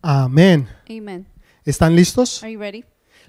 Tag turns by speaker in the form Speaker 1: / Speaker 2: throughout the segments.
Speaker 1: Amén.
Speaker 2: Amen.
Speaker 1: ¿Están listos?
Speaker 2: Are you ready?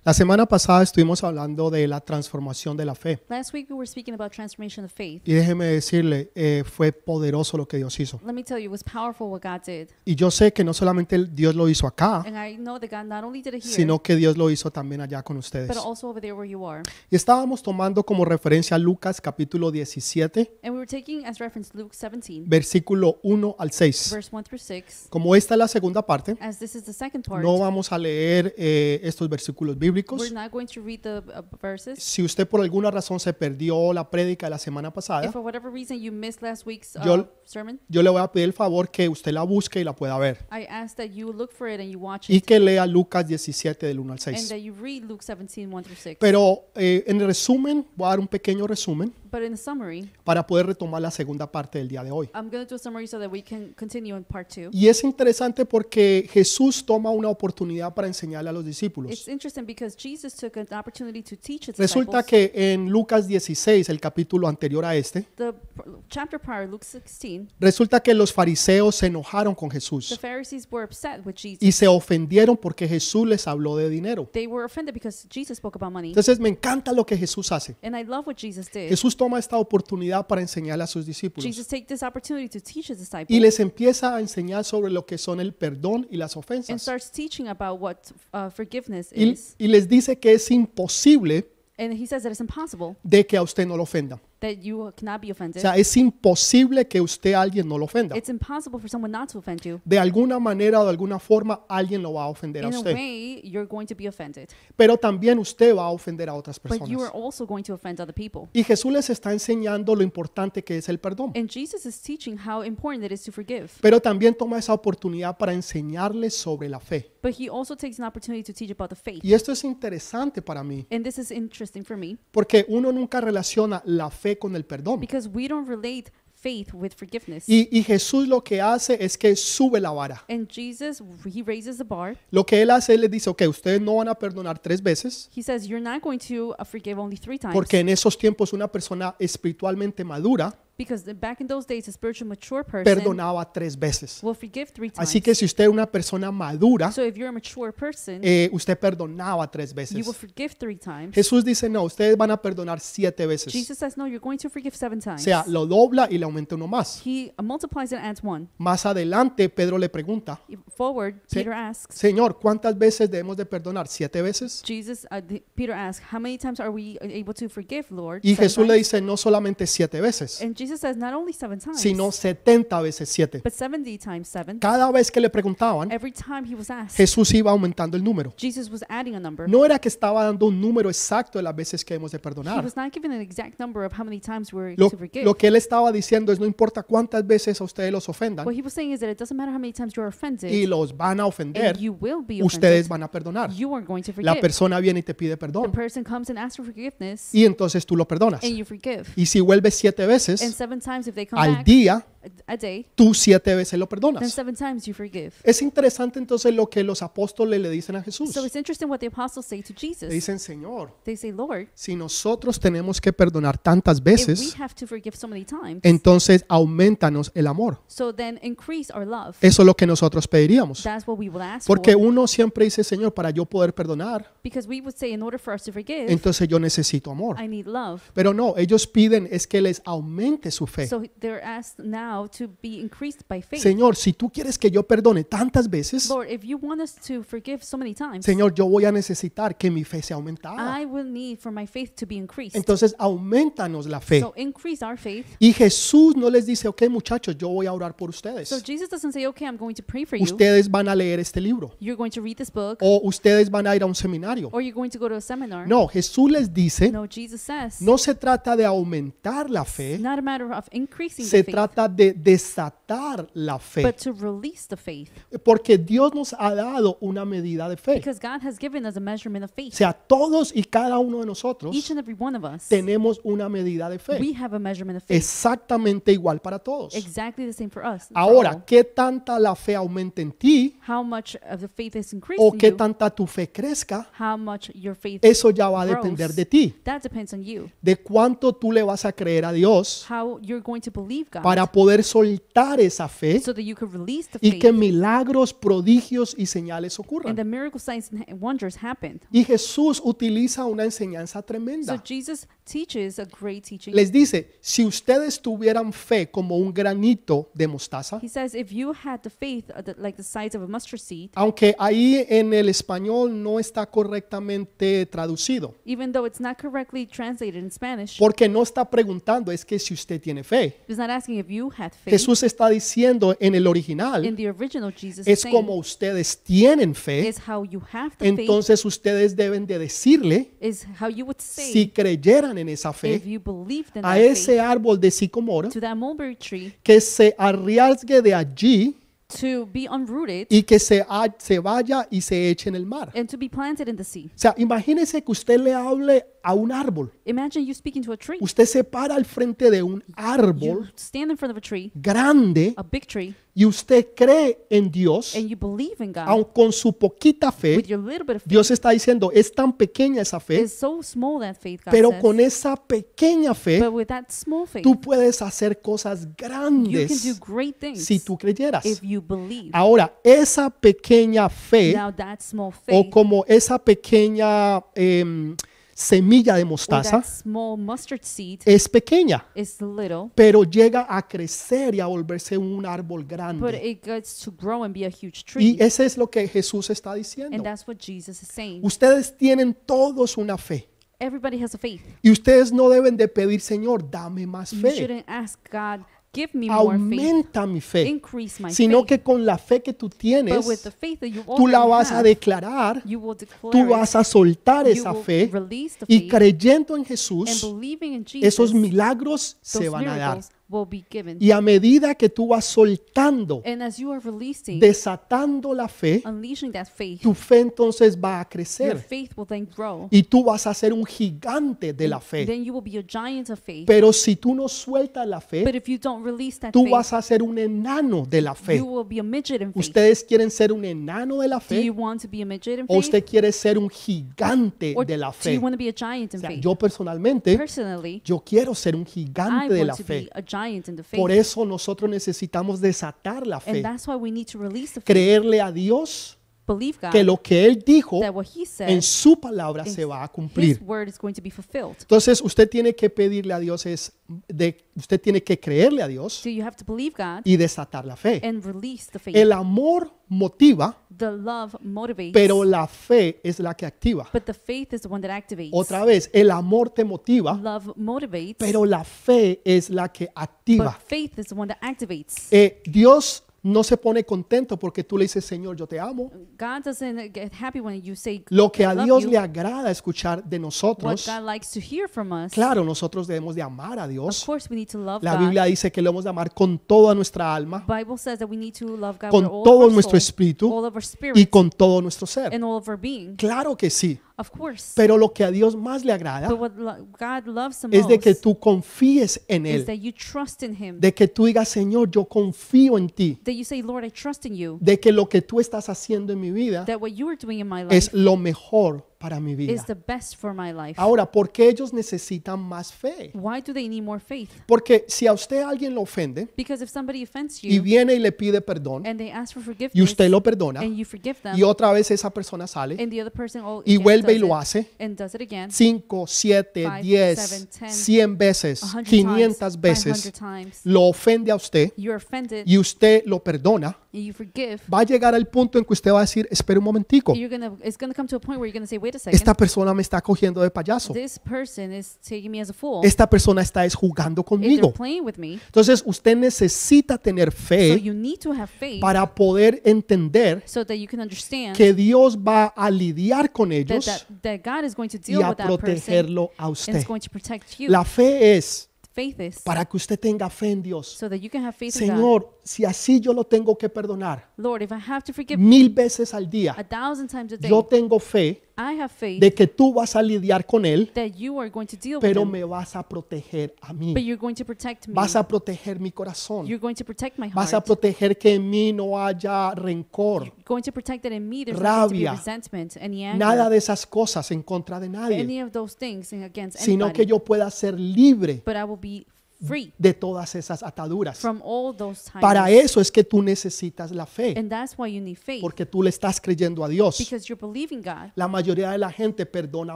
Speaker 1: La semana pasada estuvimos hablando de la transformación de la fe.
Speaker 2: Last week we were speaking about transformation of faith.
Speaker 1: Y déjeme decirle, eh, fue poderoso lo que Dios hizo.
Speaker 2: Let me tell you, it was powerful what God did.
Speaker 1: Y yo sé que no solamente el- Dios lo hizo acá,
Speaker 2: And I know that God not only did it here,
Speaker 1: sino que Dios lo hizo también allá con ustedes.
Speaker 2: but also over there where you are.
Speaker 1: Y estábamos tomando como referencia Lucas capítulo 17,
Speaker 2: And we were taking as reference Luke 17,
Speaker 1: versículo 1 al 6.
Speaker 2: verse 1 through 6.
Speaker 1: Como esta es la segunda parte,
Speaker 2: As this is the second part,
Speaker 1: no vamos a leer eh, estos versículos
Speaker 2: we're
Speaker 1: bíblicos.
Speaker 2: not going to read the uh, verses.
Speaker 1: Si usted por alguna razón se perdió la prédica de la semana
Speaker 2: If
Speaker 1: pasada,
Speaker 2: for whatever reason you missed last week's uh,
Speaker 1: Yo-
Speaker 2: sermon,
Speaker 1: yo le voy a pedir el favor que usted la busque y la pueda ver.
Speaker 2: I ask that you look for it and you watch
Speaker 1: Y
Speaker 2: it,
Speaker 1: que lea Lucas 17 del 1 al
Speaker 2: and
Speaker 1: 6.
Speaker 2: that you read Luke 17, 1 through 6.
Speaker 1: Pero eh, en resumen, voy a dar un pequeño resumen
Speaker 2: but in summary,
Speaker 1: para poder retomar la segunda parte del día de hoy.
Speaker 2: I'm going to do a summary so that we can continue in part 2.
Speaker 1: Y es interesante porque Jesús toma una oportunidad para enseñarle a los
Speaker 2: It's
Speaker 1: discípulos.
Speaker 2: interesting because Jesus took an opportunity to teach his
Speaker 1: Resulta
Speaker 2: disciples.
Speaker 1: que en Lucas 16, el capítulo anterior a este,
Speaker 2: the pr- chapter prior, Luke 16,
Speaker 1: resulta que los fariseos se enojaron con
Speaker 2: the
Speaker 1: Jesús
Speaker 2: Pharisees were upset with Jesus.
Speaker 1: y se ofendieron porque Jesús les habló de dinero.
Speaker 2: They were offended because Jesus spoke about money.
Speaker 1: Entonces me encanta lo que Jesús hace.
Speaker 2: And I love what Jesus did.
Speaker 1: Jesús toma esta oportunidad para enseñarle a sus discípulos.
Speaker 2: Jesus take this opportunity to teach his
Speaker 1: y
Speaker 2: disciples
Speaker 1: les empieza a enseñar sobre lo que son el perdón y las
Speaker 2: and
Speaker 1: ofensas.
Speaker 2: starts teaching about what uh, forgiveness
Speaker 1: Y,
Speaker 2: is.
Speaker 1: y les dice que es imposible
Speaker 2: And he says that it's impossible
Speaker 1: de que a usted no lo ofenda.
Speaker 2: that you cannot be
Speaker 1: O
Speaker 2: offended.
Speaker 1: sea, es imposible que usted a alguien no lo ofenda.
Speaker 2: It's impossible for someone not to offend you.
Speaker 1: De alguna manera o de alguna forma alguien lo va a ofender a
Speaker 2: In a
Speaker 1: usted.
Speaker 2: way, you're going to be offended.
Speaker 1: Pero también usted va a ofender a otras
Speaker 2: But you are
Speaker 1: personas.
Speaker 2: also going to offend other people.
Speaker 1: Y Jesús les está enseñando lo importante que es el perdón.
Speaker 2: And Jesus is teaching how important it is to forgive.
Speaker 1: Pero también toma esa oportunidad para enseñarles sobre la fe.
Speaker 2: But he also takes an opportunity to teach about the faith.
Speaker 1: Y esto es interesante para mí,
Speaker 2: And this is interesting for me
Speaker 1: porque uno nunca relaciona la fe con el perdón.
Speaker 2: because we don't relate faith with forgiveness.
Speaker 1: Y, y Jesús lo que hace es que sube la vara.
Speaker 2: And Jesus, he raises the bar.
Speaker 1: Lo que él hace, él les dice, ok, ustedes no van a perdonar tres veces,
Speaker 2: He says, You're not going to uh, forgive only three times.
Speaker 1: porque en esos tiempos una persona espiritualmente madura
Speaker 2: Because the- back in those days, a spiritual mature person
Speaker 1: perdonaba tres veces.
Speaker 2: will forgive three times.
Speaker 1: Así que si usted era una persona madura,
Speaker 2: so if you're a mature person,
Speaker 1: eh, usted perdonaba tres
Speaker 2: you will
Speaker 1: veces.
Speaker 2: forgive three times.
Speaker 1: Jesús dice, no, ustedes van a perdonar siete veces.
Speaker 2: Jesus says, No, you're going to forgive seven
Speaker 1: O
Speaker 2: times.
Speaker 1: sea, lo dobla y le aumenta uno más.
Speaker 2: He uh, multiplies and adds one.
Speaker 1: Más adelante, Pedro le pregunta,
Speaker 2: Forward,
Speaker 1: Sí.
Speaker 2: Peter asks,
Speaker 1: Señor, ¿cuántas veces debemos de perdonar? ¿Siete veces?
Speaker 2: Jesus, uh, the- Peter asks, How many times are we uh, able to forgive, Lord?
Speaker 1: Y
Speaker 2: Seven
Speaker 1: Jesús le
Speaker 2: times?
Speaker 1: dice, no solamente siete veces,
Speaker 2: And Jesus says not only seven times,
Speaker 1: sino setenta veces siete.
Speaker 2: but 70 times seven.
Speaker 1: Cada vez que le preguntaban,
Speaker 2: Every time he was asked,
Speaker 1: Jesús iba aumentando el número.
Speaker 2: Jesus was adding a number.
Speaker 1: No era que estaba dando un número exacto de las veces que hemos de
Speaker 2: He
Speaker 1: perdonar.
Speaker 2: was not given an exact number of how many times we're
Speaker 1: Lo,
Speaker 2: to forgive.
Speaker 1: lo que él estaba diciendo es, no importa cuántas veces a ustedes los ofendan
Speaker 2: what he was saying is that it doesn't matter how many times you're offended,
Speaker 1: y los van a
Speaker 2: and
Speaker 1: ofender,
Speaker 2: eh, you will be
Speaker 1: ustedes
Speaker 2: offended.
Speaker 1: van a perdonar.
Speaker 2: You are going to
Speaker 1: La
Speaker 2: forgive.
Speaker 1: persona viene y te pide
Speaker 2: the
Speaker 1: perdón
Speaker 2: person comes and asks for forgiveness,
Speaker 1: y entonces tú lo perdonas.
Speaker 2: and you forgive.
Speaker 1: Y si vuelves siete
Speaker 2: And
Speaker 1: veces
Speaker 2: seven times, if they come
Speaker 1: al
Speaker 2: back
Speaker 1: día,
Speaker 2: a, a day,
Speaker 1: tú siete veces lo
Speaker 2: then
Speaker 1: perdonas.
Speaker 2: seven times you forgive.
Speaker 1: Es interesante entonces lo que los apóstoles le dicen a Jesús.
Speaker 2: So it's interesting what the apostles say to
Speaker 1: Le
Speaker 2: Jesus.
Speaker 1: dicen, Señor,
Speaker 2: they say, Lord,
Speaker 1: si nosotros tenemos que perdonar tantas
Speaker 2: if we
Speaker 1: veces,
Speaker 2: have to forgive so many times,
Speaker 1: entonces aumentanos el amor.
Speaker 2: so then increase our love.
Speaker 1: Eso es lo que nosotros pediríamos.
Speaker 2: That's what we will ask
Speaker 1: Porque
Speaker 2: for.
Speaker 1: uno siempre dice, Señor, para yo poder perdonar,
Speaker 2: Because we would say, in order for us to forgive,
Speaker 1: entonces yo necesito amor.
Speaker 2: I need love.
Speaker 1: Pero no, ellos piden es que les aumente su fe.
Speaker 2: So they're asked now to be increased by faith.
Speaker 1: Señor, si tú quieres que yo perdone tantas veces,
Speaker 2: Lord, if you want us to forgive so many times,
Speaker 1: Señor, yo voy a necesitar que mi fe sea aumentada.
Speaker 2: I will need for my faith to be increased.
Speaker 1: Entonces, aumentanos la fe.
Speaker 2: so increase our faith.
Speaker 1: Y Jesús no les dice, ok muchachos, yo voy a orar por
Speaker 2: So
Speaker 1: ustedes.
Speaker 2: Jesus doesn't say, okay, I'm going to pray for you.
Speaker 1: Ustedes van a leer este libro.
Speaker 2: You're going to read this book
Speaker 1: O ustedes van a ir a un seminario.
Speaker 2: or you're going to go to a seminar.
Speaker 1: Oh. No, Jesús les dice,
Speaker 2: No, Jesus says,
Speaker 1: no se trata de aumentar la
Speaker 2: it's
Speaker 1: fe,
Speaker 2: not a matter of increasing
Speaker 1: se
Speaker 2: the faith,
Speaker 1: trata de desatar la fe.
Speaker 2: but to release the faith.
Speaker 1: Porque Dios nos ha dado una medida de fe.
Speaker 2: Because God has given us a measurement of
Speaker 1: O
Speaker 2: faith.
Speaker 1: sea, todos y cada uno de nosotros
Speaker 2: Each and every one of us,
Speaker 1: tenemos una medida de fe.
Speaker 2: we have a measurement of faith.
Speaker 1: Exactamente igual para todos.
Speaker 2: Exactly the same for us. for
Speaker 1: Ahora,
Speaker 2: all.
Speaker 1: ¿qué tanta la fe aumente en ti
Speaker 2: how much of the faith is increased
Speaker 1: o
Speaker 2: in
Speaker 1: qué
Speaker 2: you,
Speaker 1: tanta tu fe crezca?
Speaker 2: how much your faith
Speaker 1: Eso ya va a depender de ti,
Speaker 2: that depends on you
Speaker 1: de cuánto tú le vas a creer a Dios
Speaker 2: how how you're going to believe God
Speaker 1: para poder soltar esa fe
Speaker 2: so that you can release the
Speaker 1: y
Speaker 2: faith
Speaker 1: que milagros, prodigios y señales
Speaker 2: and
Speaker 1: ocurran.
Speaker 2: the miracle signs and ha- wonders happened.
Speaker 1: Y Jesús utiliza una enseñanza
Speaker 2: So
Speaker 1: tremenda.
Speaker 2: Jesus teaches a great teaching.
Speaker 1: Les dice, si ustedes tuvieran fe como un granito de mostaza,
Speaker 2: He says, if you had the faith uh, the- like the size of a mustard seed,
Speaker 1: aunque ahí en el español no está correctamente traducido,
Speaker 2: even though it's not correctly translated in Spanish,
Speaker 1: porque no está preguntando, es que si usted tiene fe.
Speaker 2: he's not asking if you had faith.
Speaker 1: Jesús está diciendo en el
Speaker 2: in
Speaker 1: original,
Speaker 2: the original, Jesus is
Speaker 1: es
Speaker 2: saying,
Speaker 1: como ustedes tienen fe,
Speaker 2: is how you have the faith,
Speaker 1: entonces ustedes deben de decirle,
Speaker 2: is how you would say
Speaker 1: si creyeran en esa
Speaker 2: if
Speaker 1: fe,
Speaker 2: you believed in
Speaker 1: a
Speaker 2: that faith,
Speaker 1: ese árbol de sicomoro,
Speaker 2: to that mulberry tree
Speaker 1: que se arriesgue de allí
Speaker 2: to be unrooted
Speaker 1: y que se, ha- se vaya y se eche en el mar.
Speaker 2: and to be planted in the sea.
Speaker 1: O sea, imagínese que usted le hable a un árbol.
Speaker 2: Imagine you speaking to a tree.
Speaker 1: Usted se para al frente de un
Speaker 2: You
Speaker 1: árbol
Speaker 2: stand in front of a tree,
Speaker 1: grande
Speaker 2: a big tree,
Speaker 1: y usted cree en Dios,
Speaker 2: and you believe in God
Speaker 1: aun con su poquita
Speaker 2: with
Speaker 1: fe.
Speaker 2: your little bit of faith.
Speaker 1: Dios está diciendo, es tan pequeña esa fe,
Speaker 2: It's so small that faith, God
Speaker 1: pero
Speaker 2: says.
Speaker 1: con esa pequeña fe
Speaker 2: but with that small faith,
Speaker 1: tú puedes hacer cosas
Speaker 2: you can do
Speaker 1: grandes
Speaker 2: great things
Speaker 1: si tú creyeras.
Speaker 2: if you believe.
Speaker 1: Ahora, esa pequeña fe
Speaker 2: Now that small
Speaker 1: o
Speaker 2: faith,
Speaker 1: como esa pequeña em, semilla de
Speaker 2: or
Speaker 1: mostaza
Speaker 2: that small mustard seed,
Speaker 1: es pequeña,
Speaker 2: is little,
Speaker 1: pero llega a crecer y a volverse un árbol
Speaker 2: but
Speaker 1: grande.
Speaker 2: it gets to grow and be a huge tree.
Speaker 1: Y eso es lo que Jesús está
Speaker 2: And
Speaker 1: diciendo.
Speaker 2: that's what Jesus is saying.
Speaker 1: Ustedes tienen todos una fe
Speaker 2: Everybody has a faith.
Speaker 1: y ustedes no deben de pedir, Señor, dame más
Speaker 2: You
Speaker 1: fe,
Speaker 2: shouldn't ask God, give me more faith,
Speaker 1: aumenta mi fe,
Speaker 2: increase my
Speaker 1: sino
Speaker 2: faith.
Speaker 1: que con la fe que tú
Speaker 2: but with
Speaker 1: tienes,
Speaker 2: the faith that you
Speaker 1: tú la
Speaker 2: already
Speaker 1: vas a
Speaker 2: have,
Speaker 1: declarar,
Speaker 2: you will declare
Speaker 1: tú
Speaker 2: it,
Speaker 1: vas a soltar
Speaker 2: you
Speaker 1: esa
Speaker 2: will
Speaker 1: fe
Speaker 2: release the
Speaker 1: y
Speaker 2: faith,
Speaker 1: creyendo en
Speaker 2: and
Speaker 1: Jesús,
Speaker 2: believing in Jesus,
Speaker 1: esos milagros se
Speaker 2: those
Speaker 1: van a dar.
Speaker 2: miracles will be given.
Speaker 1: Y a medida que tú vas soltando,
Speaker 2: and as you are releasing,
Speaker 1: desatando la fe,
Speaker 2: unleashing that faith,
Speaker 1: tu fe entonces va a
Speaker 2: your
Speaker 1: crecer
Speaker 2: faith will then grow.
Speaker 1: y tú vas a ser un gigante de la fe.
Speaker 2: Then you will be a giant of faith.
Speaker 1: Pero si tú no sueltas la
Speaker 2: but
Speaker 1: fe,
Speaker 2: if you don't release that
Speaker 1: tú
Speaker 2: faith,
Speaker 1: vas a ser un enano de la fe.
Speaker 2: you will be a midget in faith.
Speaker 1: ¿Ustedes quieren ser un enano de la
Speaker 2: do you
Speaker 1: fe
Speaker 2: want to be a midget in
Speaker 1: o
Speaker 2: faith?
Speaker 1: usted quiere ser un gigante
Speaker 2: Or
Speaker 1: de la
Speaker 2: do
Speaker 1: fe?
Speaker 2: you want to be a giant in
Speaker 1: O sea,
Speaker 2: faith?
Speaker 1: yo personalmente,
Speaker 2: Personally,
Speaker 1: yo quiero ser un
Speaker 2: I
Speaker 1: gigante de la
Speaker 2: want to
Speaker 1: fe.
Speaker 2: be a giant in the faith.
Speaker 1: Por eso nosotros necesitamos desatar la fe,
Speaker 2: and that's why we need to release the faith.
Speaker 1: creerle a Dios
Speaker 2: Believe God
Speaker 1: que lo que Él dijo
Speaker 2: that what He
Speaker 1: en
Speaker 2: says,
Speaker 1: su palabra
Speaker 2: en
Speaker 1: se va a
Speaker 2: His
Speaker 1: cumplir.
Speaker 2: word is going to be fulfilled.
Speaker 1: Entonces usted tiene que pedirle a Dios es de usted tiene que creerle a Dios
Speaker 2: So you have to believe God
Speaker 1: y desatar la fe.
Speaker 2: and release the faith.
Speaker 1: El amor motiva,
Speaker 2: the love motivates,
Speaker 1: pero la fe es la que activa.
Speaker 2: but the faith is the one that activates.
Speaker 1: Otra vez, el amor te motiva,
Speaker 2: love motivates,
Speaker 1: pero la fe es la que
Speaker 2: but
Speaker 1: activa.
Speaker 2: faith is the one that activates.
Speaker 1: Eh, Dios no se pone contento porque tú le dices, Señor, yo te amo.
Speaker 2: God doesn't get happy when you say
Speaker 1: Lo que
Speaker 2: "I
Speaker 1: a
Speaker 2: love
Speaker 1: Dios
Speaker 2: you."
Speaker 1: le agrada escuchar de
Speaker 2: what
Speaker 1: nosotros,
Speaker 2: God likes to hear from us.
Speaker 1: claro, nosotros debemos de amar a
Speaker 2: Of
Speaker 1: Dios.
Speaker 2: course, we need to love
Speaker 1: La
Speaker 2: God.
Speaker 1: Biblia dice que lo hemos de amar con toda nuestra alma,
Speaker 2: The Bible says that we need to love God
Speaker 1: con
Speaker 2: with all of
Speaker 1: todo
Speaker 2: our
Speaker 1: nuestro
Speaker 2: soul,
Speaker 1: espíritu
Speaker 2: all of our
Speaker 1: y
Speaker 2: spirit,
Speaker 1: con todo nuestro ser.
Speaker 2: and all of our being.
Speaker 1: Claro que sí,
Speaker 2: Of course.
Speaker 1: pero lo que a Dios más le agrada
Speaker 2: But what lo- God loves the
Speaker 1: es de que
Speaker 2: most
Speaker 1: tú confíes en
Speaker 2: is
Speaker 1: Él,
Speaker 2: that you trust in Him.
Speaker 1: de que tú digas, Señor, yo confío en ti,
Speaker 2: That you say, Lord, I trust in you.
Speaker 1: de que lo que tú estás haciendo en mi vida
Speaker 2: That what you are doing in my life
Speaker 1: es lo mejor para mi
Speaker 2: is
Speaker 1: vida.
Speaker 2: the best for my life.
Speaker 1: Ahora, ¿por qué ellos necesitan más fe?
Speaker 2: Why do they need more faith?
Speaker 1: Porque si a usted alguien lo ofende
Speaker 2: Because if somebody offends
Speaker 1: y
Speaker 2: you
Speaker 1: viene y le pide perdón
Speaker 2: and they ask for
Speaker 1: y
Speaker 2: forgiveness
Speaker 1: usted lo perdona
Speaker 2: and you forgive them
Speaker 1: y otra vez esa persona sale
Speaker 2: and the other person all
Speaker 1: y
Speaker 2: again
Speaker 1: vuelve y
Speaker 2: does
Speaker 1: lo
Speaker 2: it
Speaker 1: hace
Speaker 2: and does it again
Speaker 1: 5, 7,
Speaker 2: Five,
Speaker 1: 10,
Speaker 2: seven, ten,
Speaker 1: 100 veces,
Speaker 2: 100 times,
Speaker 1: 500 veces,
Speaker 2: 500 times,
Speaker 1: lo ofende a usted
Speaker 2: you're offended
Speaker 1: y usted lo perdona,
Speaker 2: and you forgive,
Speaker 1: va a llegar al punto en que usted va a decir, espera un momentico,
Speaker 2: you're gonna it's gonna come to a point where you're gonna say, wait a second,
Speaker 1: esta persona me está cogiendo de payaso,
Speaker 2: this person is taking me as a fool.
Speaker 1: esta persona está es jugando
Speaker 2: If they're
Speaker 1: conmigo.
Speaker 2: playing with me,
Speaker 1: Entonces usted necesita tener
Speaker 2: so
Speaker 1: fe
Speaker 2: you need to have faith
Speaker 1: para poder entender
Speaker 2: so that you can understand
Speaker 1: que Dios va a lidiar con
Speaker 2: that,
Speaker 1: ellos
Speaker 2: that that God is going to
Speaker 1: y
Speaker 2: deal
Speaker 1: a
Speaker 2: with that person
Speaker 1: protegerlo a
Speaker 2: and
Speaker 1: usted.
Speaker 2: is going to protect you.
Speaker 1: La fe es
Speaker 2: faith is
Speaker 1: para que usted tenga fe en Dios.
Speaker 2: so that you can have faith in God.
Speaker 1: Señor, si así yo lo tengo que perdonar
Speaker 2: Lord, if I have to forgive
Speaker 1: mil veces al
Speaker 2: a
Speaker 1: día,
Speaker 2: thousand times a day,
Speaker 1: yo tengo fe
Speaker 2: I have faith
Speaker 1: de que tú vas a lidiar con él,
Speaker 2: that you are going to deal with
Speaker 1: pero
Speaker 2: them,
Speaker 1: me vas a proteger a
Speaker 2: but
Speaker 1: mí.
Speaker 2: you're going to protect me.
Speaker 1: Vas a proteger mi corazón.
Speaker 2: You're going to protect my heart.
Speaker 1: Vas a proteger que en mí no haya rencor,
Speaker 2: going to protect that in me. There's not going to be
Speaker 1: Rabia.
Speaker 2: resentment, any anger,
Speaker 1: nada de esas cosas en contra de nadie,
Speaker 2: any of those things and against
Speaker 1: sino
Speaker 2: anybody.
Speaker 1: que yo pueda ser libre
Speaker 2: but I will be free
Speaker 1: de todas esas ataduras.
Speaker 2: from all those times.
Speaker 1: Para eso es que tú necesitas la fe,
Speaker 2: and that's why you need faith
Speaker 1: porque tú le estás creyendo a Dios.
Speaker 2: because you're believing God.
Speaker 1: La mayoría de la gente perdona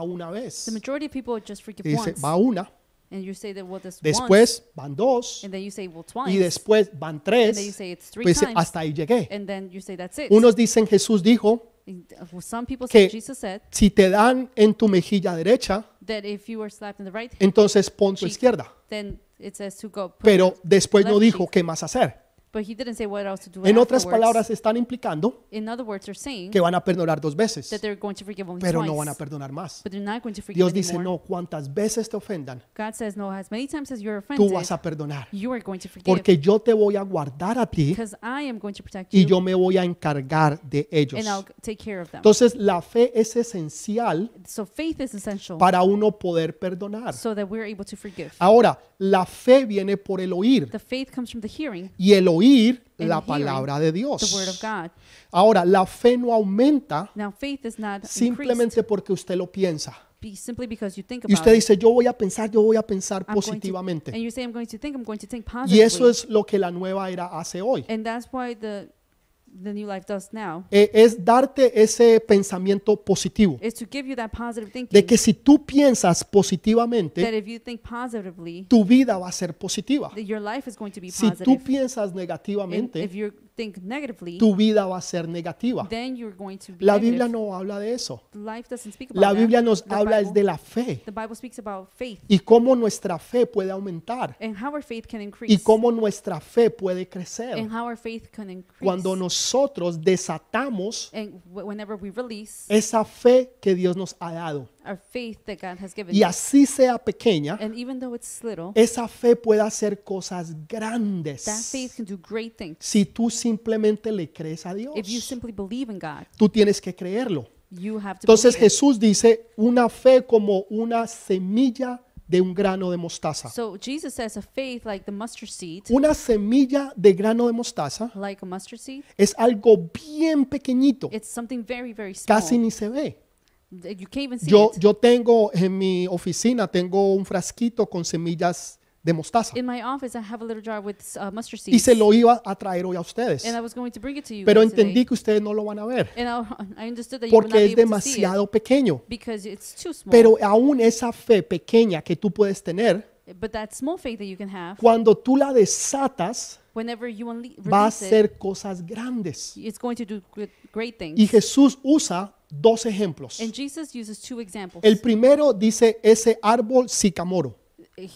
Speaker 1: una vez.
Speaker 2: The majority of people just forgive
Speaker 1: Y dice,
Speaker 2: once,
Speaker 1: va una,
Speaker 2: and you say that well, this once,
Speaker 1: después van dos,
Speaker 2: and then you say well
Speaker 1: y
Speaker 2: twice,
Speaker 1: después van
Speaker 2: and then you
Speaker 1: tres.
Speaker 2: say it's three
Speaker 1: Pues dice,
Speaker 2: times,
Speaker 1: hasta ahí llegué.
Speaker 2: and then you say that's it.
Speaker 1: Unos dicen, Jesús dijo,
Speaker 2: And, uh, well, some people say
Speaker 1: que-
Speaker 2: Jesus said
Speaker 1: si te dan en tu mejilla derecha,
Speaker 2: that if you were slapped in the right hand,
Speaker 1: entonces pon tu
Speaker 2: Cheek.
Speaker 1: izquierda.
Speaker 2: then it says to go. put-
Speaker 1: Pero después no
Speaker 2: Left
Speaker 1: dijo
Speaker 2: cheek.
Speaker 1: qué más hacer.
Speaker 2: but he didn't say what else to do.
Speaker 1: En otras
Speaker 2: afterwards.
Speaker 1: palabras, están implicando
Speaker 2: in other words, they're saying
Speaker 1: que van a perdonar dos veces,
Speaker 2: that they're going to forgive only
Speaker 1: pero
Speaker 2: twice,
Speaker 1: no van a perdonar más.
Speaker 2: but they're not going to forgive
Speaker 1: Dios dice, no,
Speaker 2: anymore.
Speaker 1: cuantas veces te ofendan,
Speaker 2: God says no. As many times as you're offended,
Speaker 1: tú vas a perdonar,
Speaker 2: you are going to forgive
Speaker 1: porque yo te voy a guardar a ti
Speaker 2: because I am going to protect
Speaker 1: y
Speaker 2: you,
Speaker 1: yo me voy a encargar de ellos.
Speaker 2: and I'll take care of them.
Speaker 1: Entonces, la fe es esencial
Speaker 2: so faith is essential
Speaker 1: para uno poder perdonar.
Speaker 2: so that we're able to forgive.
Speaker 1: Ahora, la fe viene por el oír
Speaker 2: The faith comes from the hearing
Speaker 1: y el oír
Speaker 2: And
Speaker 1: la
Speaker 2: hearing
Speaker 1: palabra de
Speaker 2: the word of
Speaker 1: Dios.
Speaker 2: God.
Speaker 1: Ahora, la fe no aumenta
Speaker 2: Now faith is not increased
Speaker 1: simplemente porque usted lo piensa.
Speaker 2: be- simply because you think
Speaker 1: Y
Speaker 2: about
Speaker 1: usted
Speaker 2: it.
Speaker 1: dice, yo voy a pensar, yo voy a pensar
Speaker 2: I'm going to- Ah, and
Speaker 1: positivamente.
Speaker 2: you say I'm going to think, I'm going to Eh. think
Speaker 1: Y
Speaker 2: positively.
Speaker 1: eso es lo que la nueva era hace hoy.
Speaker 2: and that's why the the new life does now
Speaker 1: Eh, es darte ese pensamiento positivo.
Speaker 2: is to give you that positive thinking
Speaker 1: De que si tú piensas
Speaker 2: that
Speaker 1: positivamente,
Speaker 2: if you think positively,
Speaker 1: tu vida va a ser positiva.
Speaker 2: that your life is going to be
Speaker 1: Si tú
Speaker 2: positive.
Speaker 1: piensas
Speaker 2: And if
Speaker 1: negativamente,
Speaker 2: you think negatively,
Speaker 1: tu vida va a ser negativa.
Speaker 2: then you're going to be
Speaker 1: La
Speaker 2: negative.
Speaker 1: Biblia no habla de eso.
Speaker 2: Life doesn't speak about
Speaker 1: La
Speaker 2: that.
Speaker 1: Biblia nos
Speaker 2: The
Speaker 1: habla es
Speaker 2: Bible-
Speaker 1: de la fe
Speaker 2: The Bible speaks about faith
Speaker 1: y cómo nuestra fe puede aumentar
Speaker 2: and how our faith can increase.
Speaker 1: y cómo nuestra fe puede
Speaker 2: and
Speaker 1: crecer
Speaker 2: how our faith can increase.
Speaker 1: cuando nosotros desatamos
Speaker 2: and w- whenever we release
Speaker 1: esa fe que Dios nos ha dado.
Speaker 2: our faith that God has given
Speaker 1: Y
Speaker 2: us,
Speaker 1: así sea pequeña,
Speaker 2: and even though it's little,
Speaker 1: esa fe puede hacer cosas
Speaker 2: that faith
Speaker 1: grandes
Speaker 2: can do great things.
Speaker 1: si tú simplemente le crees a Dios.
Speaker 2: If you simply believe in God,
Speaker 1: Tú tienes que creerlo.
Speaker 2: you have to
Speaker 1: Entonces
Speaker 2: believe it.
Speaker 1: Jesús dice una fe como una semilla de un grano de mostaza.
Speaker 2: So Jesus says a faith like the mustard seed,
Speaker 1: Una semilla de grano de mostaza
Speaker 2: like a mustard seed,
Speaker 1: es algo bien pequeñito,
Speaker 2: it's something very, very small.
Speaker 1: casi ni se ve.
Speaker 2: that you can't even see
Speaker 1: Yo,
Speaker 2: it.
Speaker 1: yo tengo en mi oficina, tengo un frasquito con semillas de mostaza
Speaker 2: in my office, I have a little jar with uh, mustard
Speaker 1: y
Speaker 2: seeds,
Speaker 1: se lo iba a traer hoy a ustedes,
Speaker 2: and I was going to bring it to you
Speaker 1: pero
Speaker 2: today,
Speaker 1: entendí que ustedes no lo van a ver
Speaker 2: and I, I understood that you would not
Speaker 1: porque es
Speaker 2: be able to see it
Speaker 1: demasiado pequeño.
Speaker 2: because it's too small.
Speaker 1: Pero aún esa fe pequeña que tú puedes tener,
Speaker 2: but that small faith that you can have,
Speaker 1: cuando tú la desatas,
Speaker 2: whenever you unle-
Speaker 1: va a
Speaker 2: release it,
Speaker 1: hacer cosas grandes.
Speaker 2: it's going to do good, great things.
Speaker 1: Y Jesús usa dos ejemplos.
Speaker 2: and Jesus uses two examples.
Speaker 1: El primero dice ese árbol sicamoro,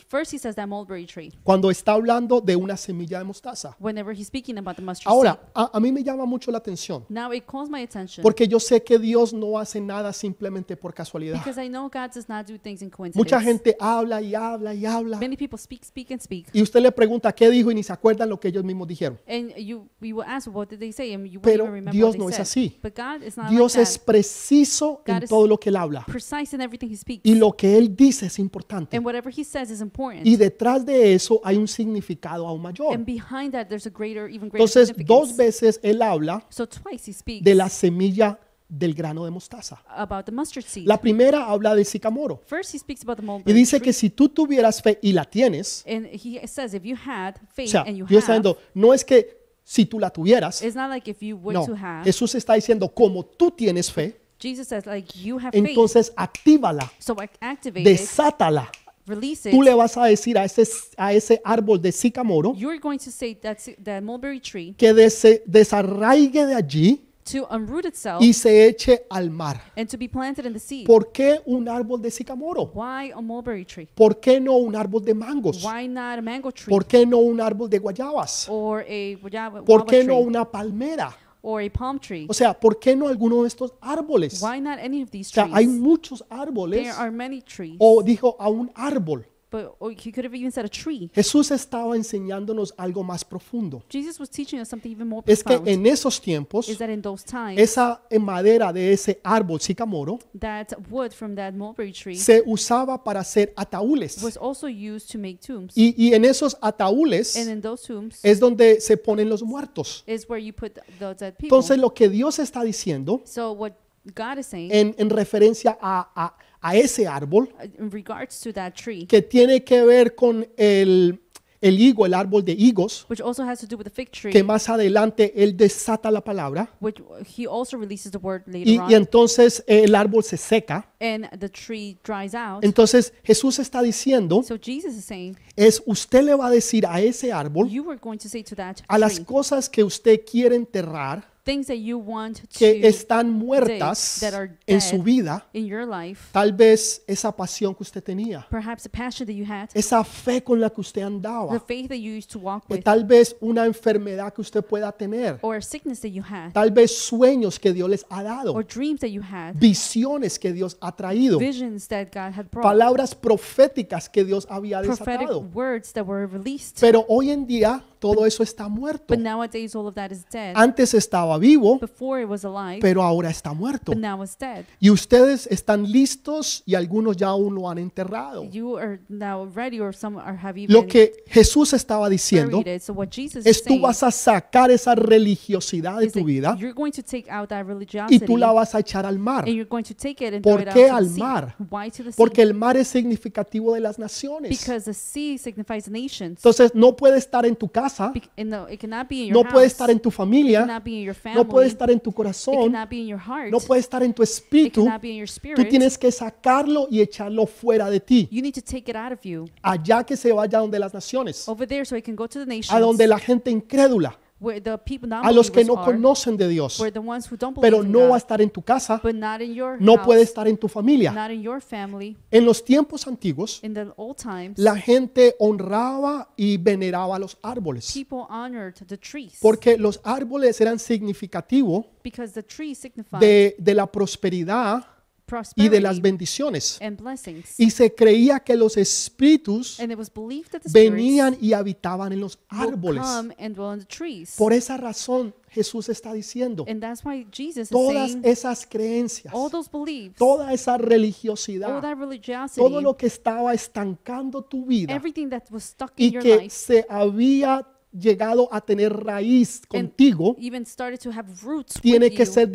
Speaker 2: First, he says that mulberry tree.
Speaker 1: cuando está hablando de una semilla de mostaza.
Speaker 2: Whenever he's speaking about the mustard
Speaker 1: Ahora, a, a mí me llama mucho la atención,
Speaker 2: seed, now it calls my attention
Speaker 1: porque yo sé que Dios no hace nada simplemente por casualidad.
Speaker 2: because I know God does not do things in coincidence.
Speaker 1: Mucha gente habla y habla y habla,
Speaker 2: Many people speak, speak, and speak,
Speaker 1: y usted le pregunta qué dijo y ni se acuerdan lo que ellos mismos dijeron.
Speaker 2: and you we will ask what did they say, and you won't
Speaker 1: Pero
Speaker 2: even remember
Speaker 1: Dios
Speaker 2: what they
Speaker 1: no es
Speaker 2: said.
Speaker 1: así.
Speaker 2: But God is not
Speaker 1: Dios
Speaker 2: like
Speaker 1: es
Speaker 2: that.
Speaker 1: preciso
Speaker 2: God
Speaker 1: en
Speaker 2: is-
Speaker 1: todo lo que él habla,
Speaker 2: Precise in everything he speaks,
Speaker 1: y lo que él dice es importante.
Speaker 2: and whatever he says is important.
Speaker 1: Y detrás de eso hay un significado aún mayor.
Speaker 2: and behind that, there's a greater, even greater
Speaker 1: Entonces,
Speaker 2: significance.
Speaker 1: dos veces él habla
Speaker 2: so twice he speaks
Speaker 1: de la semilla del grano de mostaza.
Speaker 2: about the mustard seed.
Speaker 1: La primera habla del sicamoro
Speaker 2: First, he speaks about the
Speaker 1: y
Speaker 2: mulberry
Speaker 1: dice
Speaker 2: tree,
Speaker 1: que si tú tuvieras fe y la tienes,
Speaker 2: and he says, if you had
Speaker 1: o
Speaker 2: faith
Speaker 1: sea,
Speaker 2: and you
Speaker 1: Dios está
Speaker 2: have,
Speaker 1: diciendo, no es que si tú la tuvieras,
Speaker 2: it's not like if you were
Speaker 1: no,
Speaker 2: to have.
Speaker 1: Jesús está diciendo, como tú tienes fe,
Speaker 2: Jesus says, like you have faith,
Speaker 1: entonces actívala,
Speaker 2: so I activate it,
Speaker 1: desátala.
Speaker 2: release
Speaker 1: Tú le
Speaker 2: it.
Speaker 1: vas a decir a ese, a ese árbol de sicamoro
Speaker 2: You're going to say that that mulberry tree
Speaker 1: que dese- desarraigue de allí
Speaker 2: to unroot itself
Speaker 1: y se eche al mar.
Speaker 2: and to be planted in the seed.
Speaker 1: ¿Por qué un árbol de sicamoro?
Speaker 2: Why a mulberry tree?
Speaker 1: ¿Por qué no un árbol de mangos?
Speaker 2: Why not a mango tree
Speaker 1: ¿Por qué no un árbol de guayabas?
Speaker 2: or a guayaba
Speaker 1: ¿Por
Speaker 2: guava
Speaker 1: qué no
Speaker 2: tree
Speaker 1: una palmera?
Speaker 2: or a palm tree?
Speaker 1: O sea, ¿por qué no alguno de estos árboles? O
Speaker 2: Why not any of these
Speaker 1: sea, hay
Speaker 2: trees?
Speaker 1: muchos árboles.
Speaker 2: There are many trees,
Speaker 1: O dijo a un árbol.
Speaker 2: but or he could have even said a tree.
Speaker 1: Jesús estaba enseñándonos algo más profundo.
Speaker 2: Jesus was teaching us something even more
Speaker 1: Es que
Speaker 2: profound.
Speaker 1: en esos tiempos,
Speaker 2: Is that in those times
Speaker 1: esa eh, madera de ese árbol sicamoro
Speaker 2: that wood from that mulberry tree
Speaker 1: se usaba para hacer ataúdes.
Speaker 2: was also used to make tombs,
Speaker 1: Y, y en esos ataúdes
Speaker 2: and in those tombs
Speaker 1: es donde se ponen los muertos.
Speaker 2: is where you put the dead people.
Speaker 1: Entonces lo que Dios está diciendo
Speaker 2: so what God is saying
Speaker 1: en, en referencia a, a- a ese árbol
Speaker 2: uh, in regards to that tree
Speaker 1: que tiene que ver con el, el higo, el árbol de higos,
Speaker 2: which also has to do with the fig tree,
Speaker 1: que más adelante él desata la palabra
Speaker 2: which he also releases the word later
Speaker 1: y,
Speaker 2: on,
Speaker 1: y entonces eh, el árbol se seca.
Speaker 2: and the tree dries out.
Speaker 1: Entonces Jesús está diciendo,
Speaker 2: so Jesus is saying,
Speaker 1: es usted le va a decir a ese árbol,
Speaker 2: you are going to say to that
Speaker 1: a las
Speaker 2: tree,
Speaker 1: cosas que usted quiere enterrar,
Speaker 2: things that you want
Speaker 1: que
Speaker 2: to
Speaker 1: están muertas
Speaker 2: that are
Speaker 1: en su
Speaker 2: dead.
Speaker 1: vida,
Speaker 2: in your life,
Speaker 1: tal vez esa pasión que usted tenía,
Speaker 2: perhaps the passion that you had,
Speaker 1: esa fe con la que usted
Speaker 2: the
Speaker 1: andaba,
Speaker 2: faith that you used to walk
Speaker 1: que
Speaker 2: with,
Speaker 1: tal vez una enfermedad que usted pueda tener,
Speaker 2: or sickness that you had,
Speaker 1: tal vez sueños que Dios les ha dado,
Speaker 2: or dreams that you had,
Speaker 1: visiones que Dios ha traído,
Speaker 2: visions that God had brought,
Speaker 1: palabras proféticas que Dios había
Speaker 2: prophetic
Speaker 1: desatado.
Speaker 2: words that were released.
Speaker 1: Pero hoy en día todo eso está muerto.
Speaker 2: But nowadays, all of that is dead.
Speaker 1: Antes estaba vivo,
Speaker 2: Before it was alive,
Speaker 1: pero ahora está muerto.
Speaker 2: but now it's dead.
Speaker 1: Y ustedes están listos y algunos ya aún lo han enterrado.
Speaker 2: You are now ready, or some are have even
Speaker 1: Lo que Jesús estaba diciendo
Speaker 2: buried it. So what Jesus
Speaker 1: es
Speaker 2: is
Speaker 1: tú
Speaker 2: saying
Speaker 1: vas a sacar esa religiosidad de
Speaker 2: is
Speaker 1: tu
Speaker 2: that
Speaker 1: vida
Speaker 2: you're going to take out that religiosity
Speaker 1: y tú la vas a echar al mar.
Speaker 2: and you're going to take it and
Speaker 1: ¿Por
Speaker 2: throw it out
Speaker 1: qué
Speaker 2: to
Speaker 1: al
Speaker 2: the sea.
Speaker 1: mar?
Speaker 2: Why to the sea?
Speaker 1: Porque el mar es significativo de las naciones.
Speaker 2: Because the sea signifies nations.
Speaker 1: Entonces no puede estar en tu casa,
Speaker 2: Bec- and no, it cannot be in your
Speaker 1: no puede
Speaker 2: house.
Speaker 1: estar en tu
Speaker 2: it
Speaker 1: familia,
Speaker 2: cannot be in your family.
Speaker 1: no puede estar en tu
Speaker 2: it
Speaker 1: corazón,
Speaker 2: cannot be in your heart.
Speaker 1: no puede estar en tu
Speaker 2: it
Speaker 1: espíritu.
Speaker 2: cannot be in your
Speaker 1: Tú
Speaker 2: spirit.
Speaker 1: tienes que sacarlo y echarlo fuera de ti,
Speaker 2: you need to take it out of you
Speaker 1: allá que se vaya donde las naciones,
Speaker 2: over there so it can go to the nations
Speaker 1: a donde la gente incrédula,
Speaker 2: where the people not
Speaker 1: a los que no
Speaker 2: believers are,
Speaker 1: conocen de Dios,
Speaker 2: where the ones who don't believe
Speaker 1: pero
Speaker 2: in
Speaker 1: no va a
Speaker 2: God,
Speaker 1: estar en tu casa,
Speaker 2: but not in your
Speaker 1: no
Speaker 2: house,
Speaker 1: puede estar en tu familia.
Speaker 2: not in your family.
Speaker 1: En los tiempos antiguos,
Speaker 2: In the old times,
Speaker 1: la gente honraba y veneraba los árboles,
Speaker 2: people honored the trees
Speaker 1: porque los árboles eran significativo
Speaker 2: because the trees signify
Speaker 1: de, de la prosperidad y
Speaker 2: prosperity
Speaker 1: de las bendiciones.
Speaker 2: and blessings.
Speaker 1: Y se creía que los espíritus
Speaker 2: and it was believed that the
Speaker 1: venían y habitaban en los
Speaker 2: spirits will
Speaker 1: árboles.
Speaker 2: come and dwell in the trees.
Speaker 1: Por esa razón Jesús está diciendo,
Speaker 2: and that's why Jesus is
Speaker 1: todas
Speaker 2: saying
Speaker 1: esas creencias,
Speaker 2: all those beliefs,
Speaker 1: toda esa
Speaker 2: all
Speaker 1: religiosidad,
Speaker 2: that religiosity,
Speaker 1: todo lo que estaba estancando tu vida
Speaker 2: everything that was stuck in
Speaker 1: y
Speaker 2: your
Speaker 1: que
Speaker 2: life,
Speaker 1: se había llegado a tener raíz contigo,
Speaker 2: even started to have roots,
Speaker 1: tiene
Speaker 2: with
Speaker 1: que
Speaker 2: you,
Speaker 1: ser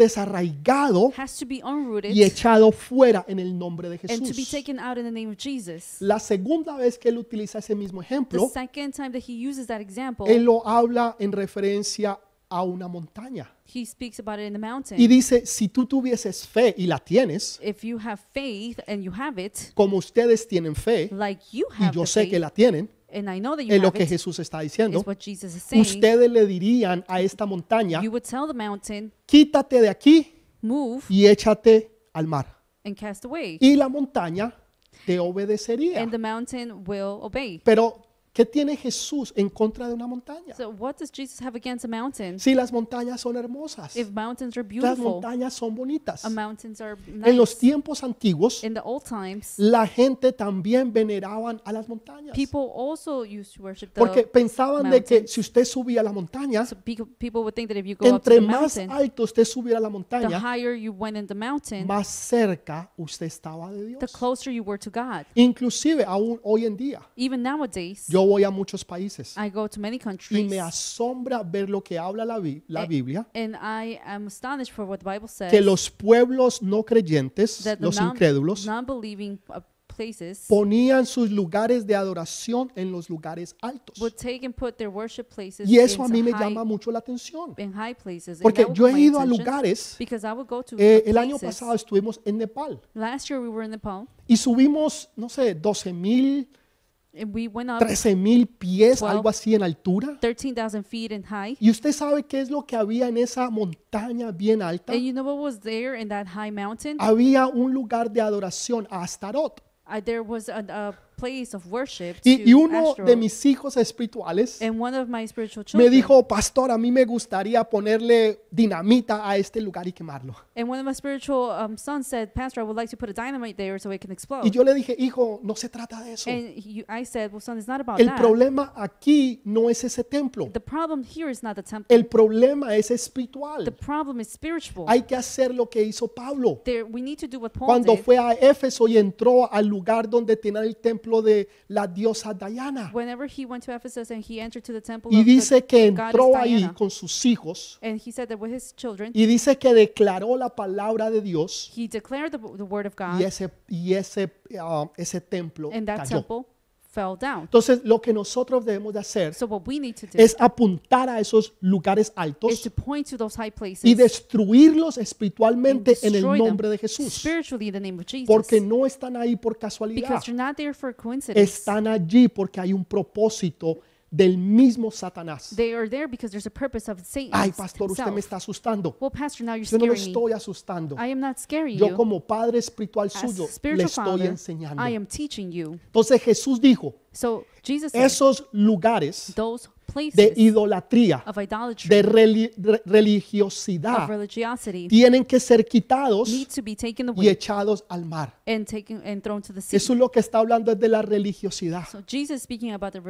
Speaker 1: desarraigado
Speaker 2: has to be unrooted
Speaker 1: y echado fuera en el nombre de
Speaker 2: and to be
Speaker 1: Jesús.
Speaker 2: taken out in the name of Jesus.
Speaker 1: La segunda vez que él utiliza ese mismo
Speaker 2: The
Speaker 1: ejemplo,
Speaker 2: second time that he uses that example,
Speaker 1: él lo habla en referencia a una montaña.
Speaker 2: he speaks about it in the mountain.
Speaker 1: Y dice, si tú tuvieses fe y la tienes,
Speaker 2: if you have faith and you have it,
Speaker 1: como ustedes tienen fe,
Speaker 2: like you
Speaker 1: y
Speaker 2: have
Speaker 1: yo
Speaker 2: the
Speaker 1: sé
Speaker 2: faith,
Speaker 1: que la tienen,
Speaker 2: and I know that you
Speaker 1: es lo
Speaker 2: have
Speaker 1: que
Speaker 2: it, is
Speaker 1: Jesús está diciendo,
Speaker 2: what Jesus is saying.
Speaker 1: ustedes le dirían a esta montaña,
Speaker 2: you would tell the mountain,
Speaker 1: quítate de aquí
Speaker 2: move
Speaker 1: y échate al mar.
Speaker 2: and cast away,
Speaker 1: Y la montaña te obedecería.
Speaker 2: and the mountain will obey.
Speaker 1: Pero, ¿qué tiene Jesús en contra de una montaña?
Speaker 2: So what does Jesus have against a mountain?
Speaker 1: Si las montañas son hermosas,
Speaker 2: If mountains are
Speaker 1: las
Speaker 2: beautiful,
Speaker 1: montañas son bonitas.
Speaker 2: uh, mountains are
Speaker 1: En los
Speaker 2: nice.
Speaker 1: tiempos antiguos,
Speaker 2: In the old times,
Speaker 1: la gente también veneraban a las montañas.
Speaker 2: people also used to worship the
Speaker 1: Porque pensaban de que
Speaker 2: mountains.
Speaker 1: si usted subía a la montaña,
Speaker 2: so pe- people would think that if you go up to
Speaker 1: entre
Speaker 2: the
Speaker 1: más
Speaker 2: mountain,
Speaker 1: alto usted subiera a la
Speaker 2: the
Speaker 1: montaña,
Speaker 2: higher you went in the mountain,
Speaker 1: más cerca usted estaba de
Speaker 2: the
Speaker 1: Dios.
Speaker 2: closer you were to God.
Speaker 1: Inclusive aún hoy en día,
Speaker 2: Even nowadays,
Speaker 1: yo voy a muchos países
Speaker 2: I go to many
Speaker 1: y
Speaker 2: countries,
Speaker 1: me asombra ver lo que habla la, Bi- la
Speaker 2: Eh,
Speaker 1: Biblia,
Speaker 2: and I am astonished for what the Bible says
Speaker 1: que los pueblos no creyentes,
Speaker 2: that the
Speaker 1: los
Speaker 2: non-
Speaker 1: incrédulos,
Speaker 2: non-believing uh, places
Speaker 1: ponían sus lugares de adoración en los lugares altos.
Speaker 2: would take and put their worship places
Speaker 1: Y eso a
Speaker 2: in
Speaker 1: mí me
Speaker 2: high-
Speaker 1: llama mucho la atención,
Speaker 2: in high places. and
Speaker 1: porque
Speaker 2: that would
Speaker 1: yo
Speaker 2: caught
Speaker 1: he
Speaker 2: my
Speaker 1: ido a
Speaker 2: attention
Speaker 1: lugares,
Speaker 2: because I would go to
Speaker 1: eh,
Speaker 2: uh,
Speaker 1: el año
Speaker 2: places.
Speaker 1: pasado estuvimos en Nepal
Speaker 2: Last year we were in Nepal
Speaker 1: y subimos, no sé, 12 mil,
Speaker 2: and we went up
Speaker 1: 13 mil pies,
Speaker 2: Wow.
Speaker 1: algo así en altura.
Speaker 2: 13,000 feet in high.
Speaker 1: Y usted sabe qué es lo que había en esa montaña bien alta.
Speaker 2: And you know what was there in that high mountain?
Speaker 1: Había un lugar de adoración a Astarot.
Speaker 2: Uh, there was a, a place of worship
Speaker 1: Y, y
Speaker 2: to
Speaker 1: uno
Speaker 2: Ashtaroth.
Speaker 1: de mis hijos espirituales
Speaker 2: and one of my spiritual
Speaker 1: me
Speaker 2: children
Speaker 1: dijo, pastor, a mí me gustaría ponerle dinamita a este lugar y quemarlo.
Speaker 2: and one of my spiritual um, sons said, Pastor, I would like to put a dynamite there so it can explode.
Speaker 1: Y yo le dije, hijo, no se trata de eso.
Speaker 2: And he, I said, well, son, it's not about
Speaker 1: El
Speaker 2: that.
Speaker 1: problema aquí no es ese templo.
Speaker 2: The problem here is not the temple.
Speaker 1: El problema es
Speaker 2: The
Speaker 1: espiritual.
Speaker 2: problem is spiritual.
Speaker 1: Hay que hacer lo que hizo Pablo.
Speaker 2: there, we need to do what Paul
Speaker 1: Cuando
Speaker 2: did
Speaker 1: fue a Éfeso y entró al lugar donde tenía el templo de la diosa Diana.
Speaker 2: whenever he went to Ephesus and he entered to the temple
Speaker 1: Y
Speaker 2: of the
Speaker 1: dice que
Speaker 2: goddess
Speaker 1: entró ahí
Speaker 2: Diana.
Speaker 1: con sus hijos
Speaker 2: And he said that with his children,
Speaker 1: y dice que declaró la palabra de Dios
Speaker 2: he declared the, the word of God
Speaker 1: y ese, y ese, ah, ese templo
Speaker 2: and that
Speaker 1: cayó.
Speaker 2: temple fell down.
Speaker 1: Entonces, lo que nosotros debemos de hacer
Speaker 2: So what we need to do
Speaker 1: es apuntar a esos lugares
Speaker 2: is
Speaker 1: altos
Speaker 2: to point to those high places
Speaker 1: y destruirlos espiritualmente en el
Speaker 2: destroy them
Speaker 1: nombre de Jesús.
Speaker 2: spiritually in the name of Jesus.
Speaker 1: Porque no están ahí por casualidad.
Speaker 2: because you're not there for coincidence.
Speaker 1: Están allí porque hay un propósito del mismo Satanás.
Speaker 2: They are there because there's a purpose of Satan
Speaker 1: Ay, pastor, usted me
Speaker 2: himself.
Speaker 1: está asustando.
Speaker 2: Well, pastor, now you're
Speaker 1: Yo no lo
Speaker 2: scaring me.
Speaker 1: estoy asustando.
Speaker 2: I am not scaring
Speaker 1: Yo
Speaker 2: you.
Speaker 1: como padre espiritual
Speaker 2: As
Speaker 1: suyo le
Speaker 2: spiritual
Speaker 1: estoy
Speaker 2: father,
Speaker 1: enseñando.
Speaker 2: I am teaching you.
Speaker 1: Entonces Jesús dijo,
Speaker 2: So Jesus said,
Speaker 1: esos lugares
Speaker 2: those
Speaker 1: de
Speaker 2: places
Speaker 1: idolatría,
Speaker 2: of idolatry,
Speaker 1: de reli- re-
Speaker 2: of
Speaker 1: religiosidad,
Speaker 2: religiosity,
Speaker 1: tienen que ser quitados
Speaker 2: need to be taken
Speaker 1: y
Speaker 2: away
Speaker 1: echados al mar.
Speaker 2: and taken and thrown to the sea.
Speaker 1: Jesús lo que está hablando es de la religiosidad.
Speaker 2: So Jesus speaking about the
Speaker 1: Jesús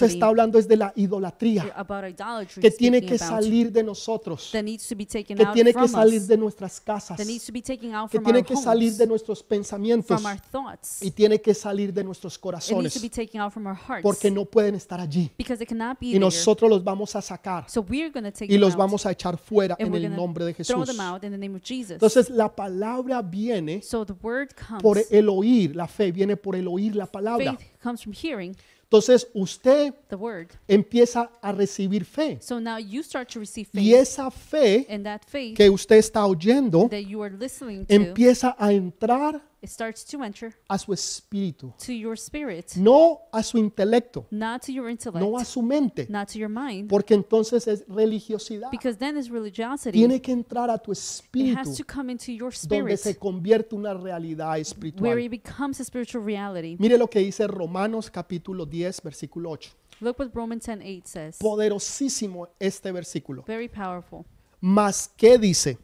Speaker 2: religiosity,
Speaker 1: está hablando es de la idolatría
Speaker 2: about idolatry,
Speaker 1: que tiene
Speaker 2: speaking
Speaker 1: que
Speaker 2: about
Speaker 1: salir de nosotros,
Speaker 2: that needs to be taken
Speaker 1: que
Speaker 2: out
Speaker 1: tiene
Speaker 2: from
Speaker 1: que salir
Speaker 2: us,
Speaker 1: de nuestras casas,
Speaker 2: that needs to be taken out
Speaker 1: que
Speaker 2: from our
Speaker 1: tiene que salir
Speaker 2: homes,
Speaker 1: de nuestros pensamientos
Speaker 2: from our thoughts.
Speaker 1: y tiene que salir de nuestros
Speaker 2: It needs to be
Speaker 1: corazones,
Speaker 2: taken out from our hearts
Speaker 1: porque no pueden estar allí.
Speaker 2: because it cannot be
Speaker 1: Y
Speaker 2: there.
Speaker 1: nosotros los vamos a sacar
Speaker 2: So we're going to take
Speaker 1: y
Speaker 2: them
Speaker 1: los
Speaker 2: out
Speaker 1: vamos a echar fuera
Speaker 2: and
Speaker 1: en
Speaker 2: we're
Speaker 1: el
Speaker 2: gonna
Speaker 1: nombre de
Speaker 2: throw
Speaker 1: Jesús.
Speaker 2: them out in the name of Jesus.
Speaker 1: Entonces la palabra viene
Speaker 2: so the word comes.
Speaker 1: por el oír, la fe viene por el oír la palabra.
Speaker 2: Faith comes from hearing
Speaker 1: Entonces usted
Speaker 2: the word.
Speaker 1: empieza a recibir fe
Speaker 2: So now you start to receive faith,
Speaker 1: y esa fe
Speaker 2: and that faith
Speaker 1: que usted está oyendo
Speaker 2: that you are listening to,
Speaker 1: empieza a entrar
Speaker 2: it starts to enter
Speaker 1: a su espíritu,
Speaker 2: to your spirit,
Speaker 1: no a su intelecto,
Speaker 2: not to your intellect,
Speaker 1: Mm. no a su mente,
Speaker 2: not to your mind,
Speaker 1: porque entonces es religiosidad.
Speaker 2: because then it's religiosity.
Speaker 1: Tiene que entrar a tu
Speaker 2: it
Speaker 1: espíritu
Speaker 2: has to come into your
Speaker 1: donde
Speaker 2: spirit,
Speaker 1: se convierte una realidad
Speaker 2: where
Speaker 1: espiritual.
Speaker 2: it becomes a spiritual reality.
Speaker 1: Mire lo que dice Romanos capítulo 10, versículo 8.
Speaker 2: Look what Romans 10:8 says.
Speaker 1: Poderosísimo este versículo.
Speaker 2: Very powerful.
Speaker 1: Mas qué dice?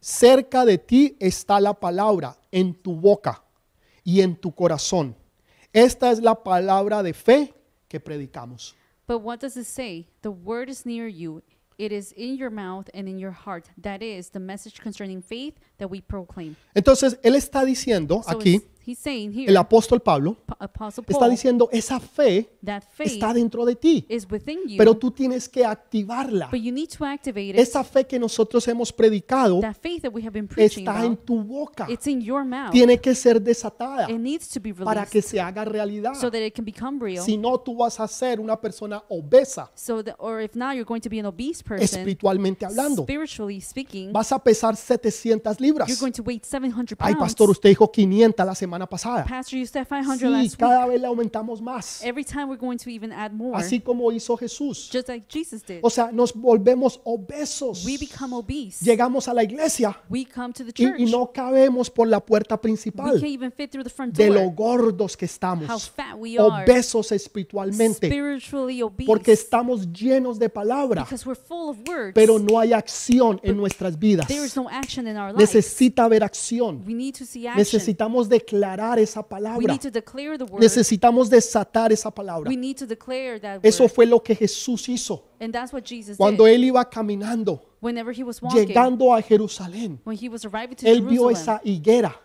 Speaker 1: Cerca de ti está la palabra en tu boca y en tu corazón. Esta es la palabra de fe que predicamos.
Speaker 2: But what does it say? The word is near you. It is in your mouth and in your heart. That is the message concerning faith that we proclaim.
Speaker 1: Entonces, él está diciendo
Speaker 2: So
Speaker 1: aquí,
Speaker 2: it's- he's saying here,
Speaker 1: el apóstol Pablo
Speaker 2: Pa- Apostle
Speaker 1: está
Speaker 2: Paul,
Speaker 1: diciendo, esa fe
Speaker 2: that faith
Speaker 1: está dentro de ti,
Speaker 2: is within you,
Speaker 1: pero tú tienes que activarla.
Speaker 2: but you need to activate it.
Speaker 1: Esa fe que nosotros hemos predicado
Speaker 2: That faith that we have been preaching
Speaker 1: está en
Speaker 2: about,
Speaker 1: tu boca.
Speaker 2: it's in your mouth.
Speaker 1: Tiene que ser desatada
Speaker 2: It needs to be
Speaker 1: para que
Speaker 2: released
Speaker 1: se haga realidad.
Speaker 2: so that it can become real.
Speaker 1: Si no, tú vas a ser una persona obesa,
Speaker 2: So that, or if not, you're going to be an obese person,
Speaker 1: espiritualmente hablando.
Speaker 2: spiritually speaking,
Speaker 1: Vas a pesar 700
Speaker 2: you're
Speaker 1: libras.
Speaker 2: going to weigh 700
Speaker 1: Ay,
Speaker 2: pounds.
Speaker 1: pastor, usted dijo 500 la semana pasada.
Speaker 2: Pastor, you said 500
Speaker 1: Sí,
Speaker 2: last week.
Speaker 1: cada vez le aumentamos más.
Speaker 2: Every time we're going to even add more,
Speaker 1: Así como hizo Jesús.
Speaker 2: just like Jesus did.
Speaker 1: O sea, nos volvemos obesos.
Speaker 2: We become obese.
Speaker 1: Llegamos a la iglesia
Speaker 2: We come to the church.
Speaker 1: y, y no cabemos por la puerta
Speaker 2: we can't
Speaker 1: principal
Speaker 2: even fit through the front
Speaker 1: de lo
Speaker 2: door.
Speaker 1: gordos que
Speaker 2: How
Speaker 1: estamos.
Speaker 2: fat we are.
Speaker 1: Obesos espiritualmente.
Speaker 2: Spiritually obese.
Speaker 1: Porque estamos llenos de palabra,
Speaker 2: because we're full of words.
Speaker 1: pero no hay acción en nuestras vidas.
Speaker 2: there is no action in our lives.
Speaker 1: Necesita haber acción.
Speaker 2: we need to see action.
Speaker 1: Necesitamos declarar esa
Speaker 2: we
Speaker 1: palabra.
Speaker 2: need to declare the word.
Speaker 1: Necesitamos desatar esa palabra.
Speaker 2: we need to declare that
Speaker 1: Eso
Speaker 2: word.
Speaker 1: fue lo que Jesús hizo
Speaker 2: And that's what Jesus
Speaker 1: cuando
Speaker 2: did.
Speaker 1: él iba caminando,
Speaker 2: Whenever he was walking,
Speaker 1: llegando a Jerusalén.
Speaker 2: when he was arriving to
Speaker 1: Él vio
Speaker 2: Jerusalem,
Speaker 1: esa higuera.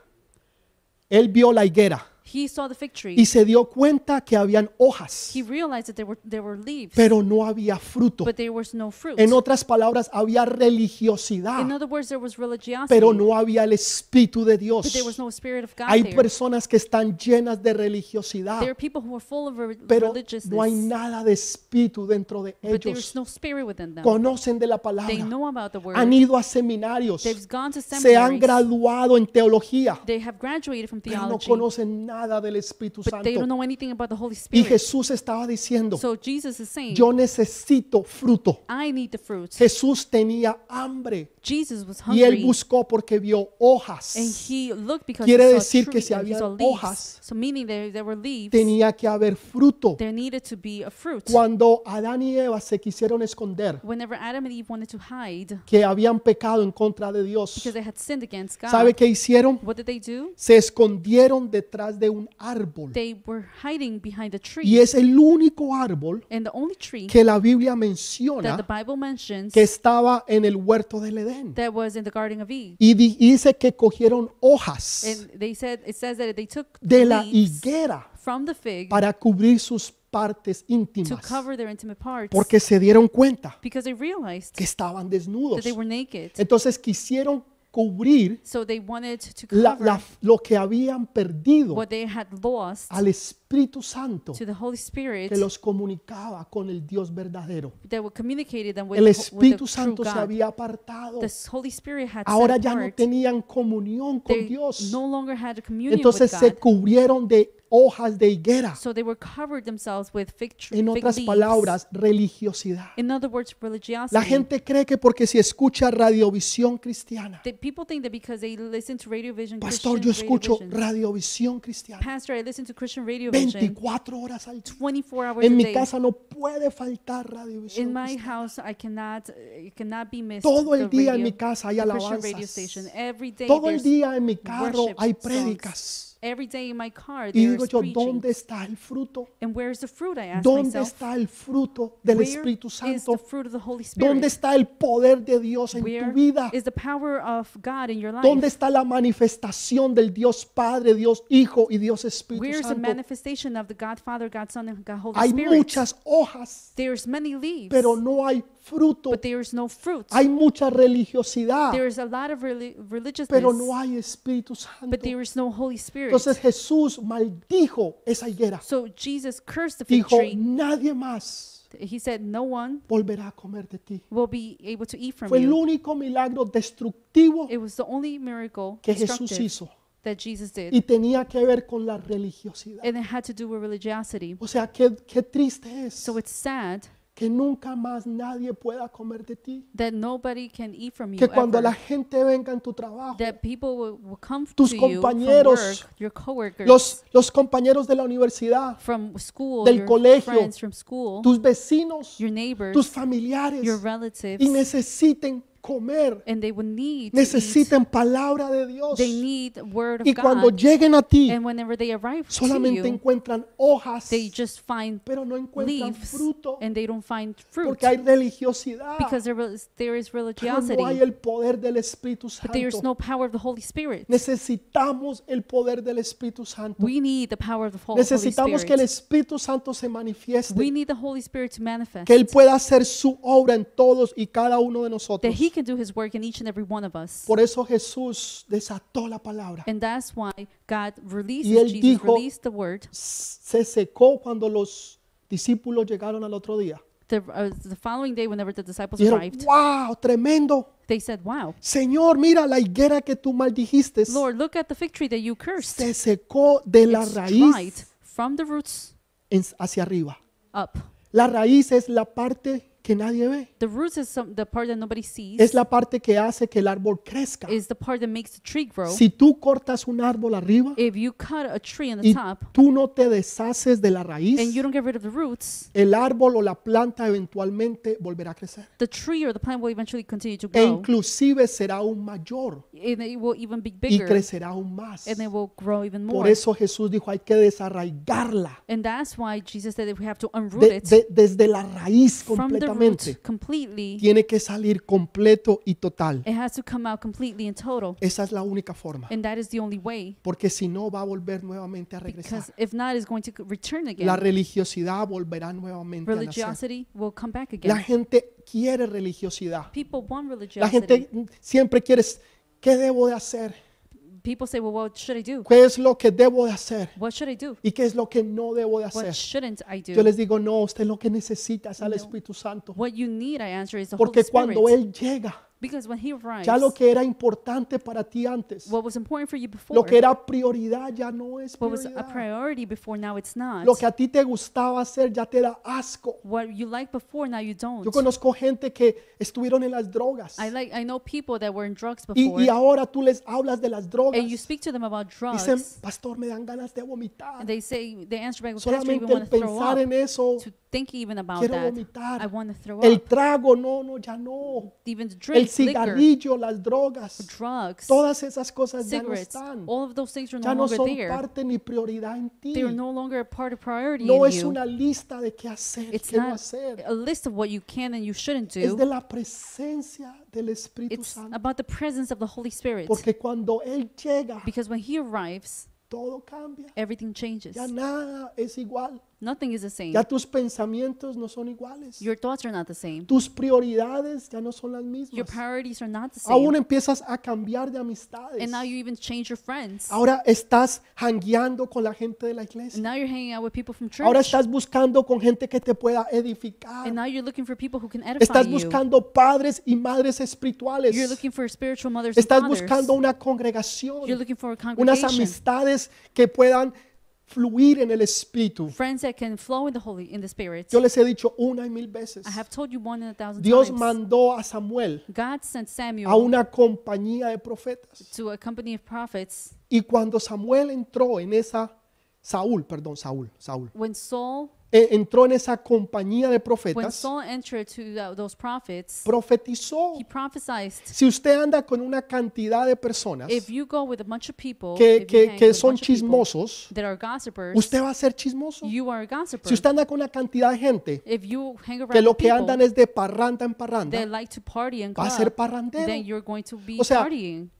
Speaker 1: Él vio la higuera
Speaker 2: he saw the fig tree.
Speaker 1: y se dio cuenta que habían hojas,
Speaker 2: he realized that there were there were leaves,
Speaker 1: pero no había fruto.
Speaker 2: but there was no fruit.
Speaker 1: En otras palabras, había
Speaker 2: In
Speaker 1: religiosidad,
Speaker 2: other words, there was religiosity,
Speaker 1: pero no había el Espíritu de
Speaker 2: but there was
Speaker 1: Dios.
Speaker 2: no spirit of God
Speaker 1: Hay
Speaker 2: there.
Speaker 1: personas que están llenas de religiosidad,
Speaker 2: There are people who are full of re-
Speaker 1: pero
Speaker 2: religiousness,
Speaker 1: no hay nada de espíritu dentro de
Speaker 2: but there's
Speaker 1: ellos.
Speaker 2: no spirit within them.
Speaker 1: Conocen de la
Speaker 2: They
Speaker 1: palabra,
Speaker 2: know about the word.
Speaker 1: han ido a seminarios,
Speaker 2: They've gone to
Speaker 1: se han
Speaker 2: seminaries.
Speaker 1: graduado en teología,
Speaker 2: they have graduated from
Speaker 1: pero no
Speaker 2: theology,
Speaker 1: conocen nada del Espíritu
Speaker 2: but they don't
Speaker 1: Santo.
Speaker 2: know anything about the Holy
Speaker 1: Y
Speaker 2: Spirit.
Speaker 1: Jesús estaba diciendo,
Speaker 2: so Jesus is saying,
Speaker 1: yo necesito fruto.
Speaker 2: I need the fruit.
Speaker 1: Jesús tenía hambre
Speaker 2: Jesus was
Speaker 1: y él
Speaker 2: hungry,
Speaker 1: buscó porque vio
Speaker 2: and
Speaker 1: hojas.
Speaker 2: he looked because
Speaker 1: Quiere
Speaker 2: he saw
Speaker 1: decir
Speaker 2: tree,
Speaker 1: que si
Speaker 2: and he
Speaker 1: habían
Speaker 2: saw leaves.
Speaker 1: hojas,
Speaker 2: so meaning there, there were leaves,
Speaker 1: Tenía que haber fruto.
Speaker 2: there needed to be a fruit.
Speaker 1: Cuando Adán y Eva se quisieron esconder,
Speaker 2: Whenever Adam and Eve wanted to hide
Speaker 1: que habían pecado en contra de Dios,
Speaker 2: because they had sinned against God,
Speaker 1: ¿sabe qué hicieron?
Speaker 2: what did they do?
Speaker 1: Se escondieron detrás de un árbol.
Speaker 2: they were hiding behind a tree.
Speaker 1: Y es el único árbol
Speaker 2: And the only tree
Speaker 1: que la Biblia
Speaker 2: that the
Speaker 1: menciona
Speaker 2: Bible mentions
Speaker 1: que estaba en el huerto del Edén.
Speaker 2: that was in the Garden of Eve.
Speaker 1: Y di- dice que cogieron hojas
Speaker 2: And they said it says that they took
Speaker 1: de la
Speaker 2: leaves
Speaker 1: higuera
Speaker 2: from the fig
Speaker 1: para cubrir sus partes
Speaker 2: to
Speaker 1: íntimas.
Speaker 2: cover their intimate parts
Speaker 1: Porque se dieron cuenta
Speaker 2: because they realized
Speaker 1: que estaban
Speaker 2: that
Speaker 1: desnudos.
Speaker 2: they were naked.
Speaker 1: Entonces quisieron cubrir
Speaker 2: So they wanted to
Speaker 1: la- la-
Speaker 2: cover
Speaker 1: lo que habían perdido
Speaker 2: what they had lost
Speaker 1: al Espíritu Santo
Speaker 2: to the Holy Spirit
Speaker 1: que los comunicaba con el Dios verdadero.
Speaker 2: that were communicated them with,
Speaker 1: El
Speaker 2: the ho- with
Speaker 1: Espíritu
Speaker 2: the true
Speaker 1: Santo se
Speaker 2: God.
Speaker 1: había apartado.
Speaker 2: The Holy Spirit had
Speaker 1: Ahora
Speaker 2: set
Speaker 1: ya no
Speaker 2: apart.
Speaker 1: tenían comunión con
Speaker 2: They
Speaker 1: Dios.
Speaker 2: no longer had a communion
Speaker 1: Entonces
Speaker 2: with
Speaker 1: se
Speaker 2: God.
Speaker 1: cubrieron de hojas de higuera.
Speaker 2: So they were covered themselves with fig, tr-
Speaker 1: En
Speaker 2: fig
Speaker 1: otras
Speaker 2: leaves.
Speaker 1: palabras, religiosidad.
Speaker 2: In other words, religiosity.
Speaker 1: La gente cree que porque se escucha radiovisión cristiana,
Speaker 2: The people think that because they listen to Radio Vision,
Speaker 1: pastor, yo
Speaker 2: Christian Radio
Speaker 1: escucho
Speaker 2: Vision.
Speaker 1: radiovisión cristiana
Speaker 2: Pastor, I listen to Christian Radio Vision
Speaker 1: 24 horas al día.
Speaker 2: 24 hours
Speaker 1: En
Speaker 2: a
Speaker 1: mi
Speaker 2: day.
Speaker 1: casa no puede faltar radiovisión
Speaker 2: In my
Speaker 1: cristiana.
Speaker 2: house, I cannot, it cannot be missed.
Speaker 1: Todo
Speaker 2: the
Speaker 1: el día en
Speaker 2: radio-
Speaker 1: mi casa hay
Speaker 2: the Christian radio
Speaker 1: alabanzas.
Speaker 2: station. Every day
Speaker 1: Todo el
Speaker 2: there's-
Speaker 1: día en mi carro
Speaker 2: worship
Speaker 1: hay
Speaker 2: songs.
Speaker 1: prédicas.
Speaker 2: Every day in my car,
Speaker 1: Y
Speaker 2: there's
Speaker 1: digo yo,
Speaker 2: preaching.
Speaker 1: ¿dónde está el fruto?
Speaker 2: And where's the fruit? I ask
Speaker 1: ¿Dónde
Speaker 2: myself.
Speaker 1: está el fruto del
Speaker 2: Where
Speaker 1: Espíritu
Speaker 2: is the
Speaker 1: Santo?
Speaker 2: fruit of the Holy Spirit?
Speaker 1: ¿Dónde está el poder de Dios en
Speaker 2: Where
Speaker 1: tu vida?
Speaker 2: is the power of God in your life?
Speaker 1: ¿Dónde está la manifestación del Dios Padre, Dios Hijo y Dios Espíritu
Speaker 2: Where's the
Speaker 1: Santo?
Speaker 2: manifestation of the God Father, God Son, and God Holy
Speaker 1: Hay
Speaker 2: Spirit?
Speaker 1: muchas hojas,
Speaker 2: There's many leaves,
Speaker 1: pero no hay fruto.
Speaker 2: but there is no fruit.
Speaker 1: Hay mucha religiosidad,
Speaker 2: there is a lot of reli- religiousness,
Speaker 1: pero no hay Espíritu Santo.
Speaker 2: but there is no Holy Spirit.
Speaker 1: Entonces Jesús maldijo esa higuera.
Speaker 2: so Jesus cursed the fig
Speaker 1: Dijo,
Speaker 2: tree.
Speaker 1: nadie más
Speaker 2: He said, "No one
Speaker 1: volverá a comer de ti.
Speaker 2: will be able to eat from
Speaker 1: Fue el
Speaker 2: you."
Speaker 1: único milagro destructivo
Speaker 2: It was the only miracle
Speaker 1: que Jesús
Speaker 2: destructive
Speaker 1: hizo
Speaker 2: that Jesus did,
Speaker 1: y tenía que ver con la religiosidad.
Speaker 2: and it had to do with religiosity.
Speaker 1: O sea, qué, qué triste es
Speaker 2: So it's sad
Speaker 1: que nunca más nadie pueda comer de ti.
Speaker 2: that nobody can eat from you.
Speaker 1: Que cuando
Speaker 2: ever.
Speaker 1: la gente venga en tu trabajo,
Speaker 2: that people will, will come
Speaker 1: Tus
Speaker 2: to
Speaker 1: compañeros,
Speaker 2: you from work, your coworkers,
Speaker 1: los, los compañeros de la universidad,
Speaker 2: from school,
Speaker 1: del
Speaker 2: your
Speaker 1: colegio,
Speaker 2: friends from school,
Speaker 1: tus vecinos,
Speaker 2: your neighbors,
Speaker 1: tus
Speaker 2: your
Speaker 1: familiares,
Speaker 2: relatives,
Speaker 1: y necesiten comer,
Speaker 2: and they will need to eat.
Speaker 1: necesiten palabra de Dios.
Speaker 2: They need word of
Speaker 1: Y cuando
Speaker 2: God,
Speaker 1: lleguen a ti,
Speaker 2: and whenever they arrive to
Speaker 1: solamente
Speaker 2: you,
Speaker 1: encuentran hojas,
Speaker 2: they just find
Speaker 1: pero no encuentran
Speaker 2: leaves,
Speaker 1: fruto,
Speaker 2: and they don't find fruit
Speaker 1: porque hay religiosidad,
Speaker 2: because there is, there is
Speaker 1: pero no hay
Speaker 2: religiosity,
Speaker 1: el poder del Espíritu
Speaker 2: but there is
Speaker 1: Santo.
Speaker 2: no power of the Holy Spirit.
Speaker 1: Necesitamos el poder del Espíritu Santo.
Speaker 2: We need the power of the Hol- Holy
Speaker 1: Necesitamos que el
Speaker 2: Spirit.
Speaker 1: Espíritu Santo se
Speaker 2: We
Speaker 1: manifieste,
Speaker 2: need the Holy Spirit to manifest,
Speaker 1: que Él pueda hacer su obra en todos y cada uno de
Speaker 2: that
Speaker 1: nosotros.
Speaker 2: He can do His work in each and every one of us.
Speaker 1: Por eso Jesús desató la palabra.
Speaker 2: And that's why God released
Speaker 1: Y él
Speaker 2: Jesus
Speaker 1: dijo-
Speaker 2: released the word.
Speaker 1: Se secó cuando los discípulos llegaron al otro día.
Speaker 2: The, uh, the following day, whenever the disciples
Speaker 1: Dijeron,
Speaker 2: arrived,
Speaker 1: wow, tremendo.
Speaker 2: they said, "Wow,
Speaker 1: Señor, mira la higuera que tú maldijiste.
Speaker 2: Lord, look at the fig tree that you cursed.
Speaker 1: Se secó de la
Speaker 2: It's dried
Speaker 1: raíz
Speaker 2: from the roots
Speaker 1: en- hacia arriba.
Speaker 2: up.
Speaker 1: La raíz es la parte que nadie ve.
Speaker 2: The roots is some, the part that nobody sees.
Speaker 1: Es la parte que hace que el árbol crezca.
Speaker 2: is the part that makes the tree grow.
Speaker 1: Si tú cortas un árbol arriba
Speaker 2: if you cut a tree on the
Speaker 1: y
Speaker 2: top
Speaker 1: tú no te deshaces de la
Speaker 2: and you
Speaker 1: raíz,
Speaker 2: don't get rid of the roots,
Speaker 1: el árbol o la planta eventualmente volverá a crecer.
Speaker 2: the tree or the plant will eventually continue to
Speaker 1: E
Speaker 2: grow,
Speaker 1: inclusive será aún mayor
Speaker 2: and it will even be
Speaker 1: y
Speaker 2: bigger,
Speaker 1: crecerá aún más.
Speaker 2: and it will grow even more.
Speaker 1: Por eso Jesús dijo, hay que desarraigarla
Speaker 2: and that's why Jesus said that we have to unroot
Speaker 1: de-
Speaker 2: it
Speaker 1: de- desde la raíz
Speaker 2: from the root
Speaker 1: completamente.
Speaker 2: completely.
Speaker 1: Tiene que salir completo y total.
Speaker 2: It has to come out completely and total.
Speaker 1: Esa es la única forma.
Speaker 2: And that is the only way.
Speaker 1: Porque si no, va a volver nuevamente a regresar.
Speaker 2: Because if not, it's going to return
Speaker 1: La
Speaker 2: again.
Speaker 1: religiosidad volverá nuevamente a nacer.
Speaker 2: Religiosity will come back
Speaker 1: La
Speaker 2: again.
Speaker 1: gente quiere religiosidad.
Speaker 2: People want
Speaker 1: La gente
Speaker 2: religiosity.
Speaker 1: siempre quiere, ¿qué debo de hacer?
Speaker 2: People say, well, what should I do?
Speaker 1: ¿Qué es lo que debo de hacer?
Speaker 2: What should I do?
Speaker 1: ¿Y qué es lo que no debo de
Speaker 2: What
Speaker 1: hacer?
Speaker 2: shouldn't I
Speaker 1: Yo
Speaker 2: do?
Speaker 1: les digo, no, usted lo que necesita es al
Speaker 2: No.
Speaker 1: Espíritu Santo.
Speaker 2: What you need, I answer, is the Holy
Speaker 1: Porque cuando
Speaker 2: Spirit.
Speaker 1: Él llega,
Speaker 2: Because when He arrives,
Speaker 1: ya lo que era importante para ti antes,
Speaker 2: what was important for you
Speaker 1: lo
Speaker 2: before,
Speaker 1: que era prioridad ya no es
Speaker 2: what was a
Speaker 1: prioridad.
Speaker 2: priority before, now it's not.
Speaker 1: Lo que a ti te gustaba hacer ya te da asco.
Speaker 2: What you liked before, now you don't.
Speaker 1: Yo conozco gente que estuvieron en las drogas
Speaker 2: I like. I know people that were in drugs
Speaker 1: y, y
Speaker 2: before,
Speaker 1: ahora tú les hablas de las drogas.
Speaker 2: and you speak to them about
Speaker 1: Dicen,
Speaker 2: drugs,
Speaker 1: pastor, me dan ganas de vomitar.
Speaker 2: and they say they answer back, "Well, Pastor, you
Speaker 1: Solamente el
Speaker 2: want to throw
Speaker 1: pensar
Speaker 2: up."
Speaker 1: en eso,
Speaker 2: to think even about
Speaker 1: Quiero
Speaker 2: that.
Speaker 1: vomitar.
Speaker 2: I want to throw
Speaker 1: el
Speaker 2: up.
Speaker 1: trago, no, no, ya no.
Speaker 2: Even the
Speaker 1: El
Speaker 2: drinks, liquor,
Speaker 1: cigarrillo, las drogas,
Speaker 2: drugs,
Speaker 1: todas esas cosas ya no
Speaker 2: cigarettes,
Speaker 1: están.
Speaker 2: all of those things are no
Speaker 1: ya no
Speaker 2: longer
Speaker 1: son
Speaker 2: there.
Speaker 1: parte ni prioridad en ti.
Speaker 2: They are no longer a part of priority
Speaker 1: No
Speaker 2: in
Speaker 1: es
Speaker 2: you.
Speaker 1: una lista de qué hacer, y
Speaker 2: it's
Speaker 1: qué no
Speaker 2: not
Speaker 1: hacer.
Speaker 2: a list of what you can and you shouldn't
Speaker 1: Es
Speaker 2: do.
Speaker 1: de la presencia del Espíritu
Speaker 2: it's
Speaker 1: Santo.
Speaker 2: about the presence of the Holy Spirit.
Speaker 1: Porque cuando Él llega,
Speaker 2: because when He arrives,
Speaker 1: todo cambia.
Speaker 2: everything changes.
Speaker 1: Ya nada es igual.
Speaker 2: Nothing is the same.
Speaker 1: Ya tus pensamientos no son iguales.
Speaker 2: Your thoughts are not the same.
Speaker 1: Tus prioridades ya no son las
Speaker 2: Your
Speaker 1: mismas.
Speaker 2: priorities are not the
Speaker 1: Aún
Speaker 2: same.
Speaker 1: empiezas a cambiar de amistades.
Speaker 2: And now you even change your friends.
Speaker 1: Ahora estás hangueando con la gente de la
Speaker 2: And
Speaker 1: iglesia.
Speaker 2: now you're hanging out with people from
Speaker 1: Ahora
Speaker 2: church.
Speaker 1: estás buscando con gente que te pueda edificar.
Speaker 2: And now you're looking for people who can edify
Speaker 1: Estás
Speaker 2: you.
Speaker 1: buscando padres y madres espirituales.
Speaker 2: You're looking for spiritual mothers and
Speaker 1: Estás
Speaker 2: fathers.
Speaker 1: buscando una congregación,
Speaker 2: You're looking for a
Speaker 1: unas
Speaker 2: congregation.
Speaker 1: amistades que puedan fluir en el espíritu.
Speaker 2: Friends that can flow in the Holy, in the Spirit.
Speaker 1: Yo les he dicho una y mil veces.
Speaker 2: I have told you one in a thousand
Speaker 1: Dios
Speaker 2: times.
Speaker 1: mandó a Samuel
Speaker 2: God sent
Speaker 1: a
Speaker 2: Samuel
Speaker 1: una compañía de profetas.
Speaker 2: to a company of prophets.
Speaker 1: Y cuando Samuel entró en esa Saúl, perdón, Saúl, Saúl,
Speaker 2: When Saul,
Speaker 1: eh, entró en esa compañía de
Speaker 2: when
Speaker 1: profetas,
Speaker 2: Saul entered to tho- those prophets,
Speaker 1: profetizó.
Speaker 2: he prophesied.
Speaker 1: Si usted anda con una cantidad de personas
Speaker 2: If you go with a bunch of people
Speaker 1: que,
Speaker 2: if you
Speaker 1: que-
Speaker 2: hang
Speaker 1: que
Speaker 2: with a
Speaker 1: son
Speaker 2: bunch of people
Speaker 1: chismosos,
Speaker 2: that are gossipers,
Speaker 1: usted va a ser chismoso.
Speaker 2: you are a gossiper.
Speaker 1: Si usted anda con una cantidad de gente
Speaker 2: if you hang around
Speaker 1: que lo
Speaker 2: with
Speaker 1: que
Speaker 2: people
Speaker 1: andan es de parranda en
Speaker 2: that
Speaker 1: parranda,
Speaker 2: like to party and
Speaker 1: va a
Speaker 2: club,
Speaker 1: ser parrandero.
Speaker 2: then you're going to be
Speaker 1: O sea,
Speaker 2: partying.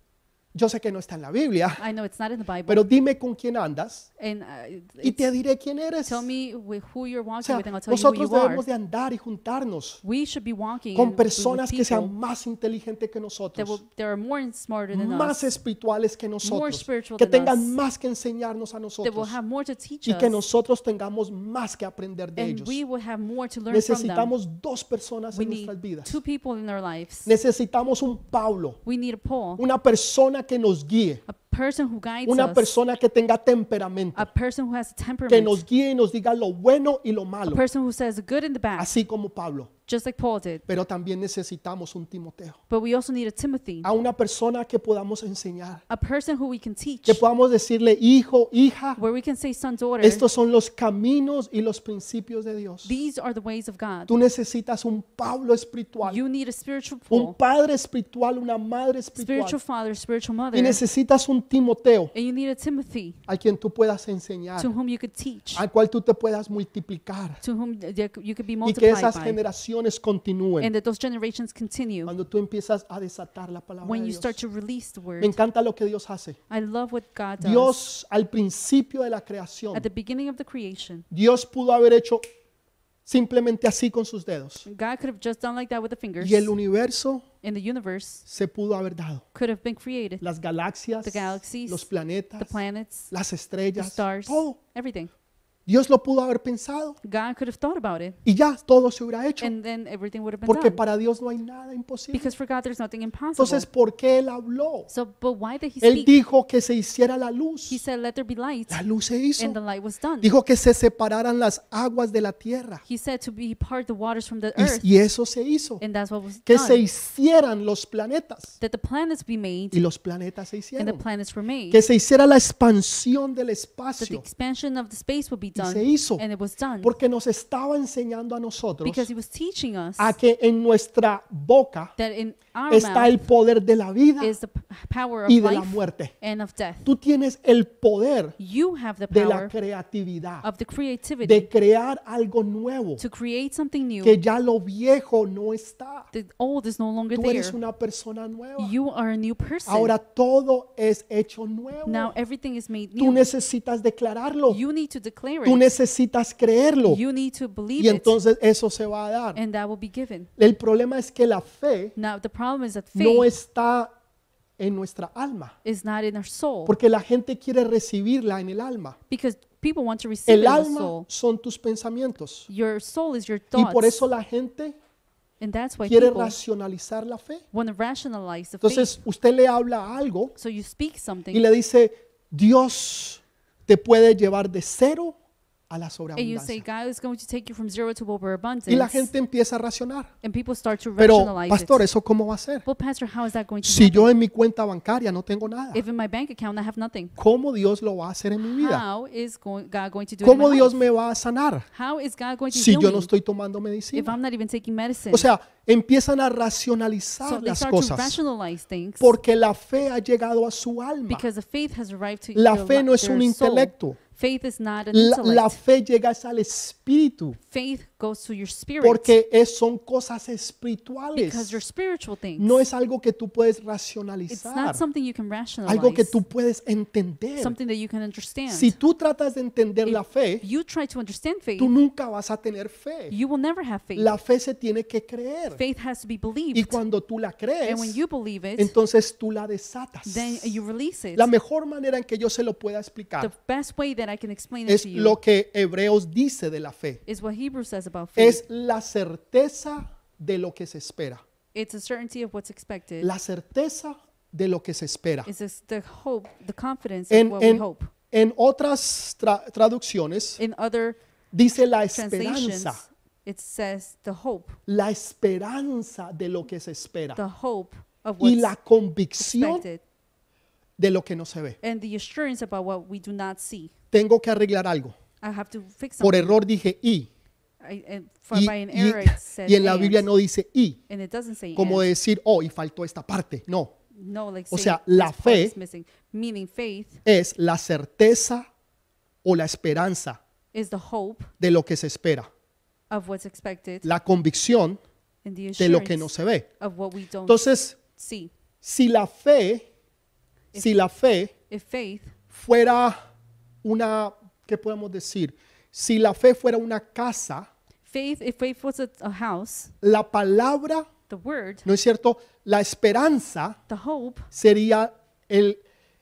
Speaker 1: yo sé que no está en la Biblia,
Speaker 2: I know it's not in the Bible.
Speaker 1: pero dime con quién andas
Speaker 2: and uh,
Speaker 1: y
Speaker 2: it's-
Speaker 1: te diré quién eres.
Speaker 2: tell me with who you're
Speaker 1: O
Speaker 2: walking
Speaker 1: sea,
Speaker 2: with, and I'll tell you
Speaker 1: nosotros
Speaker 2: who you are.
Speaker 1: debemos de andar y juntarnos
Speaker 2: We should be walking
Speaker 1: con
Speaker 2: and with
Speaker 1: personas que
Speaker 2: people
Speaker 1: sean más inteligentes que
Speaker 2: that,
Speaker 1: nosotros,
Speaker 2: will, that are more and smarter than
Speaker 1: más
Speaker 2: us,
Speaker 1: espirituales que nosotros,
Speaker 2: spiritual
Speaker 1: que
Speaker 2: than
Speaker 1: tengan
Speaker 2: us.
Speaker 1: más que enseñarnos a
Speaker 2: that will
Speaker 1: nosotros
Speaker 2: have more to teach
Speaker 1: y que
Speaker 2: us,
Speaker 1: nosotros tengamos más que aprender de
Speaker 2: and
Speaker 1: ellos.
Speaker 2: we will have more to learn from them.
Speaker 1: Necesitamos dos personas
Speaker 2: We
Speaker 1: en
Speaker 2: need
Speaker 1: nuestras vidas.
Speaker 2: two people in our lives.
Speaker 1: Necesitamos un Pablo,
Speaker 2: We need a Paul,
Speaker 1: una persona que nos guíe,
Speaker 2: a person who guides
Speaker 1: una
Speaker 2: us,
Speaker 1: persona que tenga temperamento,
Speaker 2: a person who has a
Speaker 1: que
Speaker 2: temperament,
Speaker 1: nos guíe y nos diga lo bueno y lo
Speaker 2: a
Speaker 1: malo,
Speaker 2: person who says the good and the bad,
Speaker 1: así como Pablo.
Speaker 2: just like Paul did.
Speaker 1: Pero también necesitamos un Timoteo,
Speaker 2: But we also need a Timothy,
Speaker 1: a una persona que podamos enseñar,
Speaker 2: a person who we can teach,
Speaker 1: que podamos decirle, hijo, hija,
Speaker 2: where we can say, son, daughter,
Speaker 1: estos son los caminos y los principios de Dios.
Speaker 2: these are the ways of God.
Speaker 1: Tú necesitas un Pablo espiritual,
Speaker 2: You need a spiritual
Speaker 1: un
Speaker 2: Paul,
Speaker 1: padre espiritual, una madre
Speaker 2: spiritual
Speaker 1: espiritual.
Speaker 2: father, spiritual mother,
Speaker 1: Y necesitas un Timoteo
Speaker 2: and you need a Timothy
Speaker 1: a quien tú puedas enseñar,
Speaker 2: to whom you could teach,
Speaker 1: al cual tú te puedas multiplicar
Speaker 2: to whom th- you could be
Speaker 1: y que
Speaker 2: multiplied
Speaker 1: esas
Speaker 2: by,
Speaker 1: generaciones continúen
Speaker 2: and that those generations continue.
Speaker 1: cuando tú empiezas a desatar la palabra
Speaker 2: when
Speaker 1: de
Speaker 2: you
Speaker 1: Dios.
Speaker 2: start to release the
Speaker 1: Me
Speaker 2: word.
Speaker 1: encanta lo que Dios hace.
Speaker 2: I love what God does.
Speaker 1: Dios al principio de la creación,
Speaker 2: At the beginning of the creation,
Speaker 1: Dios pudo haber hecho simplemente así con sus dedos
Speaker 2: God could have just done like that with the fingers,
Speaker 1: y el universo
Speaker 2: and the universe
Speaker 1: se pudo haber dado.
Speaker 2: could have been created.
Speaker 1: Las galaxias,
Speaker 2: The galaxies,
Speaker 1: los
Speaker 2: The
Speaker 1: planetas,
Speaker 2: planets,
Speaker 1: las Oh.
Speaker 2: the
Speaker 1: estrellas,
Speaker 2: stars,
Speaker 1: todo.
Speaker 2: everything.
Speaker 1: Dios lo pudo haber pensado
Speaker 2: God could have thought about it,
Speaker 1: y ya todo se hubiera hecho,
Speaker 2: and then everything would have been
Speaker 1: porque
Speaker 2: done.
Speaker 1: para Dios no hay nada imposible.
Speaker 2: Because for God, there's nothing impossible.
Speaker 1: Entonces, ¿por qué él habló?
Speaker 2: so, but why did He
Speaker 1: Él
Speaker 2: speak?
Speaker 1: dijo que se hiciera la
Speaker 2: He
Speaker 1: luz.
Speaker 2: said, "Let there be light,"
Speaker 1: La luz se hizo.
Speaker 2: and the light was done.
Speaker 1: Dijo que se separaran las aguas de la tierra.
Speaker 2: He said to be part the waters from the
Speaker 1: Y,
Speaker 2: earth,
Speaker 1: y eso se hizo.
Speaker 2: and that's what was
Speaker 1: Que
Speaker 2: done.
Speaker 1: se hicieran los planetas.
Speaker 2: that the planets be made,
Speaker 1: Y los planetas se
Speaker 2: and the
Speaker 1: hicieron.
Speaker 2: planets were made.
Speaker 1: Que se hiciera la expansión del
Speaker 2: that the
Speaker 1: espacio.
Speaker 2: expansion of the space would be done
Speaker 1: se hizo.
Speaker 2: and it was done
Speaker 1: Porque nos estaba enseñando a nosotros
Speaker 2: because he was teaching us
Speaker 1: a que en nuestra boca
Speaker 2: that in our
Speaker 1: está
Speaker 2: mouth
Speaker 1: el poder de la vida
Speaker 2: is the p- power of
Speaker 1: y de la
Speaker 2: life
Speaker 1: muerte.
Speaker 2: and of death
Speaker 1: Tú tienes el poder
Speaker 2: you have the
Speaker 1: de la
Speaker 2: power
Speaker 1: creatividad,
Speaker 2: of the creativity
Speaker 1: de crear algo nuevo.
Speaker 2: to create something new
Speaker 1: que ya lo viejo no está.
Speaker 2: the old is no longer
Speaker 1: Tú eres
Speaker 2: there
Speaker 1: una persona nueva.
Speaker 2: you are a new person
Speaker 1: Ahora todo es hecho nuevo.
Speaker 2: now everything is made
Speaker 1: Tú
Speaker 2: new
Speaker 1: necesitas declararlo.
Speaker 2: you need to declare
Speaker 1: Tú
Speaker 2: it
Speaker 1: necesitas creerlo.
Speaker 2: you need to believe
Speaker 1: Y
Speaker 2: it
Speaker 1: entonces eso se va a dar.
Speaker 2: and that will be given
Speaker 1: El problema es que la fe
Speaker 2: now the problem is that
Speaker 1: no
Speaker 2: faith
Speaker 1: está en nuestra alma.
Speaker 2: is not in our soul
Speaker 1: Porque la gente quiere recibirla en el alma.
Speaker 2: because people want to receive it in
Speaker 1: El
Speaker 2: the
Speaker 1: alma
Speaker 2: soul
Speaker 1: son tus pensamientos.
Speaker 2: your soul is your
Speaker 1: Y
Speaker 2: thoughts Pues,
Speaker 1: por eso la gente
Speaker 2: And that's why
Speaker 1: quiere
Speaker 2: people
Speaker 1: racionalizar la fe.
Speaker 2: want to rationalize the faith.
Speaker 1: Entonces usted le habla algo
Speaker 2: So you speak something
Speaker 1: y le dice, Dios te puede llevar de cero a la
Speaker 2: and you say
Speaker 1: sobreabundancia.
Speaker 2: God is going to take you from zero to overabundance.
Speaker 1: Y la gente empieza a racionar.
Speaker 2: and people start to
Speaker 1: Pero,
Speaker 2: rationalize
Speaker 1: pastor,
Speaker 2: it. Pues,
Speaker 1: ¿eso cómo va a ser?
Speaker 2: Well, pastor, how is that going to
Speaker 1: Si
Speaker 2: happen?
Speaker 1: yo en mi cuenta bancaria no tengo nada,
Speaker 2: If in my bank account I have nothing,
Speaker 1: ¿cómo Dios lo va a hacer en mi vida?
Speaker 2: how is going, God going to do it? in my
Speaker 1: ¿Cómo Dios
Speaker 2: life?
Speaker 1: me va a sanar
Speaker 2: How is God going to
Speaker 1: si
Speaker 2: heal
Speaker 1: yo no
Speaker 2: me
Speaker 1: estoy tomando
Speaker 2: if
Speaker 1: medicina?
Speaker 2: I'm not even taking medicine?
Speaker 1: O sea, empiezan a
Speaker 2: so
Speaker 1: racionalizar
Speaker 2: they
Speaker 1: las
Speaker 2: start to
Speaker 1: cosas
Speaker 2: rationalize things
Speaker 1: porque la fe ha llegado a su alma.
Speaker 2: because the faith has arrived to
Speaker 1: La
Speaker 2: their
Speaker 1: fe
Speaker 2: li-
Speaker 1: no es
Speaker 2: their
Speaker 1: un
Speaker 2: soul.
Speaker 1: intelecto.
Speaker 2: Faith is not an
Speaker 1: La, la
Speaker 2: intellect.
Speaker 1: fe llega es al espíritu,
Speaker 2: Faith goes to your spirit
Speaker 1: porque es- son cosas
Speaker 2: because they're
Speaker 1: espirituales.
Speaker 2: spiritual things.
Speaker 1: No es algo que tú puedes
Speaker 2: it's
Speaker 1: racionalizar,
Speaker 2: not something you can rationalize.
Speaker 1: algo que tú puedes entender.
Speaker 2: something that you can understand.
Speaker 1: Si tú tratas de entender la fe,
Speaker 2: you try to understand faith,
Speaker 1: tú nunca vas a tener fe.
Speaker 2: you will never have faith.
Speaker 1: La fe se tiene que creer.
Speaker 2: faith has to be believed.
Speaker 1: Y cuando tú la
Speaker 2: and when
Speaker 1: crees,
Speaker 2: you believe it,
Speaker 1: entonces tú la desatas.
Speaker 2: then you release it.
Speaker 1: La mejor manera en que yo se lo pueda
Speaker 2: the
Speaker 1: explicar
Speaker 2: best way that I can explain it
Speaker 1: es
Speaker 2: to you
Speaker 1: lo que Hebreos dice de la fe.
Speaker 2: is what Hebrews says about faith.
Speaker 1: Es la certeza de lo que se espera.
Speaker 2: it's a certainty of what's expected.
Speaker 1: La certeza de lo que se espera.
Speaker 2: It's just the hope, the confidence of
Speaker 1: En,
Speaker 2: what we
Speaker 1: en,
Speaker 2: hope.
Speaker 1: en otras tra- traducciones
Speaker 2: In other
Speaker 1: dice la
Speaker 2: translations,
Speaker 1: esperanza.
Speaker 2: it says the hope,
Speaker 1: La esperanza de lo que se espera.
Speaker 2: the hope of
Speaker 1: Y
Speaker 2: what's
Speaker 1: la convicción
Speaker 2: expected,
Speaker 1: de lo que no se ve.
Speaker 2: and the assurance about what we do not see.
Speaker 1: Tengo que arreglar algo.
Speaker 2: I have to fix
Speaker 1: Por
Speaker 2: something.
Speaker 1: error dije y.
Speaker 2: I, and for,
Speaker 1: Y,
Speaker 2: by an
Speaker 1: y-
Speaker 2: error, it says
Speaker 1: y en la Biblia
Speaker 2: and,
Speaker 1: no dice y.
Speaker 2: and it doesn't say
Speaker 1: Como
Speaker 2: and.
Speaker 1: decir, oh, y faltó esta parte. No.
Speaker 2: No, like
Speaker 1: O
Speaker 2: say
Speaker 1: sea, la
Speaker 2: this part
Speaker 1: fe-
Speaker 2: is missing. meaning faith
Speaker 1: Es la certeza o la esperanza
Speaker 2: is the hope
Speaker 1: de lo que se espera.
Speaker 2: of what's expected
Speaker 1: La convicción
Speaker 2: and the
Speaker 1: de
Speaker 2: assurance
Speaker 1: lo que no se ve.
Speaker 2: of what we don't
Speaker 1: Entonces,
Speaker 2: see.
Speaker 1: si la fe, si la fe
Speaker 2: If faith
Speaker 1: fuera una, ¿qué podemos decir? Si la fe fuera una casa,
Speaker 2: faith if faith was a, a house,
Speaker 1: la palabra,
Speaker 2: the word,
Speaker 1: ¿no es cierto? La esperanza
Speaker 2: the hope,
Speaker 1: sería el,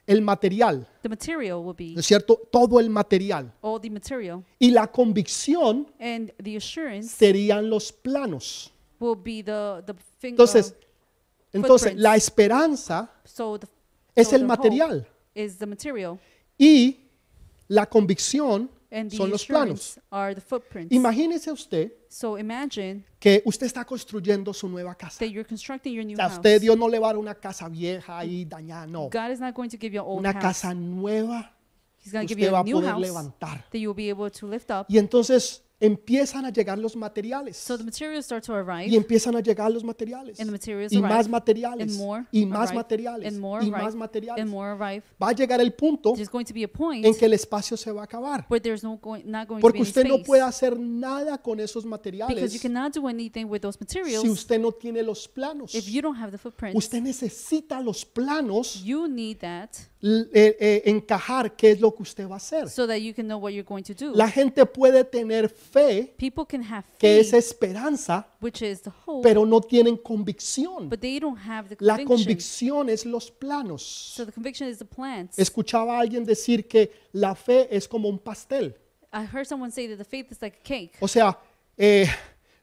Speaker 1: el material,
Speaker 2: the material will be
Speaker 1: ¿no es cierto? Todo el material.
Speaker 2: all the material
Speaker 1: Y la convicción
Speaker 2: and the assurance
Speaker 1: serían los planos.
Speaker 2: will be the the thing, uh,
Speaker 1: Entonces, entonces
Speaker 2: Footprints.
Speaker 1: la esperanza
Speaker 2: so the
Speaker 1: es
Speaker 2: so
Speaker 1: el
Speaker 2: the hope
Speaker 1: material
Speaker 2: is the material
Speaker 1: y la convicción
Speaker 2: and the
Speaker 1: son los planos.
Speaker 2: assurance are the footprints.
Speaker 1: Imagínese usted
Speaker 2: so imagine
Speaker 1: que usted está construyendo su nueva casa.
Speaker 2: that you're constructing your new
Speaker 1: A
Speaker 2: house.
Speaker 1: usted Dios no le va a dar una casa vieja y dañada, no.
Speaker 2: God is not going to give you an old
Speaker 1: Una
Speaker 2: house.
Speaker 1: casa nueva
Speaker 2: He's going to give
Speaker 1: usted
Speaker 2: you
Speaker 1: va
Speaker 2: a
Speaker 1: a
Speaker 2: new
Speaker 1: poder
Speaker 2: house
Speaker 1: levantar.
Speaker 2: that you'll be able to lift up.
Speaker 1: Y entonces empiezan a llegar los materiales.
Speaker 2: So the materials start to arrive.
Speaker 1: Y empiezan a llegar los materiales.
Speaker 2: And the materials
Speaker 1: Y
Speaker 2: arrive.
Speaker 1: más materiales.
Speaker 2: And more
Speaker 1: Y más
Speaker 2: arrive.
Speaker 1: materiales.
Speaker 2: And more
Speaker 1: Y
Speaker 2: arrive.
Speaker 1: más materiales.
Speaker 2: And more arrive.
Speaker 1: Va a llegar el punto
Speaker 2: There's going to be a point
Speaker 1: en que el espacio se va a acabar.
Speaker 2: where there's no going, not going
Speaker 1: Porque
Speaker 2: to be
Speaker 1: usted
Speaker 2: any
Speaker 1: no
Speaker 2: space
Speaker 1: puede hacer nada con esos
Speaker 2: because you
Speaker 1: materiales
Speaker 2: cannot do anything with those materials
Speaker 1: si usted no tiene los planos.
Speaker 2: if you don't have the footprints.
Speaker 1: Usted necesita los planos
Speaker 2: you need that
Speaker 1: l- eh, eh, encajar qué es lo que usted va a hacer.
Speaker 2: so that you can know what you're going to do.
Speaker 1: La gente puede tener fe,
Speaker 2: People can have
Speaker 1: que es
Speaker 2: faith,
Speaker 1: esperanza,
Speaker 2: which is the hope,
Speaker 1: pero no tienen convicción.
Speaker 2: but they don't have the
Speaker 1: La
Speaker 2: conviction.
Speaker 1: convicción es los planos.
Speaker 2: So the conviction is the plants.
Speaker 1: Escuchaba a alguien decir que la fe es como un pastel.
Speaker 2: I heard someone say that the faith is like a cake.
Speaker 1: O sea, eh,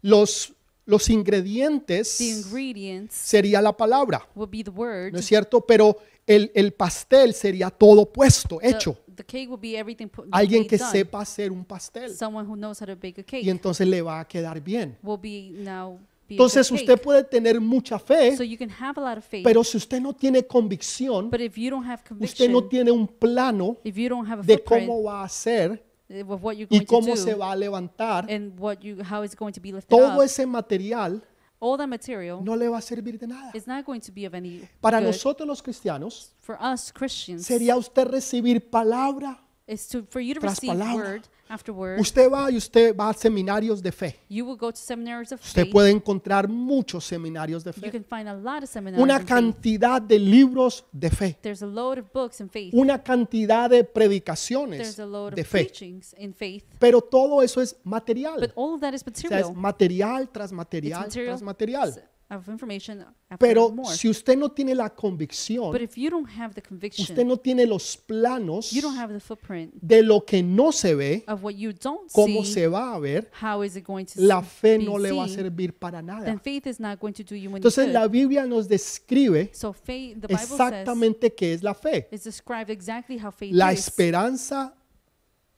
Speaker 1: los, los
Speaker 2: The
Speaker 1: ingredientes
Speaker 2: ingredients
Speaker 1: sería la palabra,
Speaker 2: would be the word.
Speaker 1: ¿no es cierto? Pero el, el pastel sería todo puesto,
Speaker 2: The-
Speaker 1: hecho.
Speaker 2: The, cake will be everything put
Speaker 1: Alguien
Speaker 2: made
Speaker 1: que
Speaker 2: done.
Speaker 1: sepa hacer un pastel
Speaker 2: Someone who knows how to bake a cake
Speaker 1: y entonces le va a quedar bien.
Speaker 2: will be now be a good
Speaker 1: Entonces
Speaker 2: cake.
Speaker 1: usted puede tener mucha fe,
Speaker 2: So you can have a lot of faith,
Speaker 1: pero si usted no tiene convicción,
Speaker 2: but if you don't have
Speaker 1: usted
Speaker 2: conviction,
Speaker 1: no tiene un plano
Speaker 2: if you don't have a
Speaker 1: de
Speaker 2: footprint
Speaker 1: cómo va a hacer
Speaker 2: eh, of what you're
Speaker 1: y
Speaker 2: going
Speaker 1: cómo
Speaker 2: to do
Speaker 1: se va a levantar,
Speaker 2: and what you how it's going to be lifted
Speaker 1: todo
Speaker 2: up,
Speaker 1: ese material
Speaker 2: all that material
Speaker 1: no le va a servir de nada.
Speaker 2: is not going to be of any
Speaker 1: Para
Speaker 2: good.
Speaker 1: nosotros los cristianos,
Speaker 2: for us Christians.
Speaker 1: sería usted recibir palabra.
Speaker 2: is to for you to
Speaker 1: tras
Speaker 2: receive
Speaker 1: palabra.
Speaker 2: word after word.
Speaker 1: Usted va y usted va a seminarios de fe.
Speaker 2: you will go to seminaries of
Speaker 1: Usted
Speaker 2: faith.
Speaker 1: puede encontrar muchos seminarios de
Speaker 2: you
Speaker 1: fe.
Speaker 2: can find a lot of seminars.
Speaker 1: Una
Speaker 2: on faith.
Speaker 1: cantidad de libros de fe.
Speaker 2: There's a load of books in faith.
Speaker 1: Una cantidad de
Speaker 2: There's
Speaker 1: predicaciones
Speaker 2: a load
Speaker 1: de
Speaker 2: of
Speaker 1: fe.
Speaker 2: preachings in faith.
Speaker 1: Pero todo eso es
Speaker 2: But
Speaker 1: material.
Speaker 2: all of that is
Speaker 1: O sea, es
Speaker 2: material.
Speaker 1: material tras
Speaker 2: It's
Speaker 1: material
Speaker 2: material
Speaker 1: tras material.
Speaker 2: s- of information after
Speaker 1: Pero
Speaker 2: more.
Speaker 1: si usted no tiene la convicción,
Speaker 2: But if you don't have the conviction,
Speaker 1: usted no tiene los planos
Speaker 2: you don't have the footprint
Speaker 1: de lo que no se ve,
Speaker 2: of what you don't
Speaker 1: cómo
Speaker 2: see,
Speaker 1: se va a ver,
Speaker 2: how is it going to
Speaker 1: la
Speaker 2: s-
Speaker 1: fe
Speaker 2: be
Speaker 1: no le va a
Speaker 2: seen,
Speaker 1: servir para nada.
Speaker 2: then faith is not going to do you any
Speaker 1: Entonces
Speaker 2: good.
Speaker 1: la Biblia nos describe
Speaker 2: so faith, the Bible says,
Speaker 1: exactamente qué es la fe.
Speaker 2: is described exactly how faith
Speaker 1: La
Speaker 2: is.
Speaker 1: esperanza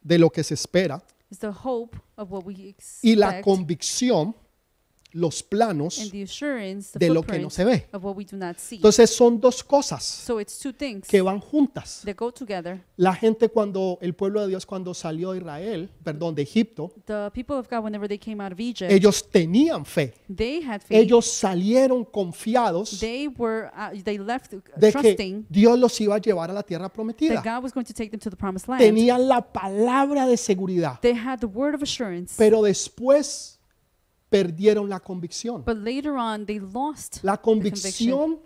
Speaker 1: de lo que se espera
Speaker 2: It's the hope of what we expect
Speaker 1: y la convicción los
Speaker 2: and
Speaker 1: planos
Speaker 2: the assurance the
Speaker 1: de lo que no
Speaker 2: footprint
Speaker 1: se ve.
Speaker 2: of what we do not see.
Speaker 1: Entonces son dos cosas
Speaker 2: so it's two things
Speaker 1: que van juntas.
Speaker 2: that go together.
Speaker 1: La gente cuando, el pueblo de Dios cuando salió de Israel, perdón, de Egipto,
Speaker 2: The people of God, whenever they came out of Egypt,
Speaker 1: ellos tenían fe.
Speaker 2: they had faith.
Speaker 1: Ellos salieron confiados
Speaker 2: they were uh, they left
Speaker 1: de que
Speaker 2: trusting
Speaker 1: Dios los iba a llevar a la tierra prometida.
Speaker 2: that God was going to take them to the promised land.
Speaker 1: Tenían la palabra de seguridad,
Speaker 2: they had the word of assurance,
Speaker 1: pero después perdieron la convicción.
Speaker 2: but later on they lost
Speaker 1: La
Speaker 2: the conviction
Speaker 1: convicción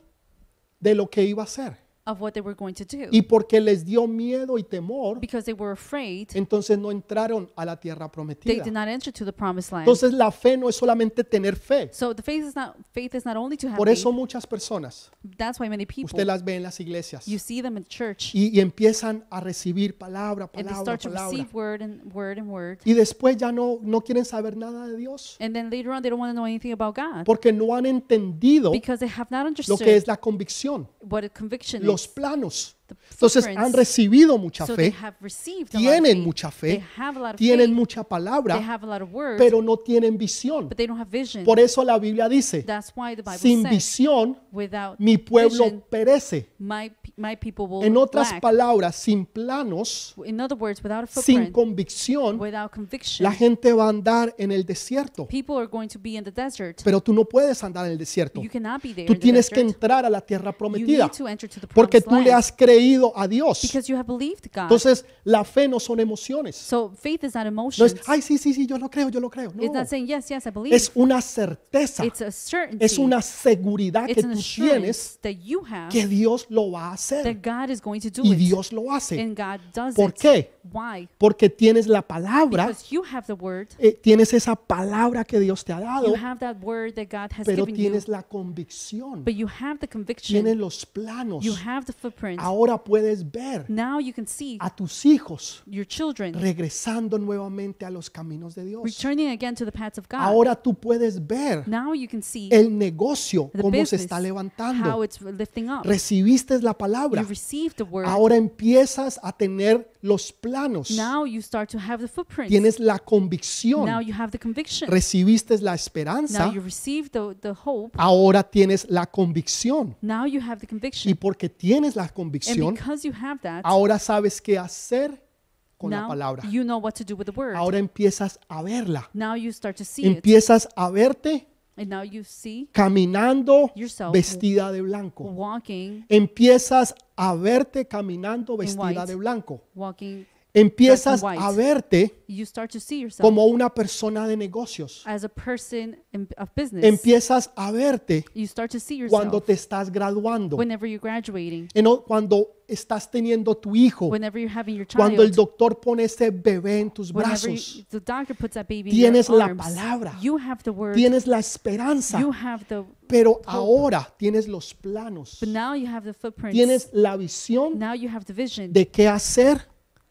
Speaker 1: de lo que iba a hacer.
Speaker 2: of what they were going to do
Speaker 1: Y porque les dio miedo y temor,
Speaker 2: because they were afraid.
Speaker 1: entonces no entraron a la tierra
Speaker 2: they did
Speaker 1: prometida.
Speaker 2: not enter to the promised land.
Speaker 1: Entonces la fe no es solamente tener fe.
Speaker 2: so the faith is not faith is not only to have
Speaker 1: Por eso
Speaker 2: faith.
Speaker 1: muchas personas,
Speaker 2: That's why many people
Speaker 1: usted las ve en las iglesias
Speaker 2: you see them in church
Speaker 1: y, y empiezan a recibir palabra,
Speaker 2: and they
Speaker 1: palabra,
Speaker 2: start to
Speaker 1: palabra.
Speaker 2: receive word and word and word,
Speaker 1: Y después ya no, no quieren saber nada de Dios
Speaker 2: and then later on they don't want to know anything about God
Speaker 1: porque no han entendido
Speaker 2: because they have not
Speaker 1: lo que
Speaker 2: understood
Speaker 1: es la convicción,
Speaker 2: what a conviction
Speaker 1: los
Speaker 2: is.
Speaker 1: planos.
Speaker 2: the
Speaker 1: Entonces
Speaker 2: footprints.
Speaker 1: han recibido mucha
Speaker 2: so they
Speaker 1: fe,
Speaker 2: have received a lot of
Speaker 1: tienen
Speaker 2: faith.
Speaker 1: mucha fe,
Speaker 2: They have a lot of
Speaker 1: tienen
Speaker 2: faith.
Speaker 1: mucha
Speaker 2: They
Speaker 1: palabra,
Speaker 2: have a lot of words,
Speaker 1: pero no tienen visión.
Speaker 2: but they don't have vision.
Speaker 1: Por eso la Biblia dice,
Speaker 2: That's why the Bible
Speaker 1: sin
Speaker 2: says,
Speaker 1: visión
Speaker 2: without
Speaker 1: mi pueblo
Speaker 2: vision,
Speaker 1: perece.
Speaker 2: my, pe- my people will
Speaker 1: En otras
Speaker 2: lack.
Speaker 1: palabras, sin planos,
Speaker 2: In other words, without a
Speaker 1: sin
Speaker 2: footprint,
Speaker 1: convicción,
Speaker 2: without conviction,
Speaker 1: la gente va a andar en el desierto.
Speaker 2: people are going to be in the desert.
Speaker 1: Pero tú no puedes andar en el desierto.
Speaker 2: You cannot be there
Speaker 1: Tú
Speaker 2: in the
Speaker 1: tienes que
Speaker 2: desert.
Speaker 1: entrar a la tierra
Speaker 2: you
Speaker 1: prometida
Speaker 2: need to enter to the
Speaker 1: porque
Speaker 2: promised
Speaker 1: tú le
Speaker 2: land
Speaker 1: has creído a Dios.
Speaker 2: because you have believed God.
Speaker 1: Entonces, la fe no son emociones.
Speaker 2: so faith is not
Speaker 1: No es,
Speaker 2: emotions.
Speaker 1: ay, sí, sí, sí, yo lo creo, yo lo creo.
Speaker 2: it's
Speaker 1: No,
Speaker 2: not saying, yes, yes, I believe.
Speaker 1: es una certeza,
Speaker 2: it's a certainty.
Speaker 1: es una seguridad
Speaker 2: it's
Speaker 1: que
Speaker 2: an
Speaker 1: tú
Speaker 2: assurance
Speaker 1: tienes
Speaker 2: that you have
Speaker 1: que Dios lo va a hacer
Speaker 2: that God is going to do
Speaker 1: y
Speaker 2: it.
Speaker 1: Dios lo hace
Speaker 2: And God does
Speaker 1: ¿Por
Speaker 2: it.
Speaker 1: qué?
Speaker 2: Why?
Speaker 1: porque tienes la palabra
Speaker 2: Because you have the word.
Speaker 1: eh, tienes esa palabra que Dios te ha
Speaker 2: You
Speaker 1: dado,
Speaker 2: have that word that God has
Speaker 1: pero
Speaker 2: given you.
Speaker 1: tienes la convicción,
Speaker 2: But you have the conviction.
Speaker 1: tienes los planos.
Speaker 2: You have the footprint.
Speaker 1: Ahora puedes ver
Speaker 2: Now you can see
Speaker 1: a tus hijos
Speaker 2: your children
Speaker 1: regresando nuevamente a los caminos de Dios.
Speaker 2: returning again to the paths of God.
Speaker 1: Ahora tú puedes ver
Speaker 2: Now you can see
Speaker 1: el negocio,
Speaker 2: the
Speaker 1: cómo se
Speaker 2: business,
Speaker 1: está
Speaker 2: how
Speaker 1: levantando.
Speaker 2: it's lifting up.
Speaker 1: Recibiste la
Speaker 2: You
Speaker 1: palabra.
Speaker 2: received the word.
Speaker 1: Ahora empiezas a tener los planos.
Speaker 2: Now you start to have the footprints.
Speaker 1: Tienes la
Speaker 2: Now
Speaker 1: convicción.
Speaker 2: you have the conviction.
Speaker 1: Recibiste la
Speaker 2: Now
Speaker 1: esperanza.
Speaker 2: you receive the, the hope.
Speaker 1: Ahora tienes la convicción.
Speaker 2: Now you have the
Speaker 1: Y
Speaker 2: conviction.
Speaker 1: porque tienes la
Speaker 2: And
Speaker 1: convicción,
Speaker 2: because you have that,
Speaker 1: ahora sabes qué hacer con la
Speaker 2: now
Speaker 1: palabra.
Speaker 2: you know what to do with the word.
Speaker 1: Ahora empiezas a verla.
Speaker 2: Now you start to see it.
Speaker 1: Empiezas a verte
Speaker 2: And now you see
Speaker 1: caminando
Speaker 2: yourself
Speaker 1: vestida de blanco.
Speaker 2: walking,
Speaker 1: Empiezas a verte caminando
Speaker 2: white.
Speaker 1: vestida de blanco.
Speaker 2: walking.
Speaker 1: Empiezas
Speaker 2: Black and
Speaker 1: a
Speaker 2: white.
Speaker 1: verte
Speaker 2: You start to see yourself
Speaker 1: como una persona de negocios.
Speaker 2: as a person in, of business.
Speaker 1: Empiezas a verte
Speaker 2: you start to see
Speaker 1: cuando
Speaker 2: yourself
Speaker 1: te estás graduando,
Speaker 2: whenever you're graduating,
Speaker 1: en o- cuando estás teniendo tu hijo,
Speaker 2: whenever you're having your child,
Speaker 1: cuando el doctor pone ese bebé en tus
Speaker 2: whenever
Speaker 1: brazos.
Speaker 2: you- the doctor puts that baby
Speaker 1: Tienes
Speaker 2: in your
Speaker 1: la
Speaker 2: arms.
Speaker 1: palabra.
Speaker 2: You have the word.
Speaker 1: tienes la esperanza,
Speaker 2: You have the.
Speaker 1: pero ahora tienes los planos,
Speaker 2: But now you have the footprints.
Speaker 1: tienes la visión
Speaker 2: now you have the vision
Speaker 1: de qué hacer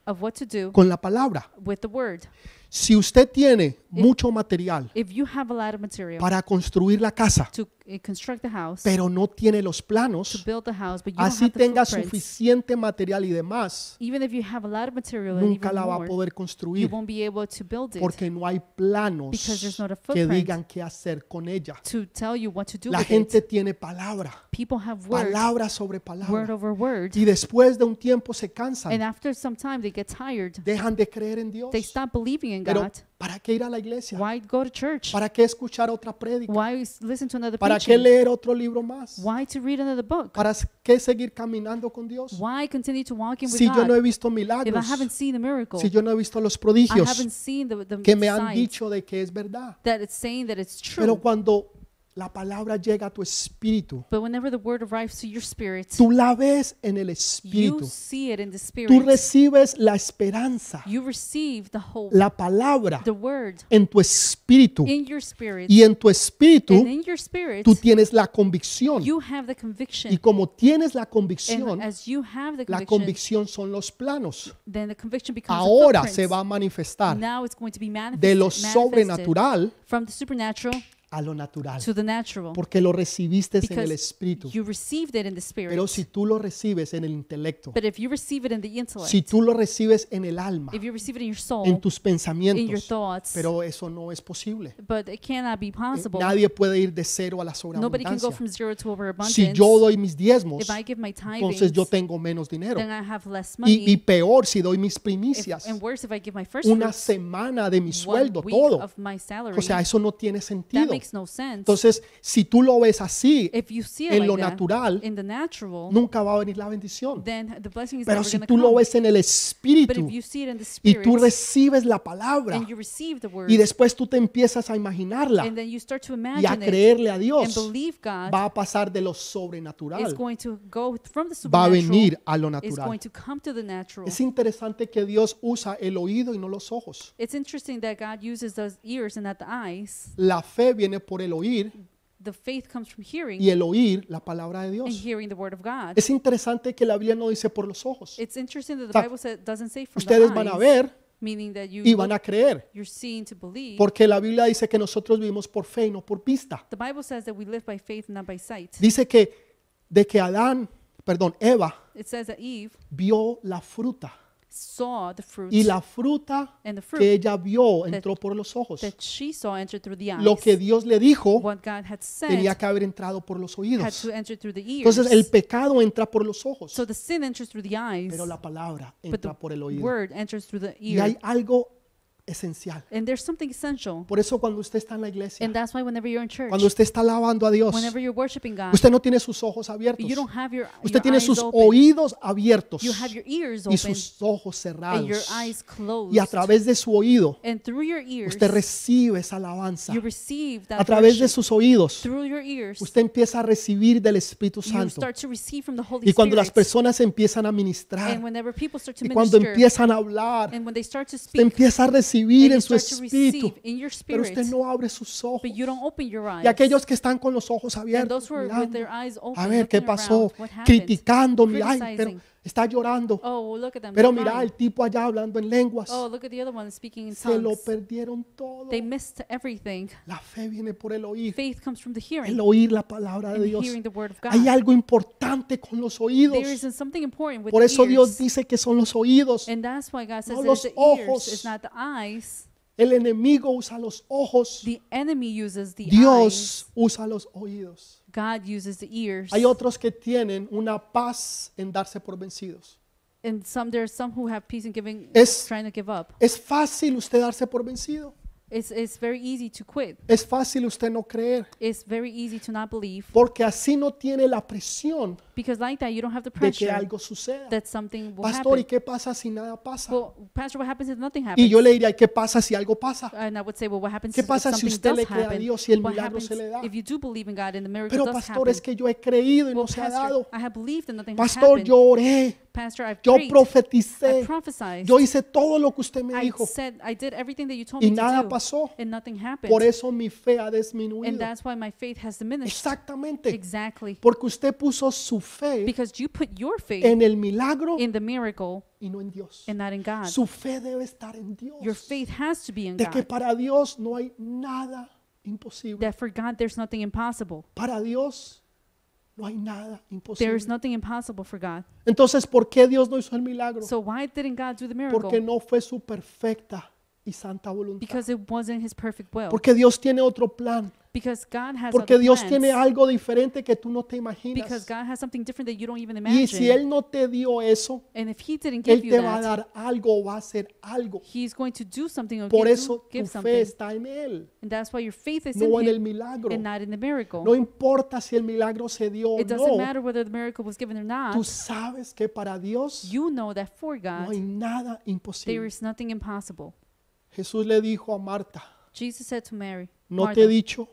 Speaker 2: of what to do
Speaker 1: con la palabra.
Speaker 2: with the word.
Speaker 1: Si usted tiene mucho material
Speaker 2: If you have a lot of material
Speaker 1: para construir la casa,
Speaker 2: to uh, construct the house,
Speaker 1: pero no tiene los
Speaker 2: to
Speaker 1: planos,
Speaker 2: build the house, but you don't
Speaker 1: así
Speaker 2: have the
Speaker 1: tenga
Speaker 2: footprints,
Speaker 1: suficiente material y demás,
Speaker 2: even if you have a lot of material and
Speaker 1: nunca
Speaker 2: even
Speaker 1: la va a
Speaker 2: more,
Speaker 1: poder
Speaker 2: you
Speaker 1: construir
Speaker 2: won't be able to build it
Speaker 1: porque no hay planos
Speaker 2: there's not a
Speaker 1: que
Speaker 2: footprint.
Speaker 1: digan qué hacer con ella.
Speaker 2: to tell you what to do
Speaker 1: La
Speaker 2: with
Speaker 1: gente
Speaker 2: it.
Speaker 1: tiene palabra,
Speaker 2: People have words,
Speaker 1: palabra sobre
Speaker 2: word
Speaker 1: palabra,
Speaker 2: over word,
Speaker 1: y después de un tiempo se cansan.
Speaker 2: and after some time they get tired.
Speaker 1: dejan de creer en Dios.
Speaker 2: They stop believing in
Speaker 1: Pero
Speaker 2: God.
Speaker 1: ¿para qué ir a la iglesia?
Speaker 2: Why go to church?
Speaker 1: ¿Para qué escuchar otra prédica?
Speaker 2: Why s- listen to another
Speaker 1: ¿Para qué
Speaker 2: preaching?
Speaker 1: leer otro libro más?
Speaker 2: Why to read another book?
Speaker 1: ¿Para qué seguir caminando con Dios?
Speaker 2: Why continue to walk in with
Speaker 1: Si yo no he
Speaker 2: God?
Speaker 1: visto
Speaker 2: If I
Speaker 1: milagros,
Speaker 2: haven't seen the miracle,
Speaker 1: si yo no he visto los
Speaker 2: I
Speaker 1: prodigios
Speaker 2: haven't seen the, the
Speaker 1: que me han
Speaker 2: signs
Speaker 1: dicho de que es verdad.
Speaker 2: that it's saying that it's true.
Speaker 1: Pero cuando la palabra llega a tu espíritu,
Speaker 2: But whenever the word arrives to your spirit,
Speaker 1: tú la ves en el
Speaker 2: you
Speaker 1: espíritu.
Speaker 2: see it in the
Speaker 1: Tú
Speaker 2: spirit.
Speaker 1: recibes la esperanza,
Speaker 2: You receive the hope,
Speaker 1: la palabra
Speaker 2: the word
Speaker 1: en tu espíritu.
Speaker 2: in your spirit.
Speaker 1: Y en tu espíritu
Speaker 2: and in your spirit,
Speaker 1: tú tienes la convicción
Speaker 2: you have the
Speaker 1: Y
Speaker 2: conviction.
Speaker 1: como tienes la
Speaker 2: And
Speaker 1: convicción,
Speaker 2: as you have the
Speaker 1: la
Speaker 2: conviction,
Speaker 1: convicción son los planos.
Speaker 2: then the conviction becomes a
Speaker 1: Ahora
Speaker 2: footprint.
Speaker 1: se va a manifestar
Speaker 2: Now it's going to be manifested,
Speaker 1: de lo
Speaker 2: manifested
Speaker 1: sobrenatural
Speaker 2: from the supernatural
Speaker 1: a lo natural,
Speaker 2: to the natural
Speaker 1: porque lo recibiste en el
Speaker 2: because
Speaker 1: espíritu.
Speaker 2: you received it in the spirit.
Speaker 1: Pero si tú lo recibes en el intelecto,
Speaker 2: but if you receive it in the intellect,
Speaker 1: si tú lo recibes en el alma,
Speaker 2: if you receive it in your soul,
Speaker 1: en tus
Speaker 2: in your
Speaker 1: pensamientos,
Speaker 2: thoughts,
Speaker 1: pero eso no es posible. ¿eh?
Speaker 2: but it cannot be possible.
Speaker 1: Nadie puede ir de cero a la
Speaker 2: Nobody can
Speaker 1: sobreabundancia.
Speaker 2: go from zero to overabundance.
Speaker 1: Si yo doy mis diezmos,
Speaker 2: if I give my tithings,
Speaker 1: entonces yo tengo menos dinero.
Speaker 2: then I have less money.
Speaker 1: Y, y peor si doy mis
Speaker 2: If-
Speaker 1: primicias,
Speaker 2: and worse, if I give my first
Speaker 1: una
Speaker 2: fruits,
Speaker 1: semana de mi
Speaker 2: one
Speaker 1: sueldo,
Speaker 2: week
Speaker 1: todo.
Speaker 2: of my salary,
Speaker 1: O sea, eso no tiene
Speaker 2: that
Speaker 1: sentido.
Speaker 2: makes no sense.
Speaker 1: Entonces, si tú lo ves así,
Speaker 2: if you see it
Speaker 1: en
Speaker 2: like
Speaker 1: lo
Speaker 2: that,
Speaker 1: natural,
Speaker 2: in the natural,
Speaker 1: nunca va a venir la bendición.
Speaker 2: then the blessing is
Speaker 1: Pero
Speaker 2: never
Speaker 1: si
Speaker 2: gonna
Speaker 1: tú lo
Speaker 2: come.
Speaker 1: ves en el
Speaker 2: But
Speaker 1: espíritu
Speaker 2: if you see it in the
Speaker 1: y
Speaker 2: spirit,
Speaker 1: tú recibes la palabra
Speaker 2: and you receive the word,
Speaker 1: y después tú te empiezas a imaginarla
Speaker 2: and then you start to
Speaker 1: y a
Speaker 2: imagine it
Speaker 1: creerle a
Speaker 2: and
Speaker 1: Dios,
Speaker 2: believe God
Speaker 1: va a pasar de lo
Speaker 2: is
Speaker 1: sobrenatural,
Speaker 2: going to go from the
Speaker 1: va a
Speaker 2: supernatural,
Speaker 1: venir a lo
Speaker 2: is
Speaker 1: natural.
Speaker 2: going to come to the natural.
Speaker 1: Es interesante que Dios usa el oído y no los ojos.
Speaker 2: It's interesting that God uses those ears and not the eyes.
Speaker 1: La fe viene por el oír
Speaker 2: The faith comes from hearing
Speaker 1: y el oír la palabra de
Speaker 2: and
Speaker 1: Dios.
Speaker 2: hearing the word of God.
Speaker 1: Es interesante que la Biblia no dice por los ojos.
Speaker 2: It's interesting that the
Speaker 1: sea,
Speaker 2: Bible said, doesn't say from
Speaker 1: Ustedes
Speaker 2: the eyes,
Speaker 1: van a ver
Speaker 2: meaning that you
Speaker 1: y van
Speaker 2: look-
Speaker 1: a creer,
Speaker 2: you're seeing to believe.
Speaker 1: porque la Biblia dice que nosotros vivimos por fe y no por vista.
Speaker 2: the Bible says that we live by faith, not by sight.
Speaker 1: Dice que de que Adán, perdón, Eva
Speaker 2: It says that Eve
Speaker 1: vio la fruta
Speaker 2: saw the fruit
Speaker 1: y la fruta
Speaker 2: and the fruit
Speaker 1: que ella vio entró por los ojos.
Speaker 2: that she saw entered through the eyes.
Speaker 1: Lo que Dios le dijo
Speaker 2: what God had said
Speaker 1: tenía que haber entrado por los
Speaker 2: had
Speaker 1: oídos.
Speaker 2: to enter through the ears.
Speaker 1: Entonces el pecado entra por los ojos,
Speaker 2: so the sin enters through the eyes,
Speaker 1: pero la palabra
Speaker 2: but the
Speaker 1: entra por el oído.
Speaker 2: word enters through the
Speaker 1: Y
Speaker 2: ear.
Speaker 1: hay algo esencial.
Speaker 2: and there's something essential.
Speaker 1: Por eso cuando usted está en la iglesia,
Speaker 2: And that's why whenever you're in church,
Speaker 1: cuando usted está alabando a Dios,
Speaker 2: whenever you're worshiping God,
Speaker 1: usted no tiene sus ojos abiertos.
Speaker 2: you don't have your,
Speaker 1: Usted
Speaker 2: your
Speaker 1: tiene
Speaker 2: eyes
Speaker 1: sus
Speaker 2: open.
Speaker 1: oídos abiertos
Speaker 2: you have your ears
Speaker 1: y
Speaker 2: open
Speaker 1: sus ojos
Speaker 2: and your
Speaker 1: cerrados.
Speaker 2: eyes closed.
Speaker 1: Y a través de su oído,
Speaker 2: and through your ears,
Speaker 1: usted recibe esa alabanza.
Speaker 2: you receive that
Speaker 1: A través de
Speaker 2: worship.
Speaker 1: sus oídos,
Speaker 2: through your ears,
Speaker 1: usted empieza a recibir del Espíritu
Speaker 2: you
Speaker 1: Santo.
Speaker 2: start to receive from the Holy
Speaker 1: Y cuando las
Speaker 2: Spirit.
Speaker 1: personas empiezan a
Speaker 2: And
Speaker 1: ministrar,
Speaker 2: whenever people start to
Speaker 1: y cuando
Speaker 2: minister,
Speaker 1: empiezan a hablar,
Speaker 2: and when they start to speak,
Speaker 1: usted empieza a
Speaker 2: and
Speaker 1: recibir
Speaker 2: you
Speaker 1: en su
Speaker 2: start to receive
Speaker 1: espíritu.
Speaker 2: in your
Speaker 1: Pero
Speaker 2: spirit,
Speaker 1: usted no abre sus ojos.
Speaker 2: but you don't open your eyes.
Speaker 1: Y aquellos que están con los ojos
Speaker 2: and those
Speaker 1: abiertos,
Speaker 2: who are with
Speaker 1: mirando,
Speaker 2: their eyes open,
Speaker 1: A ver, ¿qué
Speaker 2: looking
Speaker 1: pasó?
Speaker 2: around, what happened?
Speaker 1: Criticando, mira, ay, pero
Speaker 2: Criticizing.
Speaker 1: está llorando.
Speaker 2: Oh, well, look at them.
Speaker 1: Pero
Speaker 2: they're
Speaker 1: mira,
Speaker 2: crying.
Speaker 1: el tipo allá hablando en lenguas.
Speaker 2: oh, look at the other one speaking in
Speaker 1: Se lo
Speaker 2: tongues.
Speaker 1: perdieron todo.
Speaker 2: They missed everything.
Speaker 1: La fe viene por el oír,
Speaker 2: Faith comes from the
Speaker 1: el
Speaker 2: hearing
Speaker 1: oír la palabra de
Speaker 2: and
Speaker 1: Dios.
Speaker 2: hearing the word of God.
Speaker 1: Hay algo importante con los oídos.
Speaker 2: There is something important with
Speaker 1: Por
Speaker 2: the
Speaker 1: eso Dios
Speaker 2: ears.
Speaker 1: dice que son los oídos.
Speaker 2: And that's why God says
Speaker 1: No
Speaker 2: it's
Speaker 1: los
Speaker 2: the
Speaker 1: ojos.
Speaker 2: ears, it's not the eyes.
Speaker 1: El enemigo usa los ojos.
Speaker 2: The enemy uses the eyes.
Speaker 1: Dios usa los oídos.
Speaker 2: God uses the ears.
Speaker 1: Hay otros que tienen una paz en darse por vencidos.
Speaker 2: And some there are some who have peace in giving
Speaker 1: Es-
Speaker 2: trying to give up.
Speaker 1: Es fácil usted darse por vencido.
Speaker 2: It's it's very easy to quit.
Speaker 1: Es fácil usted no creer.
Speaker 2: It's very easy to not believe
Speaker 1: Porque así no tiene la presión
Speaker 2: because like that you don't have the
Speaker 1: de que
Speaker 2: pressure
Speaker 1: algo suceda.
Speaker 2: that something will
Speaker 1: Pastor, ¿y
Speaker 2: happen.
Speaker 1: qué pasa si nada pasa?
Speaker 2: Well, Pastor, what happens if nothing happens?
Speaker 1: Y yo le diría, ¿y qué pasa si algo pasa?
Speaker 2: and I would say, well, what happens
Speaker 1: ¿Qué
Speaker 2: if
Speaker 1: pasa si
Speaker 2: something
Speaker 1: usted
Speaker 2: does
Speaker 1: le cree a
Speaker 2: happen?
Speaker 1: Dios y el
Speaker 2: what
Speaker 1: milagro
Speaker 2: happens
Speaker 1: se le da?
Speaker 2: if you do believe in God and the miracle
Speaker 1: Pero
Speaker 2: does
Speaker 1: pastor,
Speaker 2: happen?
Speaker 1: es que yo he creído y
Speaker 2: well,
Speaker 1: no se ha
Speaker 2: Pastor,
Speaker 1: dado.
Speaker 2: I have believed and nothing has
Speaker 1: Pastor,
Speaker 2: happened.
Speaker 1: yo oré,
Speaker 2: Pastor, I've
Speaker 1: yo
Speaker 2: prayed. I
Speaker 1: profeticé,
Speaker 2: prophesied.
Speaker 1: yo hice todo lo que usted me
Speaker 2: I
Speaker 1: dijo
Speaker 2: said I did everything that you told
Speaker 1: y
Speaker 2: me to
Speaker 1: nada
Speaker 2: do,
Speaker 1: pasó.
Speaker 2: and nothing happened.
Speaker 1: Por eso mi fe ha
Speaker 2: and
Speaker 1: disminuido.
Speaker 2: that's why my faith has diminished.
Speaker 1: Exactamente.
Speaker 2: Exactly,
Speaker 1: Porque usted puso su fe
Speaker 2: because you put your faith
Speaker 1: en el milagro
Speaker 2: in the miracle
Speaker 1: y no en Dios.
Speaker 2: and not in God.
Speaker 1: Su fe debe estar en Dios.
Speaker 2: Your faith has to be in
Speaker 1: De que
Speaker 2: God.
Speaker 1: para Dios no hay nada imposible.
Speaker 2: That for God, there's nothing impossible.
Speaker 1: Para Dios no hay nada
Speaker 2: There is
Speaker 1: imposible.
Speaker 2: nothing impossible for God.
Speaker 1: Entonces, ¿por qué Dios no hizo el milagro?
Speaker 2: So why didn't God do the miracle?
Speaker 1: Porque no fue su perfecta y santa voluntad.
Speaker 2: Because it wasn't His perfect will.
Speaker 1: Porque Dios tiene otro plan.
Speaker 2: Because God has
Speaker 1: Porque
Speaker 2: other
Speaker 1: Dios
Speaker 2: plans.
Speaker 1: tiene algo diferente que tú no te
Speaker 2: Because
Speaker 1: imaginas.
Speaker 2: God has something different that you don't even
Speaker 1: Y
Speaker 2: imagine.
Speaker 1: si Él no te dio eso,
Speaker 2: and if He didn't
Speaker 1: Él
Speaker 2: give you
Speaker 1: te va a
Speaker 2: that,
Speaker 1: dar algo, va a hacer algo.
Speaker 2: He's going to do something or
Speaker 1: Por
Speaker 2: give,
Speaker 1: eso tu
Speaker 2: give
Speaker 1: fe
Speaker 2: something.
Speaker 1: está en Él,
Speaker 2: And that's why your faith is
Speaker 1: no
Speaker 2: in
Speaker 1: en el
Speaker 2: Him
Speaker 1: milagro.
Speaker 2: and not in the miracle.
Speaker 1: No importa si el milagro se dio o
Speaker 2: it doesn't
Speaker 1: no.
Speaker 2: matter whether the miracle was given or
Speaker 1: Tú
Speaker 2: not.
Speaker 1: sabes que para Dios
Speaker 2: Ah, You know that for
Speaker 1: no
Speaker 2: God,
Speaker 1: hay nada
Speaker 2: there
Speaker 1: imposible.
Speaker 2: is nothing impossible.
Speaker 1: Jesús le dijo a Marta,
Speaker 2: Jesus said to Mary,
Speaker 1: ¿no
Speaker 2: Martha,
Speaker 1: te he dicho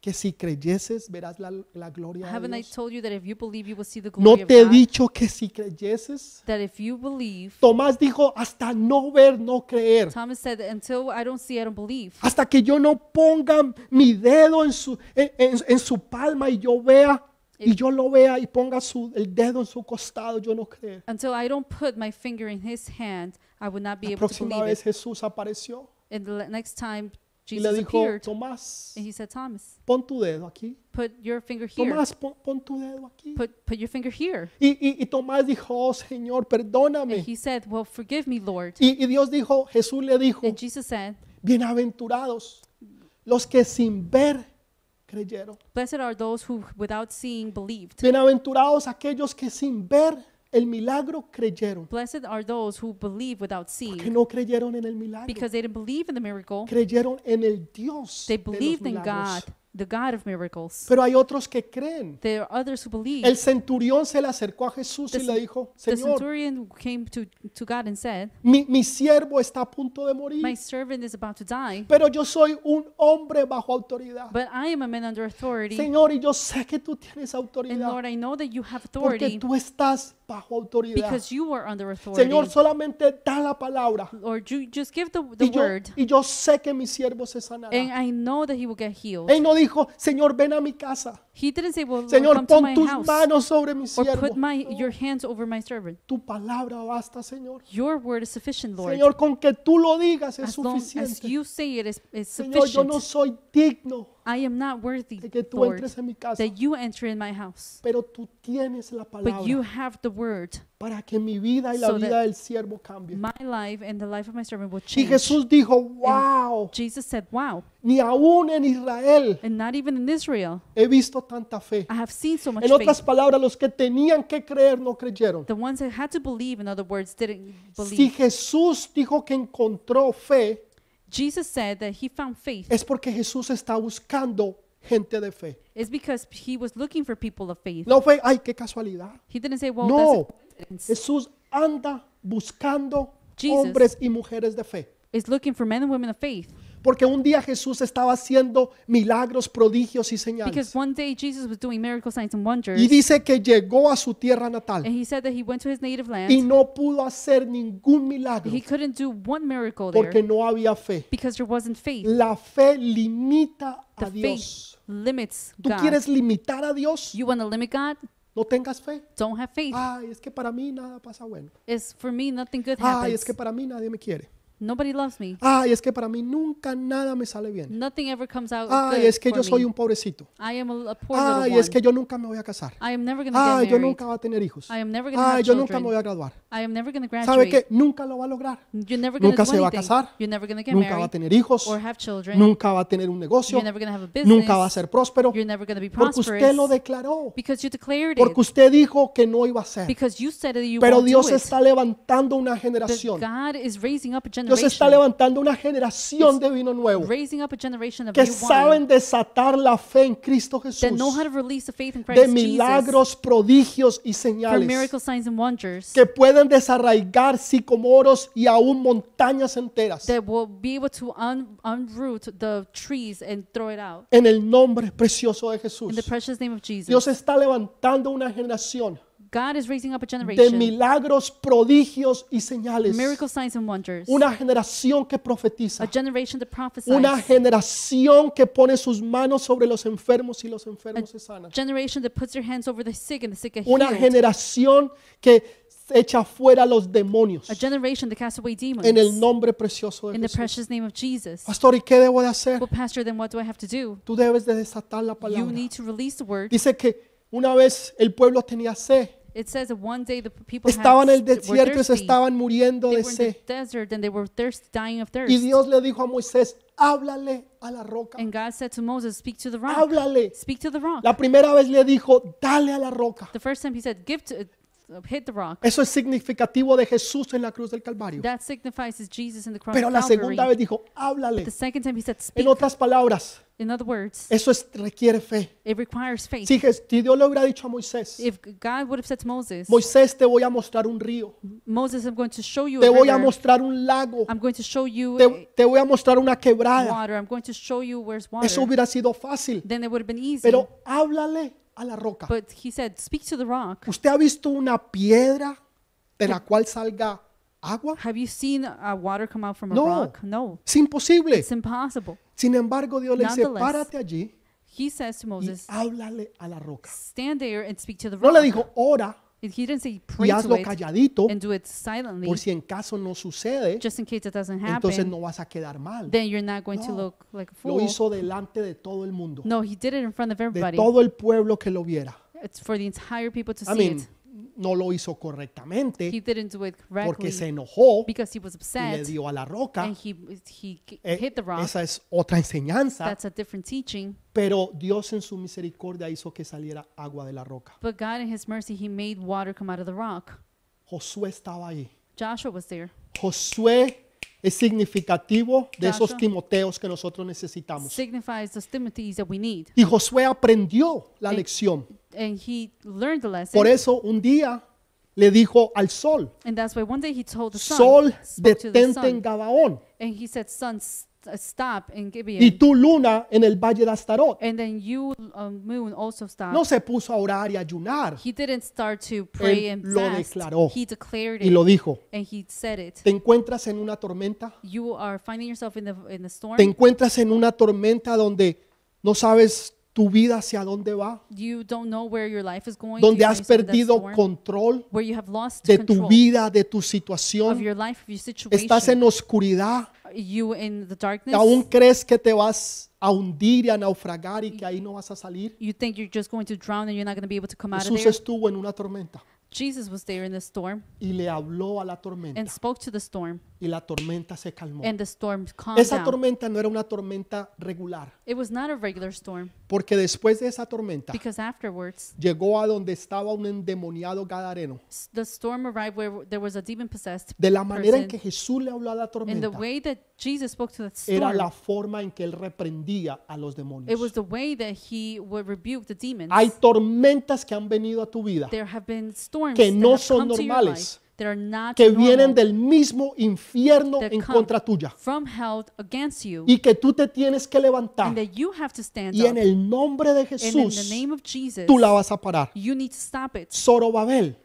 Speaker 1: que si creyeses verás la, la gloria de
Speaker 2: Haven't I
Speaker 1: Dios?
Speaker 2: told you that if you believe, you will see the
Speaker 1: ¿No
Speaker 2: glory
Speaker 1: te he
Speaker 2: of God?
Speaker 1: dicho que si creyeses?
Speaker 2: That if you believe,
Speaker 1: Tomás dijo, hasta no ver, no creer.
Speaker 2: Thomas said, until I don't see, I don't believe.
Speaker 1: Hasta que yo no ponga mi dedo en su, en, en- en su palma y yo vea, y yo lo vea y ponga su, el dedo en su costado, yo no creo.
Speaker 2: Until I don't put my finger in his hand, I would not be
Speaker 1: La
Speaker 2: able to
Speaker 1: próxima
Speaker 2: believe
Speaker 1: vez
Speaker 2: it.
Speaker 1: Jesús apareció
Speaker 2: And the le- next time
Speaker 1: Y le
Speaker 2: Jesus
Speaker 1: dijo,
Speaker 2: appeared
Speaker 1: Tomás,
Speaker 2: and he said, Thomas,
Speaker 1: pon tu dedo aquí.
Speaker 2: put your finger here.
Speaker 1: Tomás, pon, pon tu dedo aquí.
Speaker 2: Put, put your finger here.
Speaker 1: Y, y- y Tomás dijo, oh Señor,
Speaker 2: And
Speaker 1: perdóname.
Speaker 2: he said, Well, forgive me, Lord.
Speaker 1: Y, y Dios dijo, Jesús le dijo,
Speaker 2: And Jesus said,
Speaker 1: bienaventurados los que sin ver creyeron.
Speaker 2: Blessed are those who, without seeing, believed.
Speaker 1: Bienaventurados aquellos que sin ver el milagro creyeron.
Speaker 2: Blessed are those who believe without
Speaker 1: Que
Speaker 2: seeing,
Speaker 1: no creyeron en el milagro.
Speaker 2: because they didn't believe in the miracle.
Speaker 1: Creyeron en el Dios
Speaker 2: They
Speaker 1: de los
Speaker 2: believed in
Speaker 1: milagros.
Speaker 2: God, the God of miracles.
Speaker 1: Pero hay otros que creen.
Speaker 2: There are others who believe.
Speaker 1: El centurión se le acercó a Jesús y
Speaker 2: The
Speaker 1: le
Speaker 2: cen-
Speaker 1: dijo,
Speaker 2: The
Speaker 1: Señor,
Speaker 2: centurion came to, to God and said,
Speaker 1: mi, mi siervo está a punto de
Speaker 2: My
Speaker 1: morir,
Speaker 2: servant is about to die,
Speaker 1: pero yo soy un hombre bajo autoridad.
Speaker 2: but I am a man under authority.
Speaker 1: Señor, y yo sé que tú tienes
Speaker 2: And
Speaker 1: autoridad
Speaker 2: Lord, I know that you have
Speaker 1: porque
Speaker 2: authority
Speaker 1: tú estás bajo autoridad.
Speaker 2: because you are under authority.
Speaker 1: Señor, solamente da la palabra
Speaker 2: Lord, you just give the, the
Speaker 1: y yo,
Speaker 2: word,
Speaker 1: y yo sé que mi siervo se sanará.
Speaker 2: and I know that he will get healed.
Speaker 1: Él no dijo, Señor, ven a mi casa.
Speaker 2: He didn't say, Well, Lord,
Speaker 1: Señor,
Speaker 2: come to
Speaker 1: pon
Speaker 2: my
Speaker 1: tus
Speaker 2: house
Speaker 1: manos sobre mi
Speaker 2: or
Speaker 1: siervo.
Speaker 2: put my, your hands over my servant.
Speaker 1: Tu palabra basta, Señor.
Speaker 2: Your word is sufficient, Lord.
Speaker 1: Señor, con que tú lo digas es
Speaker 2: as long as
Speaker 1: suficiente.
Speaker 2: you say it is, is
Speaker 1: Señor, yo
Speaker 2: sufficient,
Speaker 1: no soy digno
Speaker 2: I am not worthy,
Speaker 1: de que tú
Speaker 2: Lord,
Speaker 1: entres en mi casa,
Speaker 2: that you enter in my house.
Speaker 1: pero tú tienes la
Speaker 2: But you
Speaker 1: palabra
Speaker 2: have the word.
Speaker 1: para que mi vida y la
Speaker 2: so
Speaker 1: vida
Speaker 2: that
Speaker 1: del siervo cambien.
Speaker 2: My life and the life of my servant will
Speaker 1: Y
Speaker 2: change.
Speaker 1: Jesús dijo, wow,
Speaker 2: Jesus said, Wow,
Speaker 1: ni aún en Israel
Speaker 2: and not even in Israel,
Speaker 1: he visto tanta fe.
Speaker 2: I have seen so much
Speaker 1: En otras
Speaker 2: faith.
Speaker 1: palabras, los que tenían que creer no creyeron.
Speaker 2: The ones that had to believe, in other words, didn't
Speaker 1: Si
Speaker 2: believe.
Speaker 1: Jesús dijo que encontró fe,
Speaker 2: Jesus said that he found faith.
Speaker 1: es porque Jesús está buscando gente de fe.
Speaker 2: It's because he was looking for people of faith.
Speaker 1: No fue, ay, qué casualidad.
Speaker 2: He didn't say, Well,
Speaker 1: No,
Speaker 2: that's a coincidence."
Speaker 1: Jesús anda buscando
Speaker 2: Jesus.
Speaker 1: hombres y mujeres de fe.
Speaker 2: It's looking for men and women of faith.
Speaker 1: Porque un día Jesús estaba haciendo milagros, prodigios y señales.
Speaker 2: Because one day Jesus was doing miracle signs and wonders.
Speaker 1: Y dice que llegó a su tierra natal
Speaker 2: And he said that he went to his native land.
Speaker 1: y no pudo hacer ningún milagro
Speaker 2: He couldn't do one miracle there
Speaker 1: porque no había fe.
Speaker 2: because there wasn't faith.
Speaker 1: La fe limita
Speaker 2: The
Speaker 1: a Dios.
Speaker 2: faith limits
Speaker 1: ¿Tú
Speaker 2: God.
Speaker 1: quieres limitar a Dios?
Speaker 2: You want to limit God?
Speaker 1: No tengas fe.
Speaker 2: Don't have faith.
Speaker 1: Ay, es que para mí nada pasa bueno.
Speaker 2: It's for me nothing good
Speaker 1: Ay, es
Speaker 2: happens.
Speaker 1: que para mí nadie me quiere.
Speaker 2: Nobody loves me.
Speaker 1: Ay, es que para mí nunca nada me sale bien.
Speaker 2: Nothing ever comes out
Speaker 1: Ay,
Speaker 2: good
Speaker 1: es que
Speaker 2: for
Speaker 1: yo soy
Speaker 2: me.
Speaker 1: un pobrecito.
Speaker 2: I am a, a poor
Speaker 1: Ay,
Speaker 2: little
Speaker 1: es
Speaker 2: one.
Speaker 1: que yo nunca me voy a casar.
Speaker 2: I am never going to
Speaker 1: Ay, yo
Speaker 2: get married.
Speaker 1: nunca voy a tener hijos.
Speaker 2: I am never going to
Speaker 1: Ay,
Speaker 2: have
Speaker 1: yo nunca
Speaker 2: children.
Speaker 1: me voy a graduar.
Speaker 2: I am never going to
Speaker 1: ¿Sabe
Speaker 2: graduate.
Speaker 1: qué? Nunca lo va a lograr.
Speaker 2: You're never going
Speaker 1: Nunca
Speaker 2: to
Speaker 1: se
Speaker 2: do
Speaker 1: va a
Speaker 2: anything.
Speaker 1: casar.
Speaker 2: You're never going to get
Speaker 1: Nunca va a
Speaker 2: married
Speaker 1: tener hijos.
Speaker 2: or have children.
Speaker 1: Nunca va a tener un negocio.
Speaker 2: You're never going to have a business.
Speaker 1: Nunca va a ser próspero.
Speaker 2: You're never going to be
Speaker 1: Porque
Speaker 2: prosperous
Speaker 1: usted lo declaró.
Speaker 2: because you declared it.
Speaker 1: Porque usted dijo que no iba a ser.
Speaker 2: Because you said that you
Speaker 1: Pero
Speaker 2: won't
Speaker 1: Dios
Speaker 2: do it.
Speaker 1: está levantando una
Speaker 2: But
Speaker 1: generación.
Speaker 2: God is raising up a
Speaker 1: Dios
Speaker 2: generation.
Speaker 1: está levantando una generación de vino nuevo.
Speaker 2: raising up a generation of
Speaker 1: Que
Speaker 2: new wine
Speaker 1: saben desatar la fe en Cristo
Speaker 2: that know how
Speaker 1: Jesús.
Speaker 2: to release the faith in Christ
Speaker 1: De
Speaker 2: Jesus
Speaker 1: milagros, prodigios y
Speaker 2: for
Speaker 1: señales.
Speaker 2: miracle signs and wonders
Speaker 1: que pueden desarraigar sicomoros y aún montañas enteras
Speaker 2: that will be able to un- unroot the trees and throw it out.
Speaker 1: en el nombre precioso de
Speaker 2: In the
Speaker 1: Jesús.
Speaker 2: precious name of Jesus,
Speaker 1: Dios está levantando una generación
Speaker 2: God is raising up
Speaker 1: de
Speaker 2: a generation
Speaker 1: milagros, prodigios y señales.
Speaker 2: miracle signs and wonders.
Speaker 1: Una generación que
Speaker 2: a
Speaker 1: profetiza.
Speaker 2: generation that prophesies.
Speaker 1: Una generación que pone sus manos sobre los enfermos y los enfermos se sanan.
Speaker 2: generation that puts their hands over the sick and the sick are
Speaker 1: Una
Speaker 2: healed.
Speaker 1: generación que echa fuera los demonios
Speaker 2: A generation that casts away demons.
Speaker 1: en el nombre precioso
Speaker 2: in
Speaker 1: de
Speaker 2: the
Speaker 1: Jesús.
Speaker 2: precious name of Jesus.
Speaker 1: Pastor, ¿y qué debo de hacer?
Speaker 2: Well, Pastor, then what do I have to do?
Speaker 1: Tú debes de desatar la
Speaker 2: You
Speaker 1: palabra.
Speaker 2: need to release the word.
Speaker 1: Dice que una vez el pueblo tenía sed,
Speaker 2: It says that one day the people had,
Speaker 1: estaba en el
Speaker 2: were
Speaker 1: desierto y se
Speaker 2: thirsty.
Speaker 1: estaban muriendo
Speaker 2: They
Speaker 1: de
Speaker 2: were in the
Speaker 1: sed.
Speaker 2: desert and they were thirst, dying of thirst.
Speaker 1: Y Dios le dijo a Moisés, háblale a la roca,
Speaker 2: and God said to Moses, "Speak to the rock.
Speaker 1: háblale.
Speaker 2: Speak to the rock."
Speaker 1: La primera vez le dijo, dale a la roca.
Speaker 2: The first time he said, "Give to uh, hit the rock."
Speaker 1: Eso es significativo de Jesús en la cruz del Calvario.
Speaker 2: That signifies is Jesus in the cross.
Speaker 1: Pero
Speaker 2: of
Speaker 1: la
Speaker 2: Calvary.
Speaker 1: segunda vez dijo, háblale.
Speaker 2: the second time he said, "Speak."
Speaker 1: En otras palabras,
Speaker 2: in other words,
Speaker 1: eso es- requiere fe.
Speaker 2: it requires faith.
Speaker 1: Si Jes- si Dios le hubiera dicho a Moisés,
Speaker 2: if God would have said to Moses,
Speaker 1: Moisés, te voy a mostrar un río,
Speaker 2: "Moses, I'm going to show you
Speaker 1: te
Speaker 2: a
Speaker 1: voy a
Speaker 2: river.
Speaker 1: mostrar un lago,
Speaker 2: I'm going to show you
Speaker 1: te, te voy a mostrar una
Speaker 2: uh,
Speaker 1: quebrada,
Speaker 2: water. I'm going to show you where's water."
Speaker 1: eso hubiera sido fácil.
Speaker 2: then it would have been easy.
Speaker 1: Pero háblale a la roca.
Speaker 2: but he said, "Speak to the rock."
Speaker 1: ¿Usted ha visto una piedra de la cual salga agua?
Speaker 2: Have you seen uh, water come out from a
Speaker 1: No.
Speaker 2: rock? No.
Speaker 1: Es imposible.
Speaker 2: It's impossible.
Speaker 1: Sin embargo, Dios le dice,
Speaker 2: Nonetheless,
Speaker 1: párate allí
Speaker 2: He says to
Speaker 1: y
Speaker 2: Moses,
Speaker 1: háblale a la roca.
Speaker 2: Stand there and speak to the
Speaker 1: No
Speaker 2: rock.
Speaker 1: le dijo, ora,
Speaker 2: If He didn't say pray
Speaker 1: y
Speaker 2: to
Speaker 1: hazlo
Speaker 2: it
Speaker 1: calladito
Speaker 2: and do it silently,
Speaker 1: por si en caso no sucede,
Speaker 2: just in case it doesn't
Speaker 1: entonces
Speaker 2: happen.
Speaker 1: no vas a quedar mal.
Speaker 2: Then you're not going to
Speaker 1: No.
Speaker 2: look like a
Speaker 1: Lo
Speaker 2: fool.
Speaker 1: hizo delante de todo el mundo,
Speaker 2: No, He did it in front of
Speaker 1: de
Speaker 2: everybody.
Speaker 1: todo el pueblo que lo viera.
Speaker 2: It's for the entire people to
Speaker 1: I
Speaker 2: see
Speaker 1: mean,
Speaker 2: it.
Speaker 1: no lo hizo
Speaker 2: He
Speaker 1: correctamente
Speaker 2: didn't do it
Speaker 1: porque
Speaker 2: correctly
Speaker 1: se enojó y
Speaker 2: because he was
Speaker 1: le
Speaker 2: upset
Speaker 1: dio a la roca.
Speaker 2: and he he g-
Speaker 1: Eh,
Speaker 2: hit the rock.
Speaker 1: esa es otra enseñanza,
Speaker 2: That's a different teaching.
Speaker 1: pero Dios en su misericordia hizo que saliera agua de la roca.
Speaker 2: But God, in His mercy, He made water come out of the rock.
Speaker 1: Josué estaba ahí.
Speaker 2: Joshua was there.
Speaker 1: Josué es significativo de esos
Speaker 2: Joshua.
Speaker 1: Timoteos que nosotros necesitamos.
Speaker 2: Signifies the Timothy's that we need,
Speaker 1: Y Josué aprendió la
Speaker 2: Eh.
Speaker 1: lección.
Speaker 2: and he learned the lesson.
Speaker 1: Por eso un día le dijo al sol,
Speaker 2: and that's why one day he told the sun,
Speaker 1: sol,
Speaker 2: spoke to the
Speaker 1: detente en
Speaker 2: sun,
Speaker 1: Gabaón
Speaker 2: and he said, "Sun, s- uh, stop in
Speaker 1: y
Speaker 2: Gibeon."
Speaker 1: tú luna en el valle de Astarot.
Speaker 2: and then you, um, moon, also stop.
Speaker 1: No se puso a orar y a ayunar
Speaker 2: he didn't start to pray and
Speaker 1: lo
Speaker 2: fast.
Speaker 1: declaró
Speaker 2: He declared
Speaker 1: y
Speaker 2: it,
Speaker 1: lo dijo.
Speaker 2: and he said it.
Speaker 1: ¿Te encuentras en una tormenta?
Speaker 2: You are finding yourself in the in the storm.
Speaker 1: ¿Te encuentras en una tormenta donde no sabes tu vida hacia dónde va?
Speaker 2: you don't know where your life is going.
Speaker 1: Donde
Speaker 2: you
Speaker 1: has
Speaker 2: find yourself in that
Speaker 1: perdido
Speaker 2: storm,
Speaker 1: control
Speaker 2: where you have lost
Speaker 1: de tu
Speaker 2: control
Speaker 1: vida, de tu
Speaker 2: of
Speaker 1: situación.
Speaker 2: your life, of your situation.
Speaker 1: Estás en oscuridad.
Speaker 2: you in the darkness.
Speaker 1: Aún crees que te vas a hundir y a naufragar y que ahí no vas a salir.
Speaker 2: you think you're just going to drown and you're not going to be able to come out of
Speaker 1: Jesús
Speaker 2: there.
Speaker 1: estuvo en una tormenta
Speaker 2: Jesus was there in the storm
Speaker 1: y le habló a la
Speaker 2: and
Speaker 1: tormenta
Speaker 2: spoke to the storm,
Speaker 1: y la tormenta se calmó.
Speaker 2: and the storm calmed
Speaker 1: Esa
Speaker 2: down.
Speaker 1: tormenta no era una tormenta regular,
Speaker 2: It was not a regular storm
Speaker 1: porque después de esa tormenta
Speaker 2: because afterwards
Speaker 1: llegó a donde estaba un endemoniado gadareno.
Speaker 2: s- the storm arrived where w- there was a demon possessed
Speaker 1: De la manera en
Speaker 2: person.
Speaker 1: que Jesús le habló a la
Speaker 2: and the
Speaker 1: tormenta
Speaker 2: way that Jesus spoke to that
Speaker 1: era
Speaker 2: storm,
Speaker 1: la forma en que él reprendía a los
Speaker 2: it was
Speaker 1: demonios.
Speaker 2: the way that he would rebuke the demons.
Speaker 1: Hay tormentas que han venido a tu vida
Speaker 2: there have been storms
Speaker 1: que no
Speaker 2: that have
Speaker 1: son
Speaker 2: come to your
Speaker 1: normales,
Speaker 2: life that are not
Speaker 1: que
Speaker 2: normal,
Speaker 1: vienen del mismo infierno
Speaker 2: that
Speaker 1: en
Speaker 2: come
Speaker 1: contra tuya
Speaker 2: from hell against you
Speaker 1: y que tú te tienes que levantar
Speaker 2: and that you have to stand
Speaker 1: y
Speaker 2: up
Speaker 1: en el nombre de
Speaker 2: and in the
Speaker 1: Jesús
Speaker 2: name of Jesus
Speaker 1: tú la vas a parar.
Speaker 2: you need to stop it
Speaker 1: Zorobabel,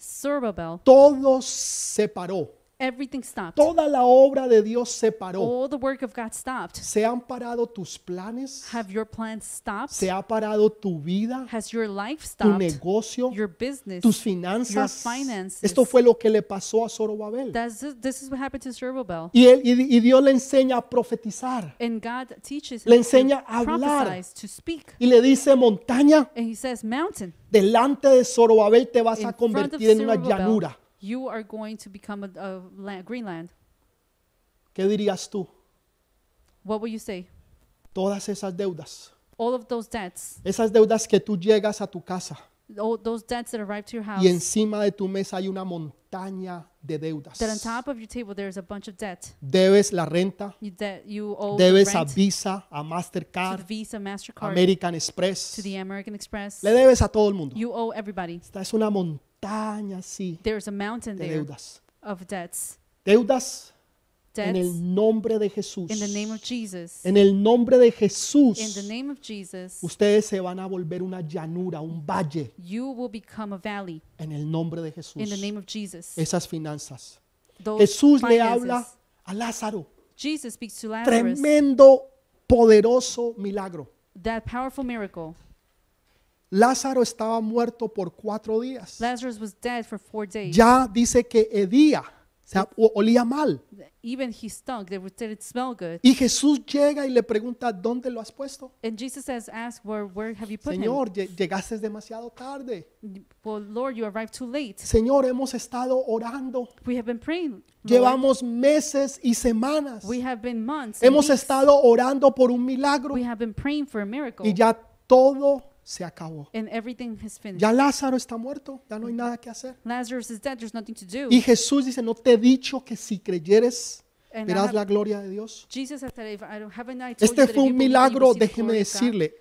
Speaker 2: Zerubbabel
Speaker 1: todo se paró,
Speaker 2: everything stopped
Speaker 1: toda la obra de Dios se paró.
Speaker 2: all the work of God stopped
Speaker 1: ¿Se han parado tus planes?
Speaker 2: have your plans stopped
Speaker 1: ¿Se ha parado tu vida,
Speaker 2: has your life
Speaker 1: tu
Speaker 2: stopped
Speaker 1: negocio,
Speaker 2: your business
Speaker 1: tus finanzas?
Speaker 2: Your finances.
Speaker 1: Esto fue lo que le pasó a Zorobabel.
Speaker 2: That's, this is what happened to Zerubbabel
Speaker 1: Y, él, y, y Dios le enseña a profetizar
Speaker 2: and God teaches
Speaker 1: Le
Speaker 2: him
Speaker 1: enseña a
Speaker 2: to
Speaker 1: hablar.
Speaker 2: prophesize to speak
Speaker 1: y le dice, montaña,
Speaker 2: and he says mountain
Speaker 1: delante de Zorobabel te vas
Speaker 2: in
Speaker 1: a
Speaker 2: front of
Speaker 1: convertir en una
Speaker 2: Zerubbabel
Speaker 1: llanura.
Speaker 2: you are going to become a, a land, Greenland
Speaker 1: ¿Qué dirías tú?
Speaker 2: what will you say
Speaker 1: Todas esas deudas,
Speaker 2: all of those debts
Speaker 1: esas deudas que tú llegas a tu casa
Speaker 2: all those debts that arrived to your house
Speaker 1: y encima de tu mesa hay una montaña de deudas.
Speaker 2: that on top of your table there's a bunch of debt.
Speaker 1: Debes la renta,
Speaker 2: You debt you owe Oh, the
Speaker 1: debes a
Speaker 2: rent
Speaker 1: Visa, a
Speaker 2: to the
Speaker 1: Mastercard,
Speaker 2: Visa, Mastercard,
Speaker 1: American
Speaker 2: to
Speaker 1: Express.
Speaker 2: the American Express.
Speaker 1: Le debes a todo el mundo.
Speaker 2: You owe everybody.
Speaker 1: Esta es una montaña así
Speaker 2: There's a mountain
Speaker 1: de
Speaker 2: there
Speaker 1: deudas.
Speaker 2: of debts.
Speaker 1: Deudas en
Speaker 2: Debts
Speaker 1: el nombre de Jesús.
Speaker 2: in the name of Jesus.
Speaker 1: En el nombre de
Speaker 2: In the
Speaker 1: Jesús.
Speaker 2: name of Jesus,
Speaker 1: Ustedes se van a volver una llanura, un valle.
Speaker 2: you will become a valley.
Speaker 1: En el nombre de
Speaker 2: In the
Speaker 1: Jesús.
Speaker 2: name of Oh, Jesus,
Speaker 1: Esas finanzas.
Speaker 2: those
Speaker 1: Jesús le
Speaker 2: finances.
Speaker 1: habla a Lázaro.
Speaker 2: Jesus speaks to Lazarus.
Speaker 1: Tremendo, poderoso milagro.
Speaker 2: That powerful miracle.
Speaker 1: Lázaro estaba muerto por cuatro días.
Speaker 2: Lazarus was dead for four days.
Speaker 1: Ya dice que hedía, o sea, o- olía mal.
Speaker 2: Even he stunk. They would- did it smell good.
Speaker 1: Y Jesús llega y le pregunta, ¿dónde lo has puesto?
Speaker 2: And Jesus says, "Ask where where have you put him?"
Speaker 1: Señor, lle- llegaste demasiado tarde.
Speaker 2: Well, Lord, you arrived too late.
Speaker 1: Señor, hemos estado orando.
Speaker 2: We have been praying. Lord.
Speaker 1: Llevamos meses y semanas.
Speaker 2: We have been months. and
Speaker 1: Hemos
Speaker 2: weeks.
Speaker 1: estado orando por un milagro
Speaker 2: We have been praying for a miracle.
Speaker 1: y ya todo se acabó.
Speaker 2: And everything has finished.
Speaker 1: Ya Lázaro está muerto, ya no hay nada que hacer.
Speaker 2: Lazarus is dead. There's nothing to do.
Speaker 1: Y Jesús dice, no te he dicho que si creyeres
Speaker 2: And I
Speaker 1: verás
Speaker 2: have-
Speaker 1: la gloria de Dios.
Speaker 2: Jesus has said, "If I don't haven't I told you
Speaker 1: Este
Speaker 2: that
Speaker 1: fue
Speaker 2: if
Speaker 1: un
Speaker 2: you believe, you
Speaker 1: milagro,
Speaker 2: will see the
Speaker 1: déjeme
Speaker 2: glory of God?"
Speaker 1: decirle.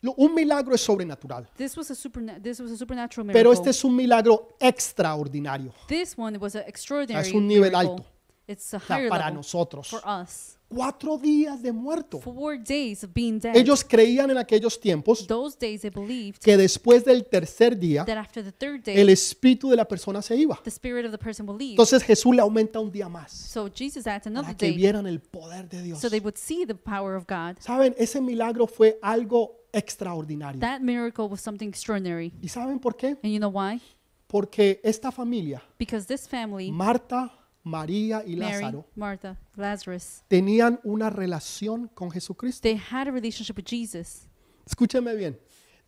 Speaker 1: Lo- Un milagro es sobrenatural,
Speaker 2: This was a superna- This was a supernatural miracle.
Speaker 1: pero este es un milagro extraordinario
Speaker 2: This one was an extraordinary.
Speaker 1: un nivel
Speaker 2: miracle.
Speaker 1: alto.
Speaker 2: It's a
Speaker 1: o sea,
Speaker 2: higher
Speaker 1: para
Speaker 2: level
Speaker 1: nosotros.
Speaker 2: for us.
Speaker 1: Cuatro días de muerto.
Speaker 2: Four days of being dead.
Speaker 1: Ellos creían en aquellos tiempos
Speaker 2: Those days they believed
Speaker 1: que después del tercer día
Speaker 2: that after the third day,
Speaker 1: el espíritu de la persona se iba.
Speaker 2: the spirit of the person will leave.
Speaker 1: Entonces Jesús le aumenta un día más
Speaker 2: So Jesus adds another
Speaker 1: para que
Speaker 2: day
Speaker 1: vieran el poder pues de Dios.
Speaker 2: so they would see the power of God.
Speaker 1: Saben, ese milagro fue algo extraordinario.
Speaker 2: That miracle was something extraordinary.
Speaker 1: ¿Y saben por qué?
Speaker 2: And you know why?
Speaker 1: Porque esta familia,
Speaker 2: Because this family,
Speaker 1: Marta, María y
Speaker 2: Mary,
Speaker 1: Lázaro,
Speaker 2: Martha, Lazarus,
Speaker 1: tenían una relación con Jesucristo.
Speaker 2: they had a relationship with Jesus.
Speaker 1: Escúcheme bien.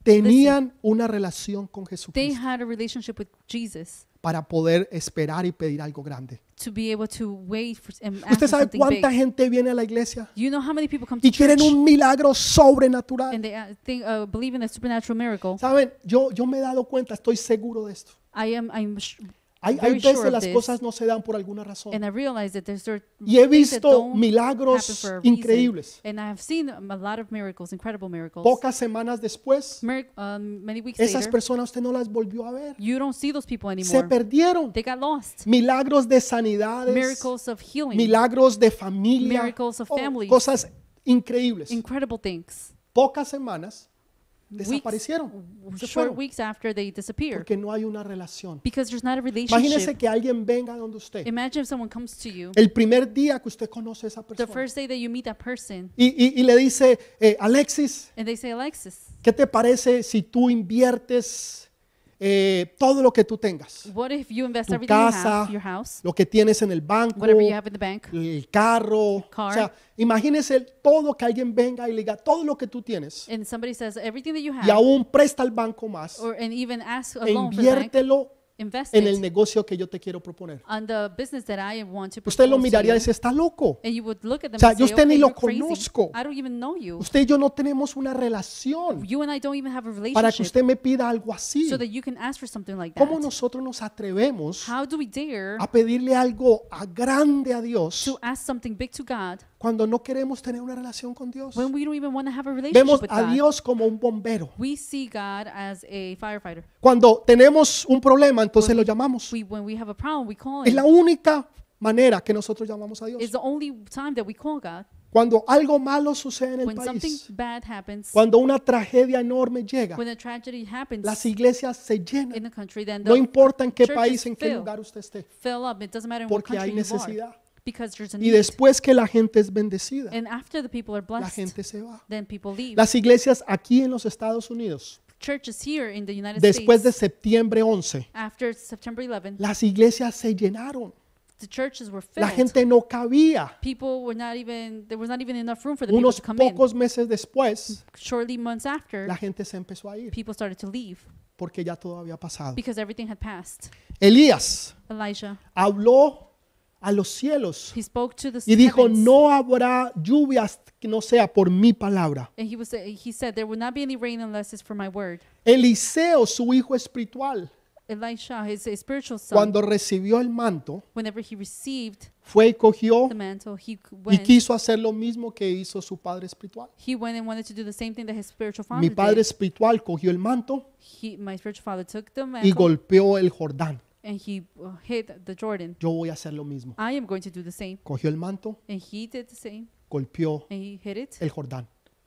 Speaker 1: Tenían una relación con
Speaker 2: They
Speaker 1: Jesucristo
Speaker 2: had a relationship with Jesus
Speaker 1: para poder esperar y pedir algo grande.
Speaker 2: to be able to wait for and ask
Speaker 1: ¿Usted
Speaker 2: for
Speaker 1: sabe
Speaker 2: Ah, something
Speaker 1: cuánta
Speaker 2: big.
Speaker 1: gente viene a la iglesia
Speaker 2: You know how many people come to
Speaker 1: y
Speaker 2: church
Speaker 1: quieren un milagro sobrenatural?
Speaker 2: and they uh, think, uh, believe in a supernatural miracle.
Speaker 1: Saben, yo, yo me he dado cuenta, estoy seguro de esto.
Speaker 2: I am I'm sh-
Speaker 1: Hay, hay
Speaker 2: Very sure
Speaker 1: veces
Speaker 2: of
Speaker 1: las
Speaker 2: this.
Speaker 1: cosas no se dan por alguna razón.
Speaker 2: and I realize that there's certain
Speaker 1: Y he
Speaker 2: things that
Speaker 1: visto
Speaker 2: don't happen
Speaker 1: milagros
Speaker 2: for a reason.
Speaker 1: increíbles.
Speaker 2: And I have seen um, a lot of miracles, incredible miracles.
Speaker 1: Pocas semanas después,
Speaker 2: Mir- um, many weeks
Speaker 1: esas
Speaker 2: later,
Speaker 1: personas usted no las volvió a ver.
Speaker 2: you don't see those people
Speaker 1: Se
Speaker 2: anymore.
Speaker 1: perdieron.
Speaker 2: They got lost.
Speaker 1: Milagros de sanidades,
Speaker 2: Miracles of healing,
Speaker 1: milagros de familia,
Speaker 2: Miracles of
Speaker 1: oh,
Speaker 2: families.
Speaker 1: cosas increíbles.
Speaker 2: incredible things.
Speaker 1: Pocas semanas
Speaker 2: Weeks,
Speaker 1: desaparecieron Se
Speaker 2: short
Speaker 1: fueron.
Speaker 2: weeks after they disappear
Speaker 1: porque no hay una relación.
Speaker 2: because there's not a
Speaker 1: Imagínese
Speaker 2: relationship.
Speaker 1: que alguien venga donde usted
Speaker 2: Imagine if someone comes to you
Speaker 1: el primer día que usted conoce a esa
Speaker 2: Em- the
Speaker 1: persona
Speaker 2: first day that you meet that person
Speaker 1: y, y- y le dice, eh, Alexis,
Speaker 2: and they say, Alexis,
Speaker 1: ¿qué te parece si tú inviertes eh, todo lo que tú tengas?
Speaker 2: what if you invest
Speaker 1: Tu
Speaker 2: everything you
Speaker 1: casa,
Speaker 2: have, your house,
Speaker 1: Lo que tienes en el banco,
Speaker 2: whatever you have in the bank,
Speaker 1: el carro. O
Speaker 2: car.
Speaker 1: sea, imagínese el- todo que alguien venga y le diga todo lo que tú tienes
Speaker 2: and somebody says everything that you
Speaker 1: y
Speaker 2: have,
Speaker 1: aún presta al banco más
Speaker 2: or and even ask a
Speaker 1: e
Speaker 2: loan for the bank,
Speaker 1: inviértelo
Speaker 2: invest
Speaker 1: en el
Speaker 2: it
Speaker 1: negocio que yo te quiero proponer.
Speaker 2: on the business that I want to
Speaker 1: Usted lo
Speaker 2: propose to
Speaker 1: miraría y
Speaker 2: you.
Speaker 1: dice, está loco.
Speaker 2: And you would look at them
Speaker 1: O sea,
Speaker 2: and
Speaker 1: yo
Speaker 2: say,
Speaker 1: usted ni
Speaker 2: "Okay,
Speaker 1: lo
Speaker 2: you're crazy.
Speaker 1: conozco.
Speaker 2: I don't even know you.
Speaker 1: Usted y yo no tenemos una relación
Speaker 2: You and I don't even have a
Speaker 1: para que
Speaker 2: relationship
Speaker 1: usted me pida algo así.
Speaker 2: so that you can ask for something like that.
Speaker 1: ¿Cómo nosotros nos atrevemos
Speaker 2: How do we dare
Speaker 1: a pedirle algo a grande a Dios
Speaker 2: to ask something big to God
Speaker 1: cuando no queremos tener una relación con Dios?
Speaker 2: when we don't even want to have a relationship
Speaker 1: Vemos
Speaker 2: with
Speaker 1: a
Speaker 2: God?
Speaker 1: Dios como un bombero.
Speaker 2: We see God as a firefighter.
Speaker 1: Cuando tenemos un problema, entonces lo llamamos.
Speaker 2: We, when we have a problem, we call
Speaker 1: Es la
Speaker 2: Him.
Speaker 1: única manera que nosotros llamamos a Dios.
Speaker 2: It's the only time that we call God.
Speaker 1: Cuando algo malo sucede en el
Speaker 2: When something
Speaker 1: país,
Speaker 2: bad happens,
Speaker 1: cuando una tragedia enorme llega,
Speaker 2: when a tragedy happens
Speaker 1: las iglesias se llenan.
Speaker 2: in the country, then
Speaker 1: No
Speaker 2: they'll
Speaker 1: importa en qué
Speaker 2: churches
Speaker 1: país, en qué
Speaker 2: fill.
Speaker 1: lugar usted esté,
Speaker 2: fill up. It doesn't matter in what
Speaker 1: porque
Speaker 2: country
Speaker 1: hay
Speaker 2: you are.
Speaker 1: necesidad.
Speaker 2: Because there's a
Speaker 1: Y
Speaker 2: need.
Speaker 1: después que la gente es bendecida,
Speaker 2: And after the people are
Speaker 1: la
Speaker 2: blessed,
Speaker 1: gente se va.
Speaker 2: then people leave.
Speaker 1: Las iglesias aquí en los Estados Unidos,
Speaker 2: Churches here in the United
Speaker 1: después de
Speaker 2: States,
Speaker 1: septiembre 11,
Speaker 2: after September 11,
Speaker 1: las iglesias se llenaron.
Speaker 2: the churches were filled.
Speaker 1: La gente no cabía.
Speaker 2: people were not even, there was not even enough room for the people
Speaker 1: Unos
Speaker 2: to come in. Mm-hmm.
Speaker 1: pocos meses después,
Speaker 2: Shortly months after,
Speaker 1: la gente se empezó a ir
Speaker 2: people started to leave
Speaker 1: porque ya todo había pasado.
Speaker 2: because everything had passed.
Speaker 1: Elías
Speaker 2: Elijah,
Speaker 1: habló a los cielos
Speaker 2: he spoke to the
Speaker 1: y dijo,
Speaker 2: heavens,
Speaker 1: no habrá lluvias que no sea por mi palabra.
Speaker 2: and he was uh, he said, "There will not be any rain unless it's for my word."
Speaker 1: Eliseo, su hijo espiritual,
Speaker 2: Elisha, his, his spiritual son,
Speaker 1: cuando recibió el manto,
Speaker 2: whenever he received
Speaker 1: fue y cogió
Speaker 2: the mantle, he c-
Speaker 1: y
Speaker 2: went.
Speaker 1: quiso hacer lo mismo que hizo su padre espiritual.
Speaker 2: He went and wanted to do the same thing that his spiritual father
Speaker 1: Mi padre
Speaker 2: did.
Speaker 1: espiritual cogió el manto
Speaker 2: He, my spiritual father took the
Speaker 1: y
Speaker 2: mantle
Speaker 1: golpeó el Jordán.
Speaker 2: and he uh, hit the Jordan.
Speaker 1: Yo voy a hacer lo mismo.
Speaker 2: I am going to do the same,
Speaker 1: Cogió el manto,
Speaker 2: and he did the same,
Speaker 1: golpeó
Speaker 2: and he hit it,
Speaker 1: el Jordán.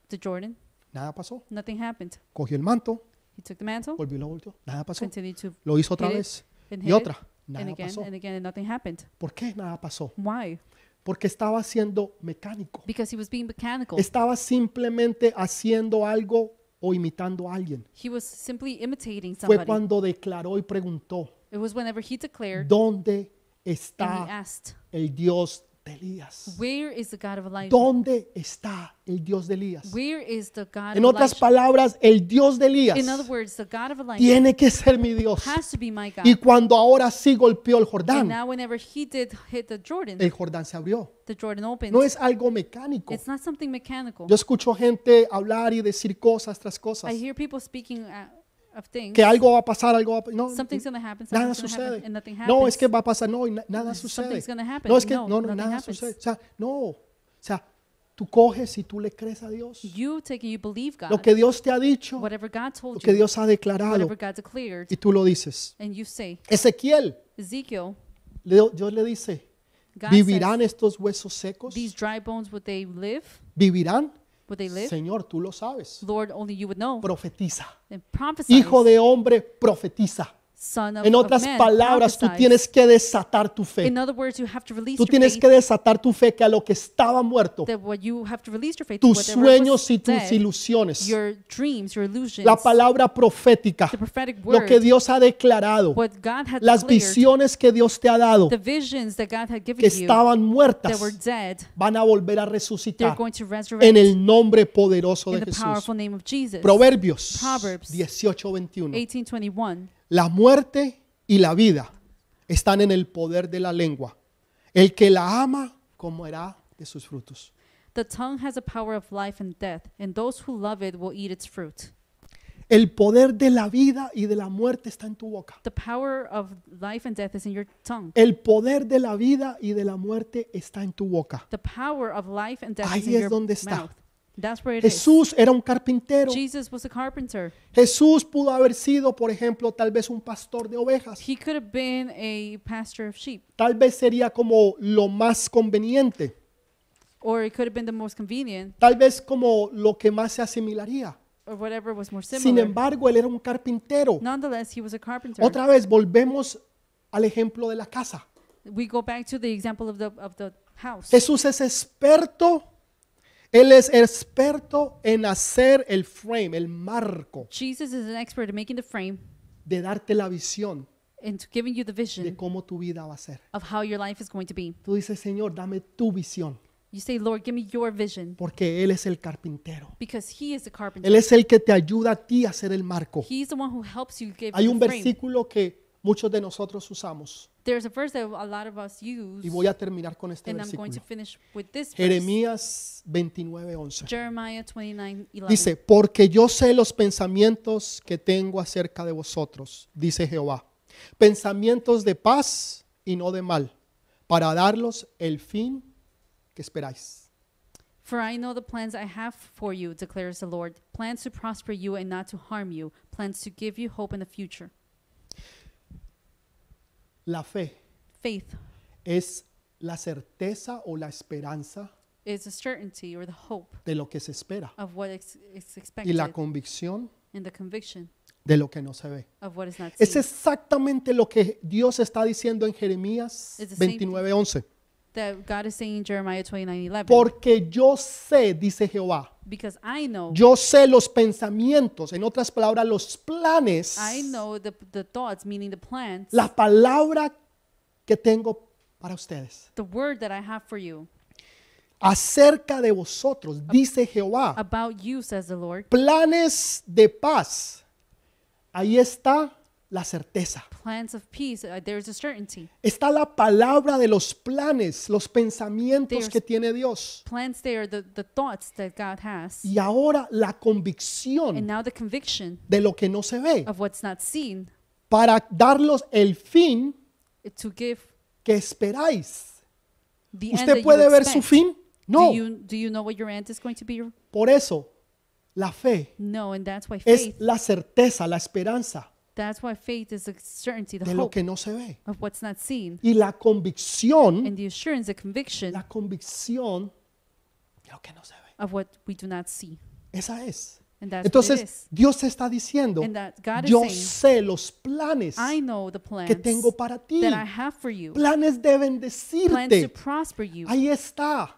Speaker 2: the Jordan.
Speaker 1: Nada pasó.
Speaker 2: Nothing happened.
Speaker 1: Cogió el manto,
Speaker 2: He took the mantle,
Speaker 1: volvió y lo volteó. Nada pasó.
Speaker 2: continued to
Speaker 1: Lo hizo otra
Speaker 2: hit it,
Speaker 1: vez
Speaker 2: and
Speaker 1: y
Speaker 2: hit it,
Speaker 1: otra.
Speaker 2: and
Speaker 1: Nada
Speaker 2: again
Speaker 1: pasó.
Speaker 2: and again, and nothing happened.
Speaker 1: ¿Por qué nada pasó?
Speaker 2: Why?
Speaker 1: Porque estaba siendo mecánico.
Speaker 2: Because he was being mechanical.
Speaker 1: Estaba simplemente haciendo algo o imitando a alguien.
Speaker 2: He was simply imitating
Speaker 1: Fue
Speaker 2: somebody.
Speaker 1: cuando declaró y preguntó,
Speaker 2: It was whenever he declared
Speaker 1: ¿dónde
Speaker 2: and he
Speaker 1: está
Speaker 2: asked,
Speaker 1: el Dios de Elías?
Speaker 2: Where is the God of Elijah?
Speaker 1: ¿Dónde está el Dios de Elías?
Speaker 2: Where is the God
Speaker 1: En
Speaker 2: of
Speaker 1: otras
Speaker 2: Elijah?
Speaker 1: palabras, el Dios de Elías
Speaker 2: In other words, the God of Elijah
Speaker 1: tiene que ser mi Dios.
Speaker 2: has to be my
Speaker 1: Y
Speaker 2: God.
Speaker 1: cuando ahora sí golpeó el
Speaker 2: And
Speaker 1: Jordán,
Speaker 2: now, whenever he did hit the Jordan,
Speaker 1: el Jordán se abrió.
Speaker 2: the Jordan
Speaker 1: No
Speaker 2: opened.
Speaker 1: es algo mecánico.
Speaker 2: It's not something mechanical.
Speaker 1: Yo escucho gente hablar y decir cosas tras
Speaker 2: I
Speaker 1: cosas.
Speaker 2: hear people speaking uh, of things.
Speaker 1: Que algo va a pasar, algo va a pasar. No,
Speaker 2: Something's going to happen.
Speaker 1: nada
Speaker 2: Something's going to happen.
Speaker 1: sucede.
Speaker 2: And nothing
Speaker 1: No, es
Speaker 2: happens.
Speaker 1: que va a pasar. No, y na- nada sucede.
Speaker 2: Something's gonna happen.
Speaker 1: No, es que no,
Speaker 2: No,
Speaker 1: no,
Speaker 2: nothing
Speaker 1: nada
Speaker 2: happens.
Speaker 1: sucede. O sea, no. O sea, tú coges y tú le crees a Dios.
Speaker 2: You take and you believe
Speaker 1: Lo
Speaker 2: God.
Speaker 1: que Dios te ha dicho,
Speaker 2: Whatever God
Speaker 1: lo
Speaker 2: told
Speaker 1: que
Speaker 2: you,
Speaker 1: Dios ha declarado,
Speaker 2: whatever God declared,
Speaker 1: y tú lo dices.
Speaker 2: and you say,
Speaker 1: Ezequiel,
Speaker 2: Ezekiel,
Speaker 1: le- Dios le dice,
Speaker 2: God
Speaker 1: ¿vivirán
Speaker 2: says,
Speaker 1: estos huesos secos?
Speaker 2: these dry bones, would they live?
Speaker 1: ¿Vivirán?
Speaker 2: Would they live?
Speaker 1: Señor, tú lo sabes.
Speaker 2: Lord, only you would know.
Speaker 1: Profetiza.
Speaker 2: And prophesy.
Speaker 1: Hijo de hombre, profetiza.
Speaker 2: Son of,
Speaker 1: En
Speaker 2: of
Speaker 1: otras
Speaker 2: Man,
Speaker 1: palabras, tú
Speaker 2: prophesied.
Speaker 1: tienes que desatar tu fe.
Speaker 2: In other words, you have to release
Speaker 1: Tú
Speaker 2: your
Speaker 1: tienes
Speaker 2: faith
Speaker 1: que desatar tu fe que a lo que estaba muerto,
Speaker 2: that what you have to release your faith to
Speaker 1: tus
Speaker 2: whatever was
Speaker 1: sueños y tus
Speaker 2: dead,
Speaker 1: ilusiones.
Speaker 2: your dreams, your illusions,
Speaker 1: La palabra profética,
Speaker 2: the prophetic word,
Speaker 1: lo que Dios ha declarado,
Speaker 2: what God had
Speaker 1: las
Speaker 2: declared,
Speaker 1: visiones que Dios te ha dado,
Speaker 2: the visions that God had given
Speaker 1: que
Speaker 2: you
Speaker 1: estaban
Speaker 2: that
Speaker 1: muertas,
Speaker 2: were dead,
Speaker 1: van a volver a
Speaker 2: they're
Speaker 1: resucitar
Speaker 2: going to resurrect
Speaker 1: en el nombre poderoso
Speaker 2: in
Speaker 1: de
Speaker 2: the
Speaker 1: Jesús.
Speaker 2: powerful name of Jesus.
Speaker 1: Proverbios
Speaker 2: Proverbs
Speaker 1: 18:21.
Speaker 2: 1821.
Speaker 1: La muerte y la vida están en el poder de la lengua. El que la ama comerá de sus frutos.
Speaker 2: The tongue has a power of life and death, and those who love it will eat its fruit.
Speaker 1: El poder de la vida y de la muerte está en tu boca.
Speaker 2: The power of life and death is in your tongue.
Speaker 1: El poder de la vida y de la muerte está en tu boca.
Speaker 2: The power of life and death
Speaker 1: Ahí
Speaker 2: is in
Speaker 1: es
Speaker 2: your
Speaker 1: donde está.
Speaker 2: mouth. That's where it is.
Speaker 1: Jesús era un carpintero.
Speaker 2: Jesus was a carpenter.
Speaker 1: Jesús pudo haber sido, por ejemplo, tal vez un pastor de ovejas.
Speaker 2: He could have been a pastor of sheep,
Speaker 1: Tal vez sería como lo más conveniente.
Speaker 2: or it could have been the most convenient,
Speaker 1: Tal vez como lo que más se asimilaría.
Speaker 2: or whatever was more
Speaker 1: Sin
Speaker 2: similar.
Speaker 1: embargo, él era un carpintero.
Speaker 2: Nonetheless, he was a carpenter.
Speaker 1: Otra vez volvemos al ejemplo de la casa.
Speaker 2: We go back to the example of the of the house.
Speaker 1: Jesús es experto. Él es experto en hacer el frame, el marco,
Speaker 2: Jesus is an expert in making the frame
Speaker 1: de darte la visión
Speaker 2: and to giving you the
Speaker 1: de
Speaker 2: vision
Speaker 1: cómo tu vida va a ser.
Speaker 2: of how your life is going to be.
Speaker 1: Tú dices, Señor, dame tu visión,
Speaker 2: You say, Lord, give me your vision
Speaker 1: porque Él es el carpintero.
Speaker 2: because He is the carpenter.
Speaker 1: Él es el que te ayuda a ti a hacer el marco.
Speaker 2: He's the one who helps you give
Speaker 1: Hay
Speaker 2: you
Speaker 1: un
Speaker 2: the frame.
Speaker 1: versículo que muchos de nosotros usamos
Speaker 2: There's a verse that a lot of us use,
Speaker 1: y voy a terminar con este
Speaker 2: and I'm going to
Speaker 1: versículo.
Speaker 2: finish with this verse.
Speaker 1: Jeremías 29:11.
Speaker 2: Jeremiah 29, 11.
Speaker 1: Dice, porque yo sé los pensamientos que tengo acerca de vosotros, dice Jehová. Pensamientos de paz y no de mal, para darlos el fin que esperáis.
Speaker 2: For I know the plans I have for you, declares the Lord plans to prosper you and not to harm you, plans to give you hope in the future.
Speaker 1: La fe
Speaker 2: Faith
Speaker 1: es la certeza o la esperanza
Speaker 2: is a certainty or the hope
Speaker 1: de lo que se espera
Speaker 2: of what is, is
Speaker 1: y
Speaker 2: expected
Speaker 1: la convicción
Speaker 2: and the conviction
Speaker 1: de lo que no se ve.
Speaker 2: of what is not
Speaker 1: Es
Speaker 2: seen.
Speaker 1: exactamente lo que Dios está diciendo en Jeremías
Speaker 2: It's the same thing.
Speaker 1: 29:11.
Speaker 2: That God is saying in Jeremiah 29, 11.
Speaker 1: Porque yo sé, dice Jehová,
Speaker 2: because I know,
Speaker 1: Yo sé los pensamientos, en otras palabras, los planes,
Speaker 2: I know the, the thoughts, meaning the plans,
Speaker 1: la palabra que tengo para ustedes.
Speaker 2: the word that I have for you
Speaker 1: Acerca de vosotros, dice Jehová,
Speaker 2: about you, says the Lord.
Speaker 1: planes de paz. Ahí está la certeza.
Speaker 2: Plans of peace, uh, there is a certainty.
Speaker 1: Está la palabra de los planes, los pensamientos que tiene Dios.
Speaker 2: Plans there, the, the thoughts that God has.
Speaker 1: Y ahora la
Speaker 2: And
Speaker 1: convicción
Speaker 2: now the conviction
Speaker 1: de lo que no se ve
Speaker 2: of what's not seen
Speaker 1: para darlos el fin
Speaker 2: to give
Speaker 1: que esperáis.
Speaker 2: the end that
Speaker 1: ¿Usted
Speaker 2: you
Speaker 1: puede ver su
Speaker 2: expect.
Speaker 1: fin? No.
Speaker 2: Do you, do you know what your end is going to be?
Speaker 1: Por eso, la fe
Speaker 2: No, and that's why
Speaker 1: es
Speaker 2: faith,
Speaker 1: la certeza, la esperanza
Speaker 2: that's why faith is the certainty, the
Speaker 1: de lo
Speaker 2: hope
Speaker 1: que no se ve.
Speaker 2: of what's not seen,
Speaker 1: Y la convicción,
Speaker 2: and the assurance, the conviction
Speaker 1: Mm. la convicción de lo que no se ve.
Speaker 2: of what we do not see.
Speaker 1: Esa es.
Speaker 2: And that's what it
Speaker 1: Entonces,
Speaker 2: is.
Speaker 1: Dios está diciendo,
Speaker 2: And that God is
Speaker 1: yo
Speaker 2: saying,
Speaker 1: sé los planes
Speaker 2: I know the plans
Speaker 1: que tengo para ti.
Speaker 2: that I have for you,
Speaker 1: Planes de
Speaker 2: plans to
Speaker 1: bendecirte.
Speaker 2: prosper you,
Speaker 1: Ahí está.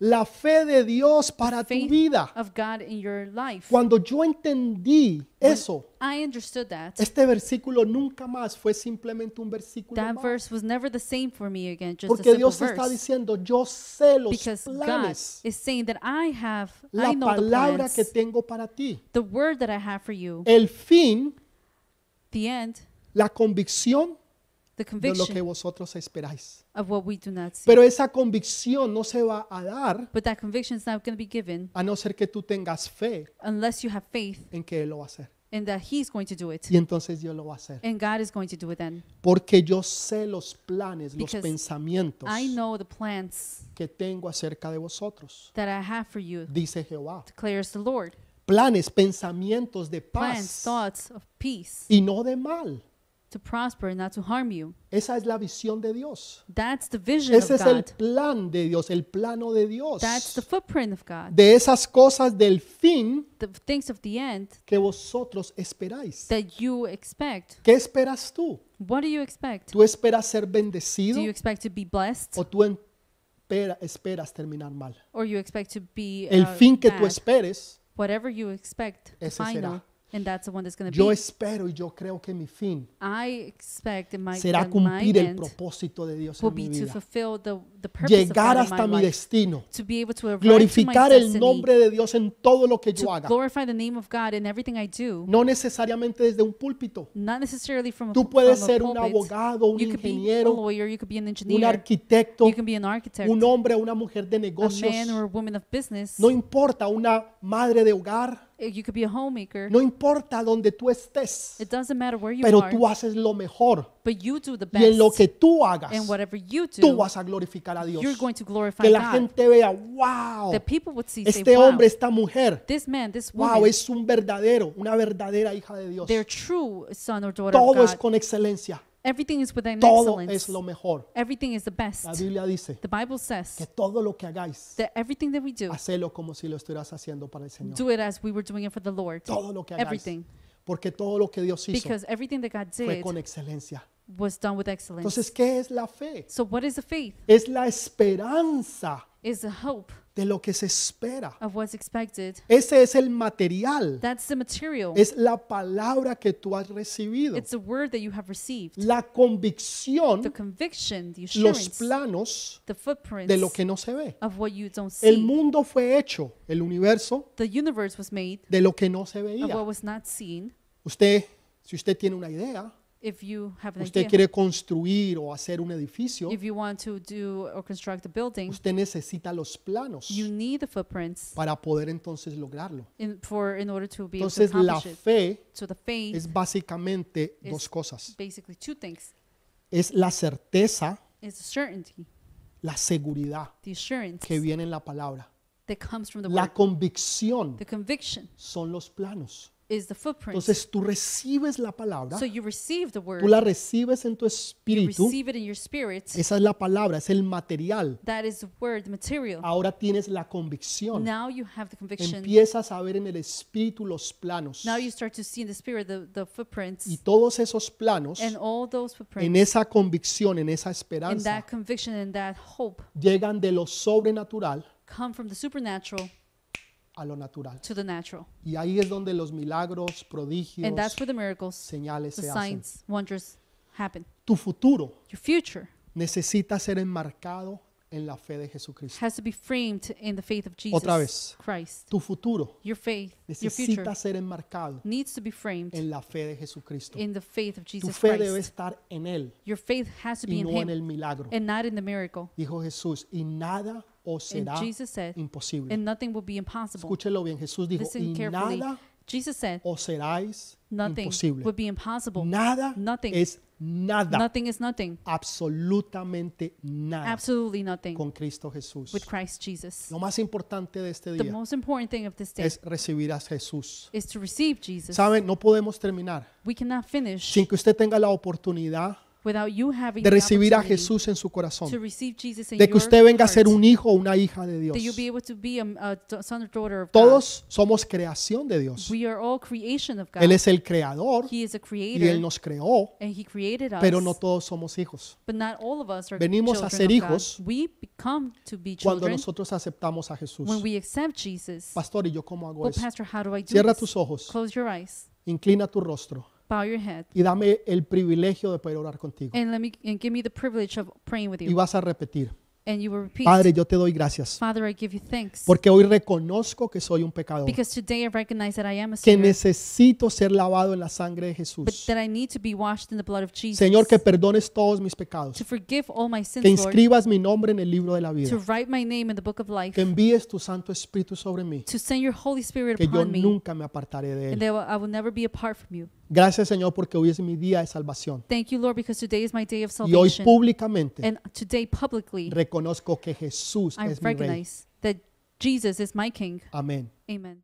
Speaker 1: La fe de Dios para tu
Speaker 2: faith
Speaker 1: vida.
Speaker 2: of God in your life.
Speaker 1: Cuando yo entendí eso,
Speaker 2: I understood that.
Speaker 1: Este versículo nunca más fue simplemente un versículo
Speaker 2: That
Speaker 1: más,
Speaker 2: verse was never the same for me again, just a
Speaker 1: porque
Speaker 2: simple
Speaker 1: Dios
Speaker 2: verse.
Speaker 1: está diciendo, yo sé los
Speaker 2: because God
Speaker 1: planes,
Speaker 2: is saying that I have, I
Speaker 1: la
Speaker 2: know the
Speaker 1: palabra
Speaker 2: plans,
Speaker 1: que Eh, tengo para ti,
Speaker 2: the word that I have for you,
Speaker 1: el fin,
Speaker 2: the end,
Speaker 1: la convicción de
Speaker 2: the
Speaker 1: lo que
Speaker 2: conviction
Speaker 1: vosotros esperáis.
Speaker 2: of what we do not see.
Speaker 1: Pero esa convicción no se va a dar
Speaker 2: But that conviction is not going to be given
Speaker 1: a no ser que tú tengas fe
Speaker 2: unless you have faith
Speaker 1: en que Él lo va a hacer.
Speaker 2: in that He's going to do it.
Speaker 1: Y entonces Dios lo va a hacer.
Speaker 2: And God is going to do it then.
Speaker 1: Porque yo sé los planes, los
Speaker 2: Because
Speaker 1: pensamientos
Speaker 2: I know the plans
Speaker 1: que tengo acerca de vosotros,
Speaker 2: that I have for you,
Speaker 1: dice Jehová.
Speaker 2: declares the Lord.
Speaker 1: Planes, pensamientos de
Speaker 2: Plans,
Speaker 1: paz.
Speaker 2: thoughts of peace
Speaker 1: y no de mal,
Speaker 2: to prosper and not to harm you.
Speaker 1: Esa es la visión de Dios.
Speaker 2: That's the vision
Speaker 1: Ese
Speaker 2: of
Speaker 1: es el
Speaker 2: God.
Speaker 1: plan de Dios, el plano de Dios.
Speaker 2: That's the footprint of God.
Speaker 1: De esas cosas del fin
Speaker 2: The things of the end
Speaker 1: que vosotros esperáis.
Speaker 2: that you expect.
Speaker 1: ¿Qué esperas tú?
Speaker 2: What do you expect?
Speaker 1: ¿Tú esperas ser
Speaker 2: Do
Speaker 1: bendecido
Speaker 2: you expect to be blessed
Speaker 1: o tú empera- esperas terminar mal?
Speaker 2: or you expect to be
Speaker 1: El
Speaker 2: uh,
Speaker 1: fin que tú
Speaker 2: bad?
Speaker 1: esperes,
Speaker 2: Whatever you expect,
Speaker 1: Ese
Speaker 2: final,
Speaker 1: será.
Speaker 2: and that's the one that's going to
Speaker 1: yo
Speaker 2: be.
Speaker 1: espero y yo creo que mi fin
Speaker 2: I expect in my,
Speaker 1: será
Speaker 2: that my
Speaker 1: cumplir el
Speaker 2: end
Speaker 1: propósito de Dios
Speaker 2: will
Speaker 1: en
Speaker 2: be
Speaker 1: mi
Speaker 2: to
Speaker 1: vida.
Speaker 2: fulfill the, the purpose of
Speaker 1: Llegar
Speaker 2: God in my
Speaker 1: hasta mi
Speaker 2: life.
Speaker 1: destino.
Speaker 2: to be able to arrive to my
Speaker 1: Glorificar el
Speaker 2: destiny,
Speaker 1: nombre de Dios en todo lo que
Speaker 2: to
Speaker 1: yo haga.
Speaker 2: glorify the name of God in everything I do.
Speaker 1: No necesariamente desde un púlpito.
Speaker 2: Not necessarily from a,
Speaker 1: Tú puedes
Speaker 2: from a
Speaker 1: ser un
Speaker 2: pulpit.
Speaker 1: abogado, un
Speaker 2: you could be a
Speaker 1: ingeniero,
Speaker 2: lawyer, you could be an engineer,
Speaker 1: un arquitecto,
Speaker 2: you can be an architect,
Speaker 1: un hombre o una mujer de
Speaker 2: a man or
Speaker 1: negocios.
Speaker 2: a woman of business,
Speaker 1: No importa, una madre de hogar.
Speaker 2: eh, you could be a homemaker.
Speaker 1: No importa donde tú estés.
Speaker 2: It doesn't matter where you
Speaker 1: Pero
Speaker 2: are,
Speaker 1: tú haces lo mejor.
Speaker 2: but you do the
Speaker 1: Y en lo
Speaker 2: best,
Speaker 1: que tú hagas,
Speaker 2: and whatever you do,
Speaker 1: tú vas a glorificar a Dios.
Speaker 2: you're going to glorify
Speaker 1: Que la
Speaker 2: God.
Speaker 1: gente vea, wow,
Speaker 2: that people would see, say,
Speaker 1: este
Speaker 2: wow,
Speaker 1: hombre, esta mujer,
Speaker 2: this man, this woman,
Speaker 1: wow, es un verdadero, una verdadera hija de Dios.
Speaker 2: they're true son or daughter
Speaker 1: Todo
Speaker 2: of
Speaker 1: es
Speaker 2: God.
Speaker 1: con excelencia.
Speaker 2: Everything is with an
Speaker 1: Todo
Speaker 2: excellence.
Speaker 1: es lo mejor.
Speaker 2: Everything is the best.
Speaker 1: La Biblia dice
Speaker 2: The Bible says
Speaker 1: que todo lo que hagáis,
Speaker 2: that everything that we do,
Speaker 1: hacelo como si lo estuvieras haciendo para el Señor.
Speaker 2: do it as we were doing it for the Lord.
Speaker 1: Todo lo que hagáis.
Speaker 2: Everything.
Speaker 1: Porque todo lo que Dios hizo
Speaker 2: Because everything that God
Speaker 1: fue
Speaker 2: did
Speaker 1: con excelencia.
Speaker 2: was done with excellence.
Speaker 1: Entonces, ¿qué es la fe?
Speaker 2: So, what is the faith?
Speaker 1: Es la esperanza
Speaker 2: Is the hope
Speaker 1: de lo que se espera.
Speaker 2: of what's expected.
Speaker 1: Ese es el material.
Speaker 2: That's the material.
Speaker 1: Es la palabra que tú has recibido.
Speaker 2: It's the word that you have received.
Speaker 1: La
Speaker 2: The
Speaker 1: convicción,
Speaker 2: conviction, the
Speaker 1: los
Speaker 2: assurance,
Speaker 1: planos
Speaker 2: the footprints
Speaker 1: de lo que no se ve.
Speaker 2: of what you don't
Speaker 1: El
Speaker 2: see.
Speaker 1: mundo fue hecho, el universo,
Speaker 2: The universe was made
Speaker 1: de lo que no se
Speaker 2: of what
Speaker 1: veía.
Speaker 2: was not seen.
Speaker 1: Usted, si usted tiene una idea,
Speaker 2: If you have an
Speaker 1: usted
Speaker 2: idea,
Speaker 1: quiere construir o hacer un edificio,
Speaker 2: if you want to do or construct a building,
Speaker 1: usted necesita los planos
Speaker 2: you need the footprints
Speaker 1: para poder entonces lograrlo.
Speaker 2: in, for in order to be able to
Speaker 1: Entonces la
Speaker 2: accomplish it.
Speaker 1: fe
Speaker 2: So the faith
Speaker 1: es básicamente
Speaker 2: Es-
Speaker 1: dos cosas.
Speaker 2: basically two things.
Speaker 1: Es la certeza,
Speaker 2: It's the certainty,
Speaker 1: la seguridad
Speaker 2: the assurance
Speaker 1: que viene en la palabra.
Speaker 2: that comes from the word.
Speaker 1: La convicción
Speaker 2: The conviction
Speaker 1: son los planos.
Speaker 2: is the footprint.
Speaker 1: Entonces tú recibes la palabra,
Speaker 2: So you receive the word,
Speaker 1: tú la recibes en tu
Speaker 2: you
Speaker 1: espíritu.
Speaker 2: receive it in your spirit.
Speaker 1: Esa es la palabra, es el material.
Speaker 2: That is the word, the material.
Speaker 1: Ahora tienes la convicción.
Speaker 2: Now you have the conviction.
Speaker 1: Empiezas a ver en el espíritu los planos.
Speaker 2: Now you start to see in the spirit the, the
Speaker 1: Y
Speaker 2: footprints
Speaker 1: todos esos planos,
Speaker 2: and all those
Speaker 1: en
Speaker 2: footprints
Speaker 1: esa convicción, en esa
Speaker 2: and
Speaker 1: esperanza,
Speaker 2: that conviction and that hope
Speaker 1: llegan de lo sobrenatural
Speaker 2: come from the supernatural
Speaker 1: a lo natural.
Speaker 2: to the natural.
Speaker 1: Y ahí es donde los milagros, prodigios,
Speaker 2: And that's where the miracles,
Speaker 1: señales
Speaker 2: the
Speaker 1: se hacen.
Speaker 2: signs, wonders happen.
Speaker 1: Tu futuro
Speaker 2: Your future
Speaker 1: necesita ser enmarcado en la fe de Jesucristo.
Speaker 2: has to be framed in the faith of Jesus
Speaker 1: vez.
Speaker 2: Christ.
Speaker 1: Tu futuro
Speaker 2: Your faith, your future
Speaker 1: necesita ser enmarcado
Speaker 2: needs to be framed
Speaker 1: en la fe de Jesucristo.
Speaker 2: in the faith of
Speaker 1: Tu
Speaker 2: Jesus
Speaker 1: fe debe
Speaker 2: Christ.
Speaker 1: estar en Él
Speaker 2: Your faith has to be
Speaker 1: y
Speaker 2: in
Speaker 1: no en
Speaker 2: Him
Speaker 1: el milagro.
Speaker 2: and not in the miracle.
Speaker 1: Dijo Jesús, y nada os
Speaker 2: And
Speaker 1: será
Speaker 2: Jesus said,
Speaker 1: imposible.
Speaker 2: and nothing will be impossible.
Speaker 1: Escúchelo bien, Jesús dijo,
Speaker 2: Listen
Speaker 1: y
Speaker 2: carefully.
Speaker 1: nada
Speaker 2: Jesus said,
Speaker 1: os seráis
Speaker 2: nothing
Speaker 1: imposible.
Speaker 2: would be impossible.
Speaker 1: Nada
Speaker 2: Nothing.
Speaker 1: es nada,
Speaker 2: Nothing is nothing.
Speaker 1: absolutamente nada
Speaker 2: Absolutely nothing
Speaker 1: con Cristo Jesús.
Speaker 2: with Christ Jesus.
Speaker 1: Lo más importante de este
Speaker 2: The
Speaker 1: día
Speaker 2: most important thing of this day
Speaker 1: es recibir a Jesús.
Speaker 2: is to receive Jesus.
Speaker 1: Saben, no podemos terminar
Speaker 2: We cannot finish
Speaker 1: sin que usted tenga la oportunidad
Speaker 2: without you having
Speaker 1: de
Speaker 2: the
Speaker 1: recibir a
Speaker 2: opportunity
Speaker 1: Jesús en su
Speaker 2: to
Speaker 1: corazón,
Speaker 2: receive Jesus in
Speaker 1: de que
Speaker 2: your
Speaker 1: usted venga a ser
Speaker 2: heart,
Speaker 1: un hijo o una hija de Dios.
Speaker 2: that you'll be able to be a, a da- son or daughter of God.
Speaker 1: Todos somos creación de Dios.
Speaker 2: We are all creation of God.
Speaker 1: Él es el creador
Speaker 2: He is a
Speaker 1: y Él
Speaker 2: creator,
Speaker 1: nos creó,
Speaker 2: and He created us.
Speaker 1: pero no todos somos hijos.
Speaker 2: But not all of us are
Speaker 1: Venimos
Speaker 2: children
Speaker 1: a ser
Speaker 2: of God.
Speaker 1: hijos
Speaker 2: We become to be
Speaker 1: Cuando
Speaker 2: children
Speaker 1: nosotros aceptamos a Jesús.
Speaker 2: when we accept Jesus.
Speaker 1: Pastor, ¿y yo cómo hago
Speaker 2: Well,
Speaker 1: eso?
Speaker 2: Pastor, how do I do
Speaker 1: Cierra
Speaker 2: this?
Speaker 1: tus ojos,
Speaker 2: Close your eyes,
Speaker 1: inclina tu rostro
Speaker 2: bow your head,
Speaker 1: y dame el privilegio de poder orar contigo.
Speaker 2: and let me and give me the privilege of praying with
Speaker 1: Y
Speaker 2: you.
Speaker 1: vas a repetir,
Speaker 2: And you will repeat,
Speaker 1: Padre, yo te doy gracias
Speaker 2: Father, I give you thanks
Speaker 1: porque hoy reconozco que soy un pecador,
Speaker 2: because today I recognize that I am a
Speaker 1: que
Speaker 2: sinner,
Speaker 1: necesito ser lavado en la sangre de
Speaker 2: but
Speaker 1: Jesús.
Speaker 2: that I need to be washed in the blood of Jesus.
Speaker 1: Señor, que perdones todos mis
Speaker 2: to
Speaker 1: pecados,
Speaker 2: forgive all my sins,
Speaker 1: que
Speaker 2: Lord,
Speaker 1: inscribas mi nombre en el libro de la
Speaker 2: to
Speaker 1: vida,
Speaker 2: write my name in the book of life,
Speaker 1: que envíes tu Santo Espíritu sobre mí,
Speaker 2: to send your Holy Spirit
Speaker 1: que yo
Speaker 2: upon me,
Speaker 1: nunca me apartaré de
Speaker 2: and
Speaker 1: él.
Speaker 2: that I will never be apart from you.
Speaker 1: Gracias, Señor, porque hoy es mi día de salvación
Speaker 2: Thank you, Lord, because today is my day of
Speaker 1: y hoy
Speaker 2: salvation.
Speaker 1: públicamente
Speaker 2: And today, publicly,
Speaker 1: reconozco que Jesús
Speaker 2: I
Speaker 1: es mi rey.
Speaker 2: recognize that Jesus is my King.
Speaker 1: Amén.
Speaker 2: Amen.